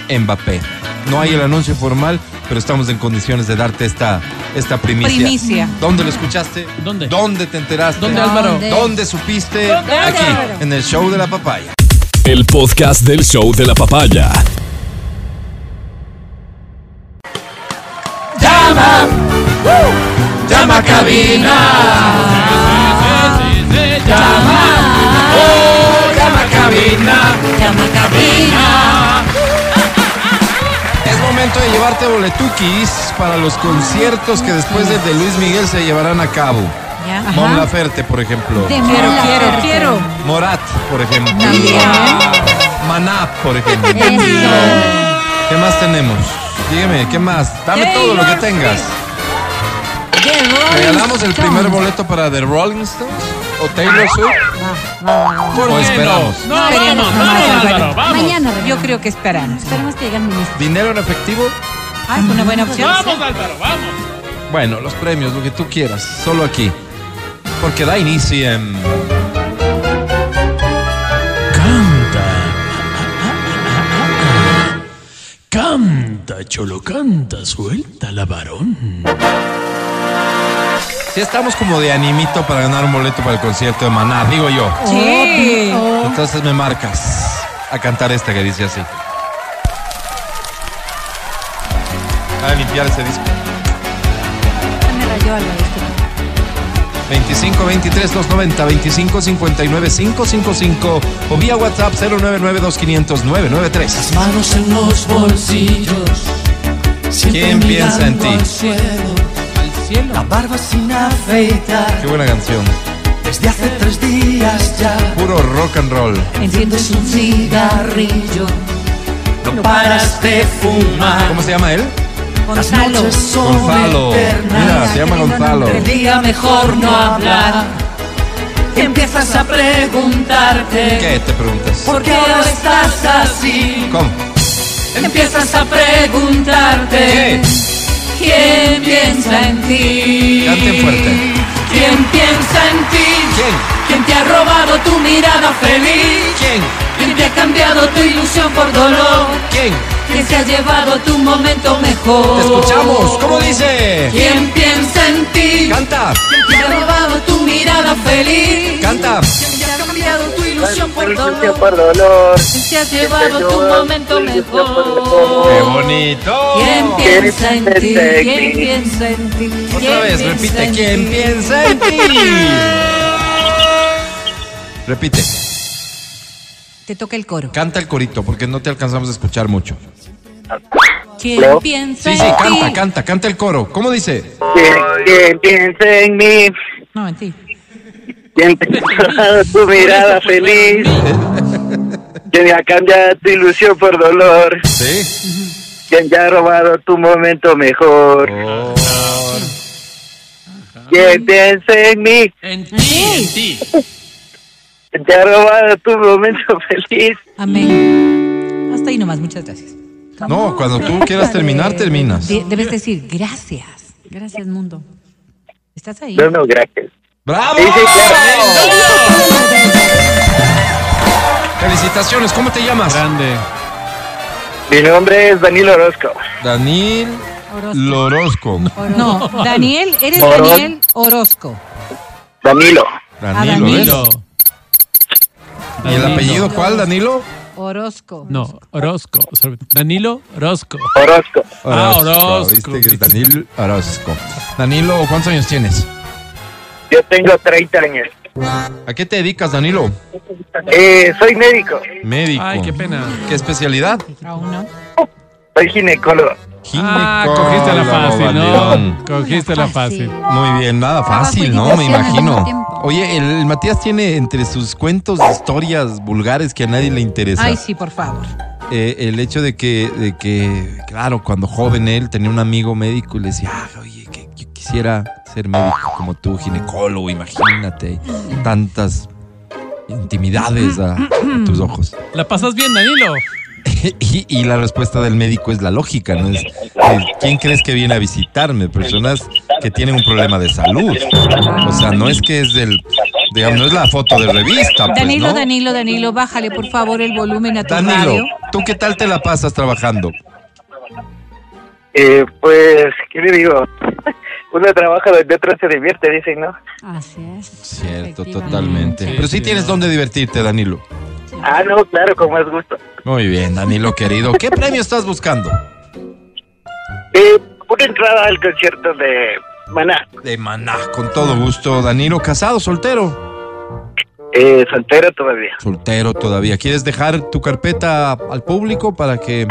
Speaker 2: Mbappé. No hay el anuncio formal, pero estamos en condiciones de darte esta, esta primicia.
Speaker 6: Primicia.
Speaker 2: ¿Dónde lo escuchaste?
Speaker 4: ¿Dónde?
Speaker 2: ¿Dónde te enteraste?
Speaker 4: ¿Dónde, Álvaro?
Speaker 3: ¿Dónde?
Speaker 2: ¿Dónde supiste? Aquí, en el show de la papaya.
Speaker 1: El podcast del show de la papaya.
Speaker 2: ¡Llama cabina! Oh, ¡Llama cabina! Es momento de llevarte boletuquis para los conciertos que después de, de Luis Miguel se llevarán a cabo.
Speaker 6: Ya.
Speaker 2: Mon Laferte, por ejemplo.
Speaker 3: De
Speaker 6: Quiero,
Speaker 3: mala
Speaker 6: quiero,
Speaker 3: suerte.
Speaker 6: quiero.
Speaker 2: Morat, por ejemplo. Maná, por ejemplo.
Speaker 3: Eso.
Speaker 2: ¿Qué más tenemos? Dígame, ¿qué más? Dame todo lo que
Speaker 6: Taylor
Speaker 2: tengas.
Speaker 3: The Rolling
Speaker 2: ¿Regalamos el primer
Speaker 3: Stones.
Speaker 2: boleto para The Rolling Stones? ¿O Taylor Swift? ¿O esperamos?
Speaker 4: No, no, no, no,
Speaker 6: Esperemos nomás,
Speaker 4: no,
Speaker 6: Álvaro.
Speaker 4: Álvaro, vamos.
Speaker 3: Mañana
Speaker 6: Yo
Speaker 3: regalamos.
Speaker 6: creo que esperamos.
Speaker 3: Esperemos que llegue el ministro.
Speaker 2: ¿Dinero en efectivo?
Speaker 6: Ah, es una buena opción.
Speaker 4: Vamos, Álvaro, vamos.
Speaker 2: Bueno, los premios, lo que tú quieras, solo aquí. Porque da inicio en...
Speaker 11: Canta. Canta, cholo, canta, suelta la varón.
Speaker 2: Si estamos como de animito para ganar un boleto para el concierto de Maná, digo yo.
Speaker 6: Sí.
Speaker 2: Entonces me marcas a cantar esta que dice así. A limpiar ese disco.
Speaker 3: Me rayó algo, disculpa.
Speaker 2: 25 23 290 25 59 555 o vía WhatsApp 099 2500 993. Las
Speaker 12: manos en los bolsillos.
Speaker 2: ¿Quién piensa en ti?
Speaker 12: Al cielo, La barba sin afeitar.
Speaker 2: Qué buena canción.
Speaker 12: Desde hace tres días ya.
Speaker 2: Puro rock and roll.
Speaker 12: Enciendes un cigarrillo. No paras de fumar.
Speaker 2: ¿Cómo se llama él?
Speaker 12: Las noches son
Speaker 2: Gonzalo.
Speaker 12: eternas.
Speaker 2: Mira, se llama Gonzalo.
Speaker 12: El día mejor no hablar. Empiezas a preguntarte.
Speaker 2: ¿Qué te preguntas?
Speaker 12: ¿Por qué ahora estás así?
Speaker 2: ¿Cómo?
Speaker 12: Empiezas a preguntarte. ¿Quién piensa en ti?
Speaker 2: Canten fuerte.
Speaker 12: ¿Quién piensa en ti?
Speaker 2: ¿Quién?
Speaker 12: ¿Quién te ha robado tu mirada feliz?
Speaker 2: ¿Quién?
Speaker 12: ¿Quién te ha cambiado tu ilusión por dolor?
Speaker 2: ¿Quién?
Speaker 12: ¿Quién se ha llevado tu momento mejor?
Speaker 2: Te escuchamos. ¿Cómo dice?
Speaker 12: ¿Quién piensa en ti?
Speaker 2: Canta.
Speaker 12: ¿Quién te ha robado tu mirada feliz?
Speaker 2: Canta.
Speaker 12: ¿Quién te ha cambiado tu ilusión por
Speaker 13: Lucio
Speaker 12: dolor?
Speaker 13: por dolor.
Speaker 12: ¿Quién te ha llevado tu momento
Speaker 2: ¡Qué
Speaker 12: mejor?
Speaker 2: bonito!
Speaker 12: ¿Quién piensa en ti? ¿Quién piensa en ti?
Speaker 2: Otra vez, repite. ¿Quién piensa en ti? Repite.
Speaker 6: Te toca el coro.
Speaker 2: Canta el corito porque no te alcanzamos a escuchar mucho.
Speaker 6: ¿Quién
Speaker 2: ¿Aló?
Speaker 6: piensa
Speaker 2: Sí, sí,
Speaker 6: en
Speaker 2: canta,
Speaker 6: ti?
Speaker 2: canta, canta el coro. ¿Cómo dice?
Speaker 13: ¿Quién, quién piensa en mí?
Speaker 6: No, en ti.
Speaker 13: ¿Quién te ha robado tu mirada feliz? ¿Quién te ha cambiado tu ilusión por dolor?
Speaker 2: Sí.
Speaker 13: ¿Quién te ha robado tu momento mejor? ¿Quién piensa en mí?
Speaker 11: En ti, en ti.
Speaker 13: ¿Quién te ha robado tu momento *laughs* feliz?
Speaker 6: Amén. Hasta ahí nomás, muchas gracias.
Speaker 2: No, cuando tú quieras terminar, terminas.
Speaker 6: De- debes decir gracias. Gracias, mundo. ¿Estás ahí?
Speaker 13: No, no, gracias.
Speaker 2: ¡Bravo!
Speaker 13: Sí, sí, claro.
Speaker 2: Felicitaciones, ¿cómo te llamas?
Speaker 4: Grande.
Speaker 13: Mi nombre es Danilo Orozco.
Speaker 2: Daniel Lorozco.
Speaker 12: *laughs*
Speaker 6: No, Daniel, eres
Speaker 13: Orozco.
Speaker 6: Daniel Orozco.
Speaker 13: Danilo.
Speaker 2: Danilo,
Speaker 4: Danilo.
Speaker 2: ¿ves? ¿Y el apellido cuál, Danilo?
Speaker 6: Orozco.
Speaker 4: No, Orozco. Sorry, Danilo Orozco.
Speaker 13: Orozco.
Speaker 4: Ah, Orozco.
Speaker 2: ¿Viste que es Danilo Orozco? Danilo, ¿cuántos años tienes?
Speaker 13: Yo tengo 30 años.
Speaker 2: ¿A qué te dedicas, Danilo?
Speaker 13: Eh, soy médico.
Speaker 2: Médico.
Speaker 4: Ay, qué pena.
Speaker 2: ¿Qué especialidad?
Speaker 6: Aún no.
Speaker 13: Soy ginecólogo.
Speaker 4: Ah,
Speaker 2: Ginecólogo,
Speaker 4: cogiste la fácil,
Speaker 2: Valdirón.
Speaker 4: ¿no? Cogiste la fácil.
Speaker 2: Muy bien, nada fácil, ¿no? Me
Speaker 3: justificación al mismo
Speaker 2: imagino.
Speaker 3: tiempo.
Speaker 2: Oye, el, el Matías tiene entre sus cuentos historias vulgares que a nadie le interesa.
Speaker 6: Ay, sí, por favor.
Speaker 2: eh, el hecho de que, de que, claro, cuando joven él tenía un amigo médico y le decía, "Ah, oye, que yo quisiera ser médico como tú, ginecólogo, imagínate, tantas intimidades a, a tus ojos.
Speaker 4: ¿La pasas bien, Danilo?
Speaker 2: y, y la respuesta del médico es la lógica, ¿no? Es, eh, ¿Quién crees que viene a visitarme? Personas que tienen un problema de salud. O sea, no es que es del, digamos, no es la foto de revista, pues,
Speaker 6: Danilo,
Speaker 2: ¿no?
Speaker 6: Danilo, Danilo, bájale por favor el volumen a tu radio.
Speaker 2: Danilo, ¿tú qué tal te la pasas trabajando?
Speaker 13: Eh, pues, ¿qué le digo? *laughs* Uno trabaja donde otro se divierte, dicen, ¿no?
Speaker 3: Así es.
Speaker 2: Cierto,
Speaker 3: Efectivamente.
Speaker 2: totalmente.
Speaker 4: Sí,
Speaker 2: Pero sí
Speaker 4: sí,
Speaker 2: tienes
Speaker 4: no.
Speaker 2: dónde divertirte, Danilo.
Speaker 13: Ah, no, claro, con más gusto.
Speaker 2: Muy bien, Danilo querido. ¿Qué premio estás buscando?
Speaker 13: Eh, una entrada al concierto de Maná.
Speaker 2: De maná, con todo gusto. Danilo, ¿casado, soltero?
Speaker 13: Eh, soltero todavía.
Speaker 2: Soltero todavía. ¿Quieres dejar tu carpeta al público para que...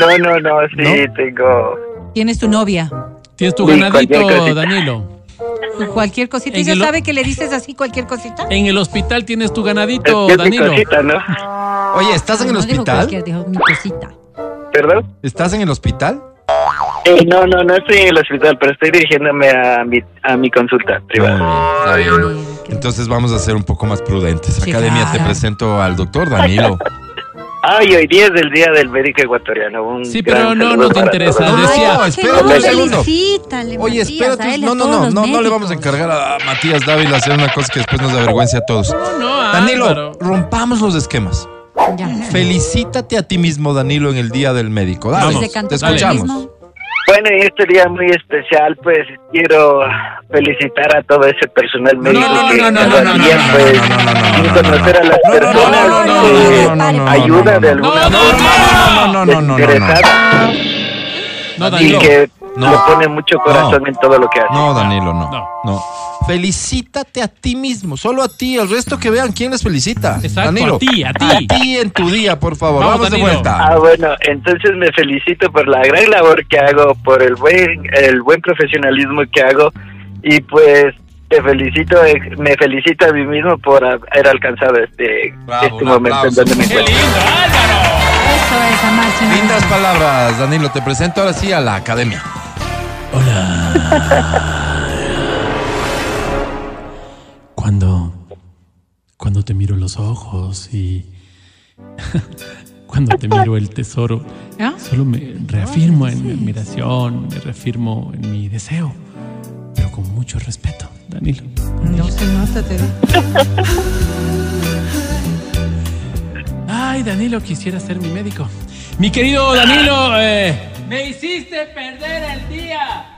Speaker 13: No, no, no, sí,
Speaker 2: ¿No?
Speaker 13: tengo...
Speaker 6: ¿Quién es tu novia?
Speaker 4: Tienes tu
Speaker 13: Sí, cualquier
Speaker 4: ganadito,
Speaker 13: cosita.
Speaker 4: Danilo.
Speaker 6: Cualquier cosita.
Speaker 4: En
Speaker 6: ¿Ella
Speaker 4: el o-
Speaker 6: sabe que le dices así cualquier cosita?
Speaker 4: En el hospital tienes tu ganadito,
Speaker 13: es mi
Speaker 4: Danilo.
Speaker 13: cosita, ¿no?
Speaker 2: Oye, ¿estás en el
Speaker 3: No dijo
Speaker 2: hospital?
Speaker 3: cualquier, dijo mi cosita.
Speaker 13: ¿Perdón?
Speaker 2: ¿Estás en el hospital?
Speaker 13: Eh, no, no, no estoy en el hospital, pero estoy dirigiéndome a mi, a mi consulta
Speaker 2: Muy
Speaker 13: privada.
Speaker 2: bien, está bien.
Speaker 3: Bien, qué
Speaker 2: Entonces vamos a ser un poco más prudentes.
Speaker 6: Sí,
Speaker 2: Academia, te
Speaker 6: claro.
Speaker 2: presento al doctor
Speaker 3: *laughs*
Speaker 2: Danilo.
Speaker 13: Ay, hoy día es el Día del Médico Ecuatoriano. un
Speaker 4: Sí, pero
Speaker 13: gran
Speaker 4: no,
Speaker 13: saludo
Speaker 4: no te
Speaker 13: para
Speaker 4: interesa.
Speaker 13: todos.
Speaker 2: No,
Speaker 4: decía,
Speaker 2: no,
Speaker 3: Que
Speaker 2: espérate
Speaker 13: no,
Speaker 2: un segundo.
Speaker 3: felicítale,
Speaker 2: Oye,
Speaker 3: Matías, a
Speaker 2: espérate.
Speaker 3: él y a
Speaker 2: No, no,
Speaker 3: todos
Speaker 2: no,
Speaker 3: los
Speaker 2: no, no le
Speaker 3: médicos.
Speaker 2: vamos a encargar a Matías Dávila a hacer una cosa que después nos avergüence a todos.
Speaker 4: No,
Speaker 2: Danilo,
Speaker 4: Álvaro.
Speaker 2: rompamos los esquemas.
Speaker 3: Ya.
Speaker 2: Felicítate a ti mismo, Danilo, en el Día del Médico. Dale,
Speaker 3: Pues
Speaker 4: Vamos,
Speaker 6: Se cantó
Speaker 2: te
Speaker 6: para él
Speaker 2: escuchamos.
Speaker 6: mismo.
Speaker 13: Bueno, y este día muy especial, pues quiero felicitar a todo ese personal médico
Speaker 2: no,
Speaker 13: que
Speaker 2: no, no,
Speaker 13: cada
Speaker 2: no, no,
Speaker 13: día,
Speaker 2: no, no,
Speaker 13: pues,
Speaker 2: no, no, no, no,
Speaker 13: sin
Speaker 2: no,
Speaker 13: conocer a las personas
Speaker 2: no, no, no,
Speaker 13: que
Speaker 2: no, no, no, no,
Speaker 13: ayuda de alguna
Speaker 4: no,
Speaker 13: forma
Speaker 2: No, no, no, no, no, no, no.
Speaker 13: desinteresada
Speaker 4: No,
Speaker 13: y
Speaker 4: Danilo.
Speaker 13: que
Speaker 2: No.
Speaker 13: le pone mucho corazón en todo lo que hace.
Speaker 2: No, Danilo, no. No. Felicítate a ti mismo, solo a ti, el resto que vean quién les felicita. Danilo,
Speaker 4: a ti, a ti.
Speaker 2: A ti en tu día, por favor. Vamos, de vuelta.
Speaker 13: Ah, bueno, entonces me felicito por la gran labor que hago, por el buen, el buen profesionalismo que hago y pues te felicito, eh, me felicito a mí mismo por haber alcanzado este, este momento en donde me encuentro.
Speaker 2: Lindas palabras, Danilo. Te presento ahora sí a la academia.
Speaker 4: Cuando. Cuando te miro los ojos y. *laughs* cuando te miro el tesoro, solo me reafirmo en mi admiración, me reafirmo en mi deseo, pero con mucho respeto, Danilo.
Speaker 6: No se nota, te
Speaker 4: Ay, Danilo, quisiera ser mi médico. Mi querido Danilo, eh, Me hiciste perder el día.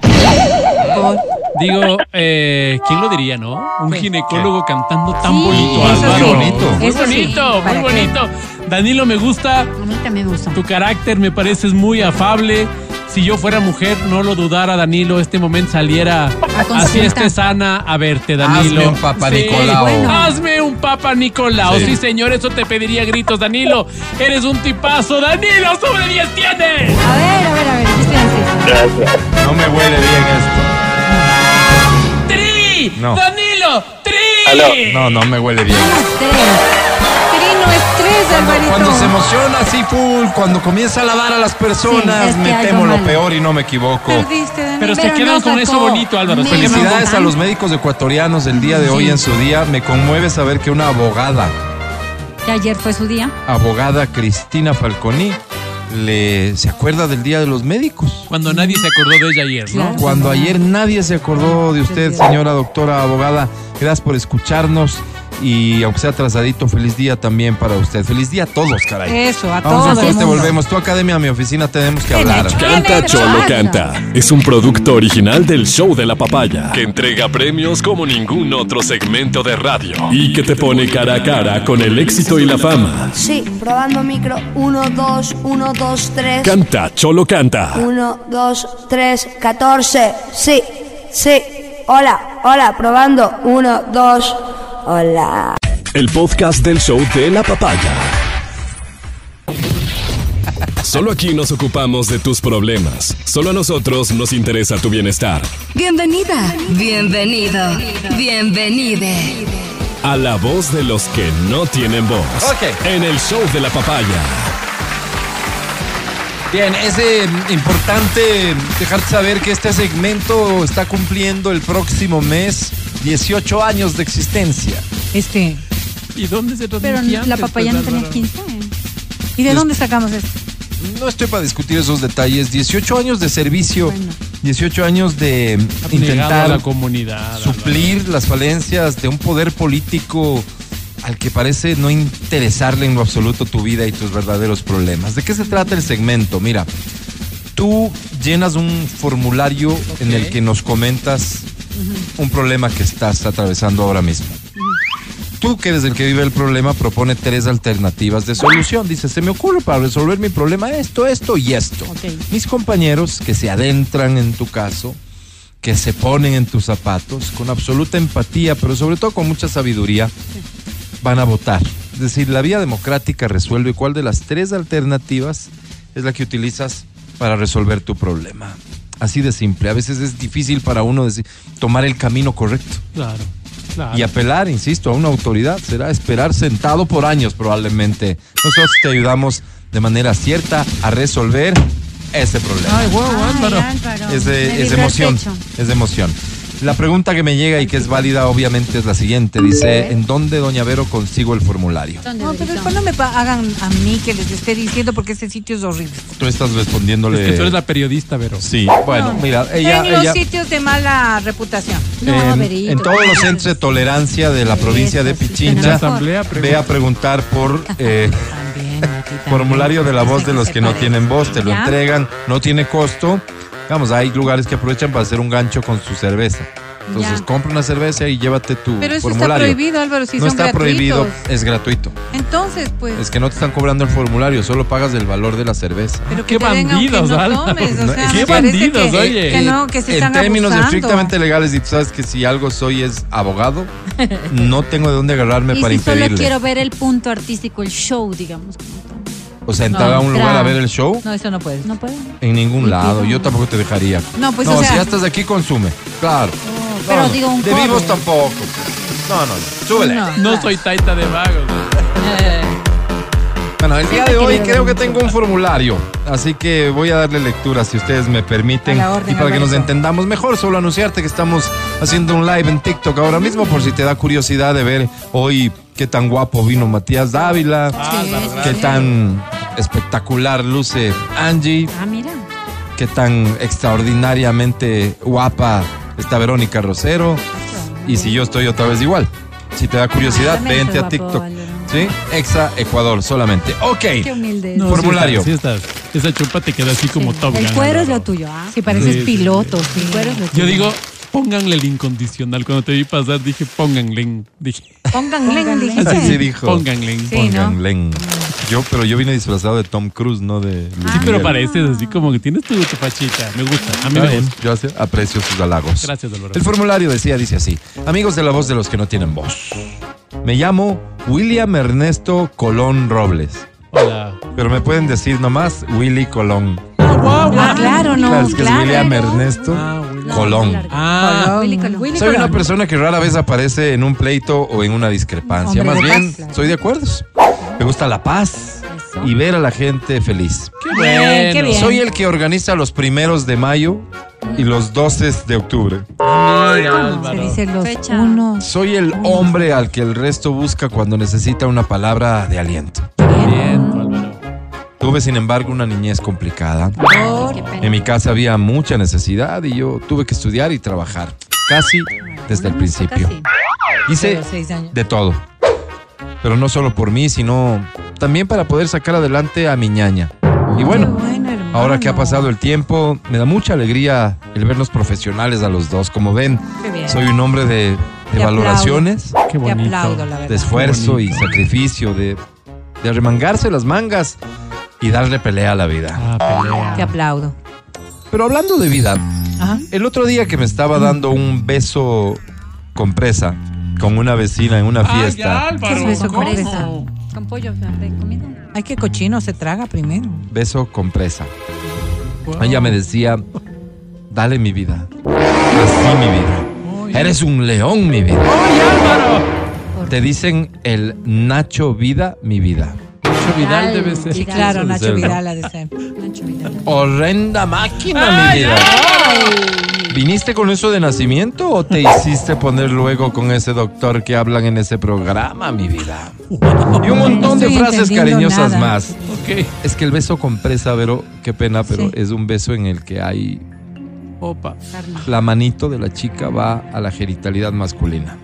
Speaker 4: digo, eh, ¿quién lo diría, no? Un ginecólogo cantando tan bonito,
Speaker 6: eso
Speaker 4: Álvaro.
Speaker 6: sí,
Speaker 4: Muy
Speaker 6: eso sí,
Speaker 4: bonito, muy
Speaker 6: ¿para qué?
Speaker 4: bonito. Danilo, me gusta.
Speaker 3: A mí también me gusta.
Speaker 4: Tu carácter me pareces muy afable. Si yo fuera mujer, no lo dudara, Danilo. Este momento saliera
Speaker 2: consulta.
Speaker 4: así esté sana a verte, Danilo.
Speaker 2: Hazme un Papa Nicolau. Bueno.
Speaker 4: Hazme un Papa Nicolau.
Speaker 2: Sí.
Speaker 4: Sí. señor, eso te pediría a gritos, Danilo. Eres un tipazo, Danilo. Sobre 10 tienes.
Speaker 3: A ver, a ver, a ver. ¿qué estoy haciendo?
Speaker 2: No me huele bien esto.
Speaker 4: ¡Tri!
Speaker 2: No.
Speaker 4: ¡Danilo!
Speaker 2: Aló. No, no me huele bien.
Speaker 6: Trino estrés, Alvarito.
Speaker 2: Cuando se emociona así full, cuando comienza a lavar a las personas,
Speaker 6: es que
Speaker 2: me
Speaker 6: algo
Speaker 2: temo lo
Speaker 6: malo.
Speaker 2: peor y no me equivoco.
Speaker 6: Perdiste, Dani.
Speaker 4: Pero se quedan con eso bonito, Álvaro, se quedan
Speaker 2: Felicidades a los médicos ecuatorianos el día de hoy en su día. Me conmueve saber que una abogada,
Speaker 3: Que ayer fue su día.
Speaker 2: abogada Cristina Falconi, le, se acuerda del Día de los Médicos.
Speaker 4: Cuando nadie se acordó de ella ayer, ¿no?
Speaker 2: Cuando ayer nadie se acordó de usted, señora doctora abogada, gracias por escucharnos y aunque sea atrasadito, feliz día también para usted. Feliz día a todos, caray.
Speaker 6: Eso,
Speaker 2: Vamos,
Speaker 6: a Eh, todos.
Speaker 2: nosotros te volvemos. Tu academia, mi oficina, tenemos que hablar.
Speaker 1: Canta Cholo Canta es un producto original del Show de la Papaya que entrega premios como ningún otro segmento de radio y que te pone cara a cara con el éxito y la fama.
Speaker 14: Sí, probando micro. 1, 2, 1, 2, 3.
Speaker 1: Canta Cholo Canta.
Speaker 14: 1, 2, 3, 14. Sí, sí. Hola, hola, probando. 1, 2, hola.
Speaker 1: El podcast del Show de la Papaya. Solo aquí nos ocupamos de tus problemas. Solo a nosotros nos interesa tu bienestar.
Speaker 12: Bienvenida, bienvenido, bienvenide.
Speaker 1: A la voz de los que no tienen voz. En el Show de la Papaya.
Speaker 2: Bien, es eh, importante dejarte saber que este segmento está cumpliendo el próximo mes 18 años de existencia.
Speaker 6: Este.
Speaker 4: ¿Y dónde se
Speaker 6: Pero
Speaker 4: transmitía
Speaker 6: la
Speaker 4: antes,
Speaker 6: papaya no
Speaker 4: pues,
Speaker 6: tenía
Speaker 4: Álvaro?
Speaker 6: 15. ¿Y de
Speaker 2: Es-
Speaker 6: dónde sacamos esto?
Speaker 2: No estoy para discutir esos detalles. 18 años de servicio, 18 años de mm,
Speaker 4: Negado a
Speaker 2: intentar
Speaker 4: la comunidad.
Speaker 2: suplir las falencias de un poder político al que parece no interesarle en lo absoluto tu vida y tus verdaderos problemas. ¿De qué se trata el segmento? Mira, tú llenas un formulario en el que nos comentas un problema que estás atravesando ahora mismo. Tú, que eres el que vive el problema, propone tres alternativas de solución. Dice, se me ocurre para resolver mi problema esto, esto y esto. Mis compañeros que se adentran en tu caso, que se ponen en tus zapatos, con absoluta empatía, pero sobre todo con mucha sabiduría, van a votar. Es decir, la vía democrática resuelve cuál de las tres alternativas es la que utilizas para resolver tu problema. Así de simple. A veces es difícil para uno decir, tomar el camino correcto.
Speaker 4: Claro, claro.
Speaker 2: Y apelar, insisto, a una autoridad será esperar sentado por años probablemente. Nosotros te ayudamos de manera cierta a resolver ese problema.
Speaker 4: Ay, wow, Álvaro.
Speaker 2: es de, es de emoción, es de emoción. La pregunta que me llega y que es válida obviamente es la siguiente. Dice, ¿en dónde, doña Vero, consigo el formulario?
Speaker 6: No, pero cuando me pa- hagan a mí que les esté diciendo porque ese sitio es horrible.
Speaker 2: Tú estás respondiéndole...
Speaker 4: Es que tú eres la periodista, Vero.
Speaker 2: Sí, bueno, mira, ella...
Speaker 6: en los
Speaker 2: ella-
Speaker 6: sitios de mala reputación.
Speaker 2: en, en todos los centros de tolerancia de la provincia de Pichincha,
Speaker 4: Asamblea,
Speaker 2: ve a preguntar por eh, formulario de la voz de los que no tienen voz, te lo
Speaker 6: ¿Ya?
Speaker 2: entregan, no tiene costo. Vamos, hay lugares que aprovechan para hacer un gancho con su cerveza. Entonces
Speaker 6: Ya.
Speaker 2: compra una cerveza y llévate tu
Speaker 6: Pero eso está
Speaker 2: formulario.
Speaker 6: prohibido, Álvaro, si
Speaker 2: no
Speaker 6: son
Speaker 2: está prohibido,
Speaker 6: gratuitos.
Speaker 2: es gratuito.
Speaker 6: Entonces, pues,
Speaker 2: Es que no te están cobrando el formulario, solo pagas el valor de la cerveza.
Speaker 6: pero que te den aunque no tomes, o sea, me parece que- Que no, que se
Speaker 2: en
Speaker 6: están
Speaker 2: términos
Speaker 6: abusando.
Speaker 2: estrictamente legales, y tú sabes que si algo soy es
Speaker 3: *laughs*
Speaker 2: abogado, no tengo de dónde agarrarme
Speaker 3: y
Speaker 2: para
Speaker 3: si
Speaker 2: impedirle.
Speaker 3: solo quiero ver el punto artístico, el show, digamos.
Speaker 2: O sea, entrar
Speaker 3: No,
Speaker 2: a un lugar
Speaker 3: entra.
Speaker 2: a ver el show,
Speaker 6: No, eso no puedes.
Speaker 3: No puedo.
Speaker 2: en ningún
Speaker 3: Ni
Speaker 2: lado.
Speaker 3: pido.
Speaker 2: Yo tampoco te dejaría.
Speaker 3: No, pues,
Speaker 2: No,
Speaker 3: o sea-
Speaker 2: si ya estás aquí, consume. Claro.
Speaker 3: pero
Speaker 2: No, no,
Speaker 3: digo un
Speaker 2: De
Speaker 3: cover.
Speaker 2: vivos tampoco. No, no, no. Súbele.
Speaker 4: No, soy taita de vagos.
Speaker 2: Bueno, el día
Speaker 4: Siempre
Speaker 2: de hoy
Speaker 4: querido.
Speaker 2: creo que tengo un formulario, así que voy a darle lectura si ustedes me permiten.
Speaker 4: A la
Speaker 2: y
Speaker 4: orden,
Speaker 2: para que nos
Speaker 4: Alvarito.
Speaker 2: entendamos mejor, solo anunciarte que estamos haciendo un live en TikTok ahora mismo por si te da curiosidad de ver hoy qué tan guapo vino Matías Dávila, qué tan espectacular luce Angie,
Speaker 3: Ah, mira.
Speaker 2: qué tan extraordinariamente guapa está Verónica Rosero y si yo estoy otra vez igual. Si te da
Speaker 4: Ah,
Speaker 2: curiosidad,
Speaker 3: Ay, también
Speaker 2: vente a
Speaker 3: estoy guapo,
Speaker 2: TikTok. ¿Sí? Exa Ecuador solamente. Ok.
Speaker 3: Qué humilde.
Speaker 4: No,
Speaker 2: Formulario.
Speaker 4: sí estás, sí estás. Esa chupa te queda así como top
Speaker 3: El
Speaker 4: Gun,
Speaker 3: cuero
Speaker 4: Álvaro.
Speaker 3: es lo tuyo, ¿ah?
Speaker 6: Sí,
Speaker 4: pareces Sí, sí,
Speaker 6: piloto, El cuero es lo
Speaker 4: Yo
Speaker 6: tuyo.
Speaker 4: digo, pónganle el incondicional. Cuando te vi pasar, dije, pónganle. Dije,
Speaker 6: Pónganle, dijiste.
Speaker 2: Así se dijo.
Speaker 4: Pónganle. Sí, ¿no?
Speaker 2: Pónganle. Yo, pero yo vine disfrazado de Tom Cruise, no de. Luis
Speaker 4: Sí, Ah, pero
Speaker 6: Ah.
Speaker 2: Miguel.
Speaker 4: pareces así como que tienes tu, tu pachita. Me gusta. A mí
Speaker 2: Está
Speaker 4: me
Speaker 2: bien,
Speaker 4: gusta.
Speaker 2: Yo hace- aprecio sus halagos.
Speaker 4: Gracias, Álvaro.
Speaker 2: El formulario decía, dice así: Amigos de la voz de los que no tienen voz. Me llamo William Ernesto Colón Robles.
Speaker 4: Hola.
Speaker 2: Pero me pueden decir nomás Willy Colón.
Speaker 6: Ah, claro, no,
Speaker 2: Claro, es que es
Speaker 6: claro.
Speaker 2: William Ernesto Colón.
Speaker 4: Ah,
Speaker 2: Soy una persona que rara vez aparece en un pleito o en una discrepancia.
Speaker 4: Hombre
Speaker 2: Más
Speaker 4: de
Speaker 2: bien,
Speaker 4: paz.
Speaker 2: soy de acuerdos. Me gusta la paz y ver a la gente feliz.
Speaker 4: Qué bueno. qué bien.
Speaker 2: Soy el que organiza los primeros de mayo y los 12 de octubre.
Speaker 6: Se dice los uno.
Speaker 2: Soy el hombre al que el resto busca cuando necesita una palabra de aliento. Tuve, sin embargo, una niñez complicada. En mi casa había mucha necesidad y yo tuve que estudiar y trabajar, casi desde el principio. Hice
Speaker 6: Pero seis años.
Speaker 2: de todo. Pero no solo por mí, sino también para poder sacar adelante a mi ñaña. Y bueno, ahora
Speaker 6: Ah.
Speaker 2: que ha pasado el tiempo, me da mucha alegría el vernos profesionales a los dos. Como ven,
Speaker 6: Qué bien.
Speaker 2: soy un hombre de, de
Speaker 6: Te
Speaker 2: valoraciones,
Speaker 6: aplaudo. Te aplaudo, la verdad.
Speaker 2: de esfuerzo y sacrificio, de, de arremangarse las mangas y darle pelea a la vida.
Speaker 4: Ah,
Speaker 6: Te aplaudo.
Speaker 2: Pero hablando de vida, el otro día que me estaba dando un beso con presa con una vecina en una
Speaker 4: Ah,
Speaker 2: fiesta.
Speaker 6: Qué sorpresa.
Speaker 3: Con pollo, de comida.
Speaker 6: Ay, qué cochino se traga primero.
Speaker 2: beso con presa. Ella me decía, dale mi vida. Así mi vida. Eres un león, mi vida. Te dicen el Nacho Vida, mi vida.
Speaker 4: Nacho Vidal debe ser.
Speaker 6: Sí,
Speaker 2: Eso
Speaker 6: claro,
Speaker 2: debe
Speaker 6: Nacho
Speaker 2: ser.
Speaker 6: Vidal ha de ser.
Speaker 2: Horrenda máquina, mi vida. ¿Viniste con eso de nacimiento o te hiciste poner luego con ese doctor que hablan en ese programa, mi vida? Y un montón de
Speaker 6: estoy
Speaker 2: frases
Speaker 6: entendiendo
Speaker 2: cariñosas
Speaker 6: nada.
Speaker 2: más. Es que el beso con presa, Vero, qué pena, pero es un beso en el que hay
Speaker 4: Opa.
Speaker 2: la manito de la chica va a la genitalidad masculina.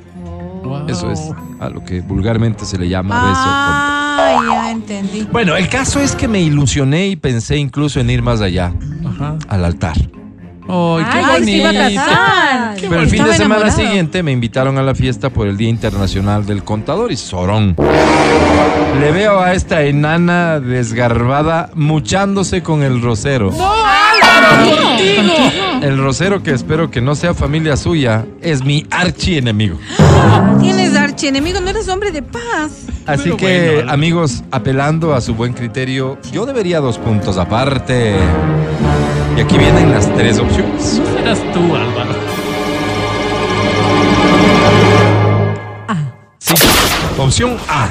Speaker 4: Wow.
Speaker 2: Eso es a lo que vulgarmente se le llama beso.
Speaker 6: Ah, ya entendí.
Speaker 2: Bueno, el caso es que me ilusioné y pensé incluso en ir más allá,
Speaker 4: Ajá.
Speaker 2: al altar.
Speaker 4: Ay, qué
Speaker 6: Ay, se iba a
Speaker 4: bonito.
Speaker 6: casar.
Speaker 2: Pero el fin de
Speaker 6: Estaba
Speaker 2: semana
Speaker 6: enamorado.
Speaker 2: siguiente me invitaron a la fiesta por el Día Internacional del Contador y Sorón. Le veo a esta enana desgarbada muchándose con el rosero. El rosero que espero que no sea familia suya es mi archienemigo.
Speaker 6: Tienes archienemigo, no eres hombre de paz.
Speaker 2: Así
Speaker 6: Pero
Speaker 2: que,
Speaker 6: bueno,
Speaker 2: amigos, apelando a su buen criterio, yo debería dos puntos aparte. Y aquí vienen las tres opciones.
Speaker 4: No serás tú, Álvaro.
Speaker 2: Sí. Opción A.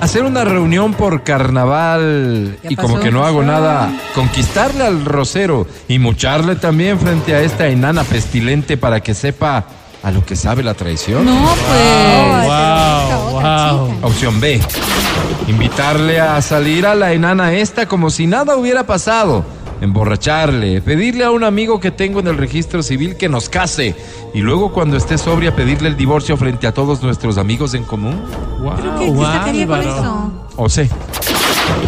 Speaker 2: Hacer una reunión por carnaval
Speaker 6: Ya
Speaker 2: y como
Speaker 6: pasó,
Speaker 2: que no hago
Speaker 6: pasó.
Speaker 2: nada, conquistarle al rosero y mucharle también frente a esta enana pestilente para que sepa a lo que sabe la traición.
Speaker 6: No, pues.
Speaker 4: Wow, wow.
Speaker 2: Opción B. Invitarle a salir a la enana esta como si nada hubiera pasado. Emborracharle, pedirle a un amigo que tengo en el registro civil que nos case y luego cuando esté sobria pedirle el divorcio frente a todos nuestros amigos en común.
Speaker 4: Wow,
Speaker 6: ¿Qué, qué sacaría con
Speaker 4: Álvaro.
Speaker 6: eso?
Speaker 2: O C.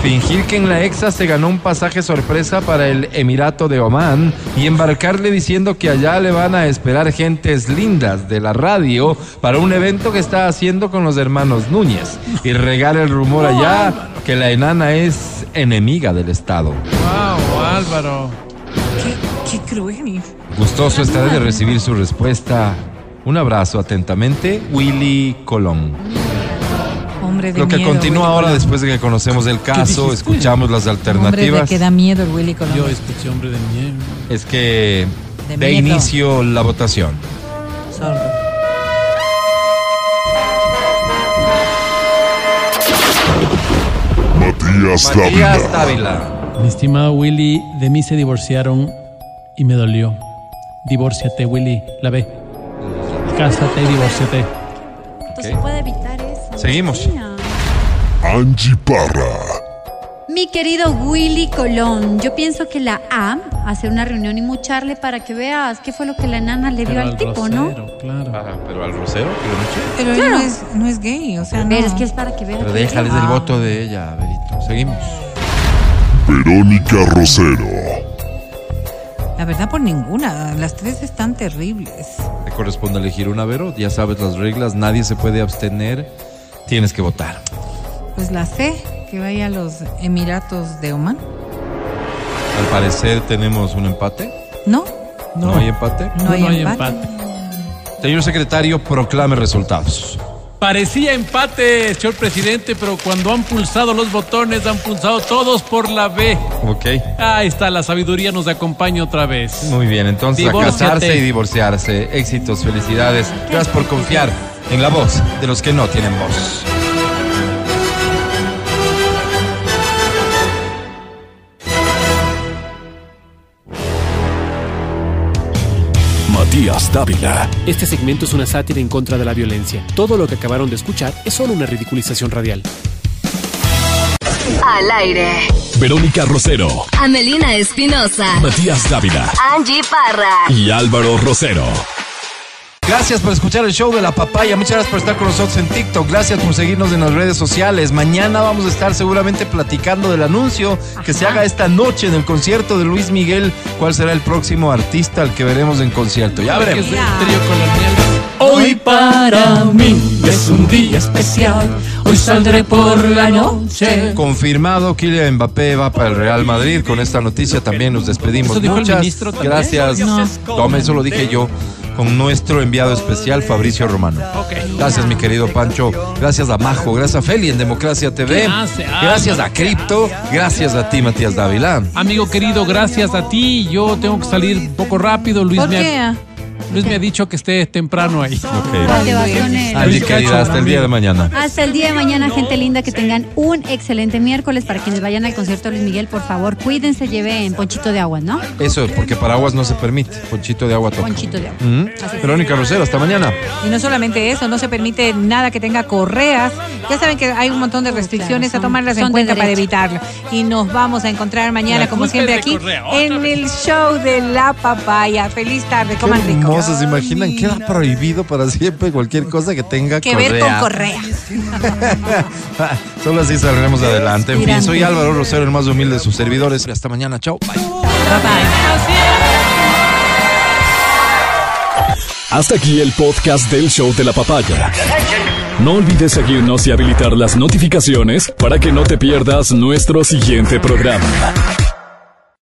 Speaker 2: Fingir que en la EXA se ganó un pasaje sorpresa para el Emirato de Omán y embarcarle diciendo que allá le van a esperar gentes lindas de la radio para un evento que está haciendo con los hermanos Núñez y regar el rumor
Speaker 4: No,
Speaker 2: allá
Speaker 4: Álvaro.
Speaker 2: que la enana es enemiga del Estado.
Speaker 4: Wow, Álvaro.
Speaker 6: Qué cruel.
Speaker 2: Gustoso estaré de recibir su respuesta. Un abrazo atentamente, Willy Colón.
Speaker 6: Hombre de
Speaker 2: Lo que
Speaker 6: miedo,
Speaker 2: continúa
Speaker 6: Willy
Speaker 2: ahora
Speaker 6: Colón.
Speaker 2: después de que conocemos el caso, escuchamos las
Speaker 6: Hombre de
Speaker 2: alternativas,
Speaker 6: que da miedo el Willy Colón.
Speaker 4: Yo escuché hombre de miedo.
Speaker 2: es que
Speaker 6: De
Speaker 2: de
Speaker 6: miedo.
Speaker 2: inicio la votación.
Speaker 6: Sordo.
Speaker 15: Matías
Speaker 2: Matías Dávila.
Speaker 4: Mi estimado Willy, de mí se divorciaron y me dolió. Divórciate, Willy, la ve. Cásate y divórciate.
Speaker 3: Entonces puede evitar eso.
Speaker 2: Seguimos.
Speaker 15: Angie Parra,
Speaker 3: Mi querido Willy Colón, yo pienso que la A, hacer una reunión y mucharle para que veas qué fue lo que la nana le dio al, tipo, ¿no?
Speaker 4: Claro.
Speaker 2: Ah, pero al rosero, pero no quiere.
Speaker 6: Pero él
Speaker 3: Claro.
Speaker 6: no es, no es gay, o sea, no.
Speaker 3: Pero es que es para que veas.
Speaker 2: Pero déjales el voto de ella, Berito. Seguimos.
Speaker 15: Verónica Rosero,
Speaker 6: La verdad, por ninguna. Las tres están terribles.
Speaker 2: Te corresponde elegir una, Vero. Ya sabes las reglas, nadie se puede abstener. Tienes que votar.
Speaker 6: Pues la C, que vaya a los Emiratos de Oman.
Speaker 2: Al parecer tenemos un empate.
Speaker 6: No,
Speaker 2: No, hay empate.
Speaker 6: no, hay, empate.
Speaker 2: Señor secretario, proclame resultados.
Speaker 4: Parecía empate, señor presidente, pero cuando han pulsado los botones, han pulsado todos por la B.
Speaker 2: Ok.
Speaker 4: Ahí está, la sabiduría nos acompaña otra vez.
Speaker 2: Muy bien, entonces
Speaker 4: Divórciate.
Speaker 2: a casarse y divorciarse. Éxitos, felicidades. Gracias por confiar en la voz de los que no tienen voz.
Speaker 1: Matías Dávila.
Speaker 16: Este segmento es una sátira en contra de la violencia. Todo lo que acabaron de escuchar es solo una ridiculización radial.
Speaker 5: Al aire.
Speaker 1: Verónica Rosero.
Speaker 5: Amelina Espinosa.
Speaker 1: Matías Dávila.
Speaker 5: Angie Parra.
Speaker 1: Y Álvaro Rosero.
Speaker 2: Gracias por escuchar el show de la papaya. Muchas gracias por estar con nosotros en TikTok. Gracias por seguirnos en las redes sociales. Mañana vamos a estar seguramente platicando del anuncio que se haga esta noche en el concierto de Luis Miguel. ¿Cuál será el próximo artista al que veremos en concierto? Ya veremos.
Speaker 12: Hoy para mí es un día especial. Hoy saldré por la noche.
Speaker 2: Confirmado, Kylian Mbappé va para el Real Madrid. Con esta noticia también nos despedimos.
Speaker 4: ¿Eso dijo el
Speaker 2: Muchas
Speaker 4: ministro también?
Speaker 2: gracias.
Speaker 4: No.
Speaker 2: Tome, eso lo dije yo. Con nuestro enviado especial, Fabricio Romano. Gracias, mi querido Pancho. Gracias a Majo. Gracias a Feli en Democracia TV.
Speaker 4: ¿Qué hace? Ah,
Speaker 2: Gracias a Cripto. Gracias a ti, Matías Dávila.
Speaker 4: Amigo querido, gracias a ti. Yo tengo que salir un poco rápido. Luis,
Speaker 6: ¿Por
Speaker 4: me,
Speaker 6: qué?
Speaker 4: ha,
Speaker 6: ah?
Speaker 4: Luis me ha dicho que esté temprano ahí.
Speaker 3: Porque va con él.
Speaker 2: Angie, querida, hasta el día de mañana.
Speaker 3: Hasta el día de mañana, gente linda, que tengan un excelente miércoles. Para quienes vayan al concierto de Luis Miguel, por favor, cuídense, lleven ponchito de agua, ¿no?
Speaker 2: Eso, porque paraguas no se permite. Ponchito de agua toca.
Speaker 3: Ponchito de agua.
Speaker 2: Mm. Verónica Rosero, hasta mañana.
Speaker 6: Y no solamente eso, no se permite nada que tenga correas. Ya saben que hay un montón de restricciones a tomarlas en
Speaker 3: son de
Speaker 6: cuenta para
Speaker 3: derecha.
Speaker 6: evitarlo. Y nos vamos a encontrar mañana,
Speaker 2: La
Speaker 6: como
Speaker 2: culpa
Speaker 6: siempre,
Speaker 2: es de
Speaker 6: aquí
Speaker 2: correa, otra
Speaker 6: en el show de la papaya. Feliz tarde,
Speaker 2: Qué
Speaker 6: coman rico.
Speaker 2: hermosas, ¿se imaginan? Queda prohibido para siempre cualquier cosa que tenga
Speaker 6: Que ver con correa.
Speaker 2: *laughs* Solo así saldremos adelante. En fin, soy Álvaro Rosero, el más humilde de sus servidores. Hasta mañana, chao. Bye.
Speaker 1: Hasta aquí el podcast del show de la papaya. No olvides seguirnos y habilitar las notificaciones para que no te pierdas nuestro siguiente programa.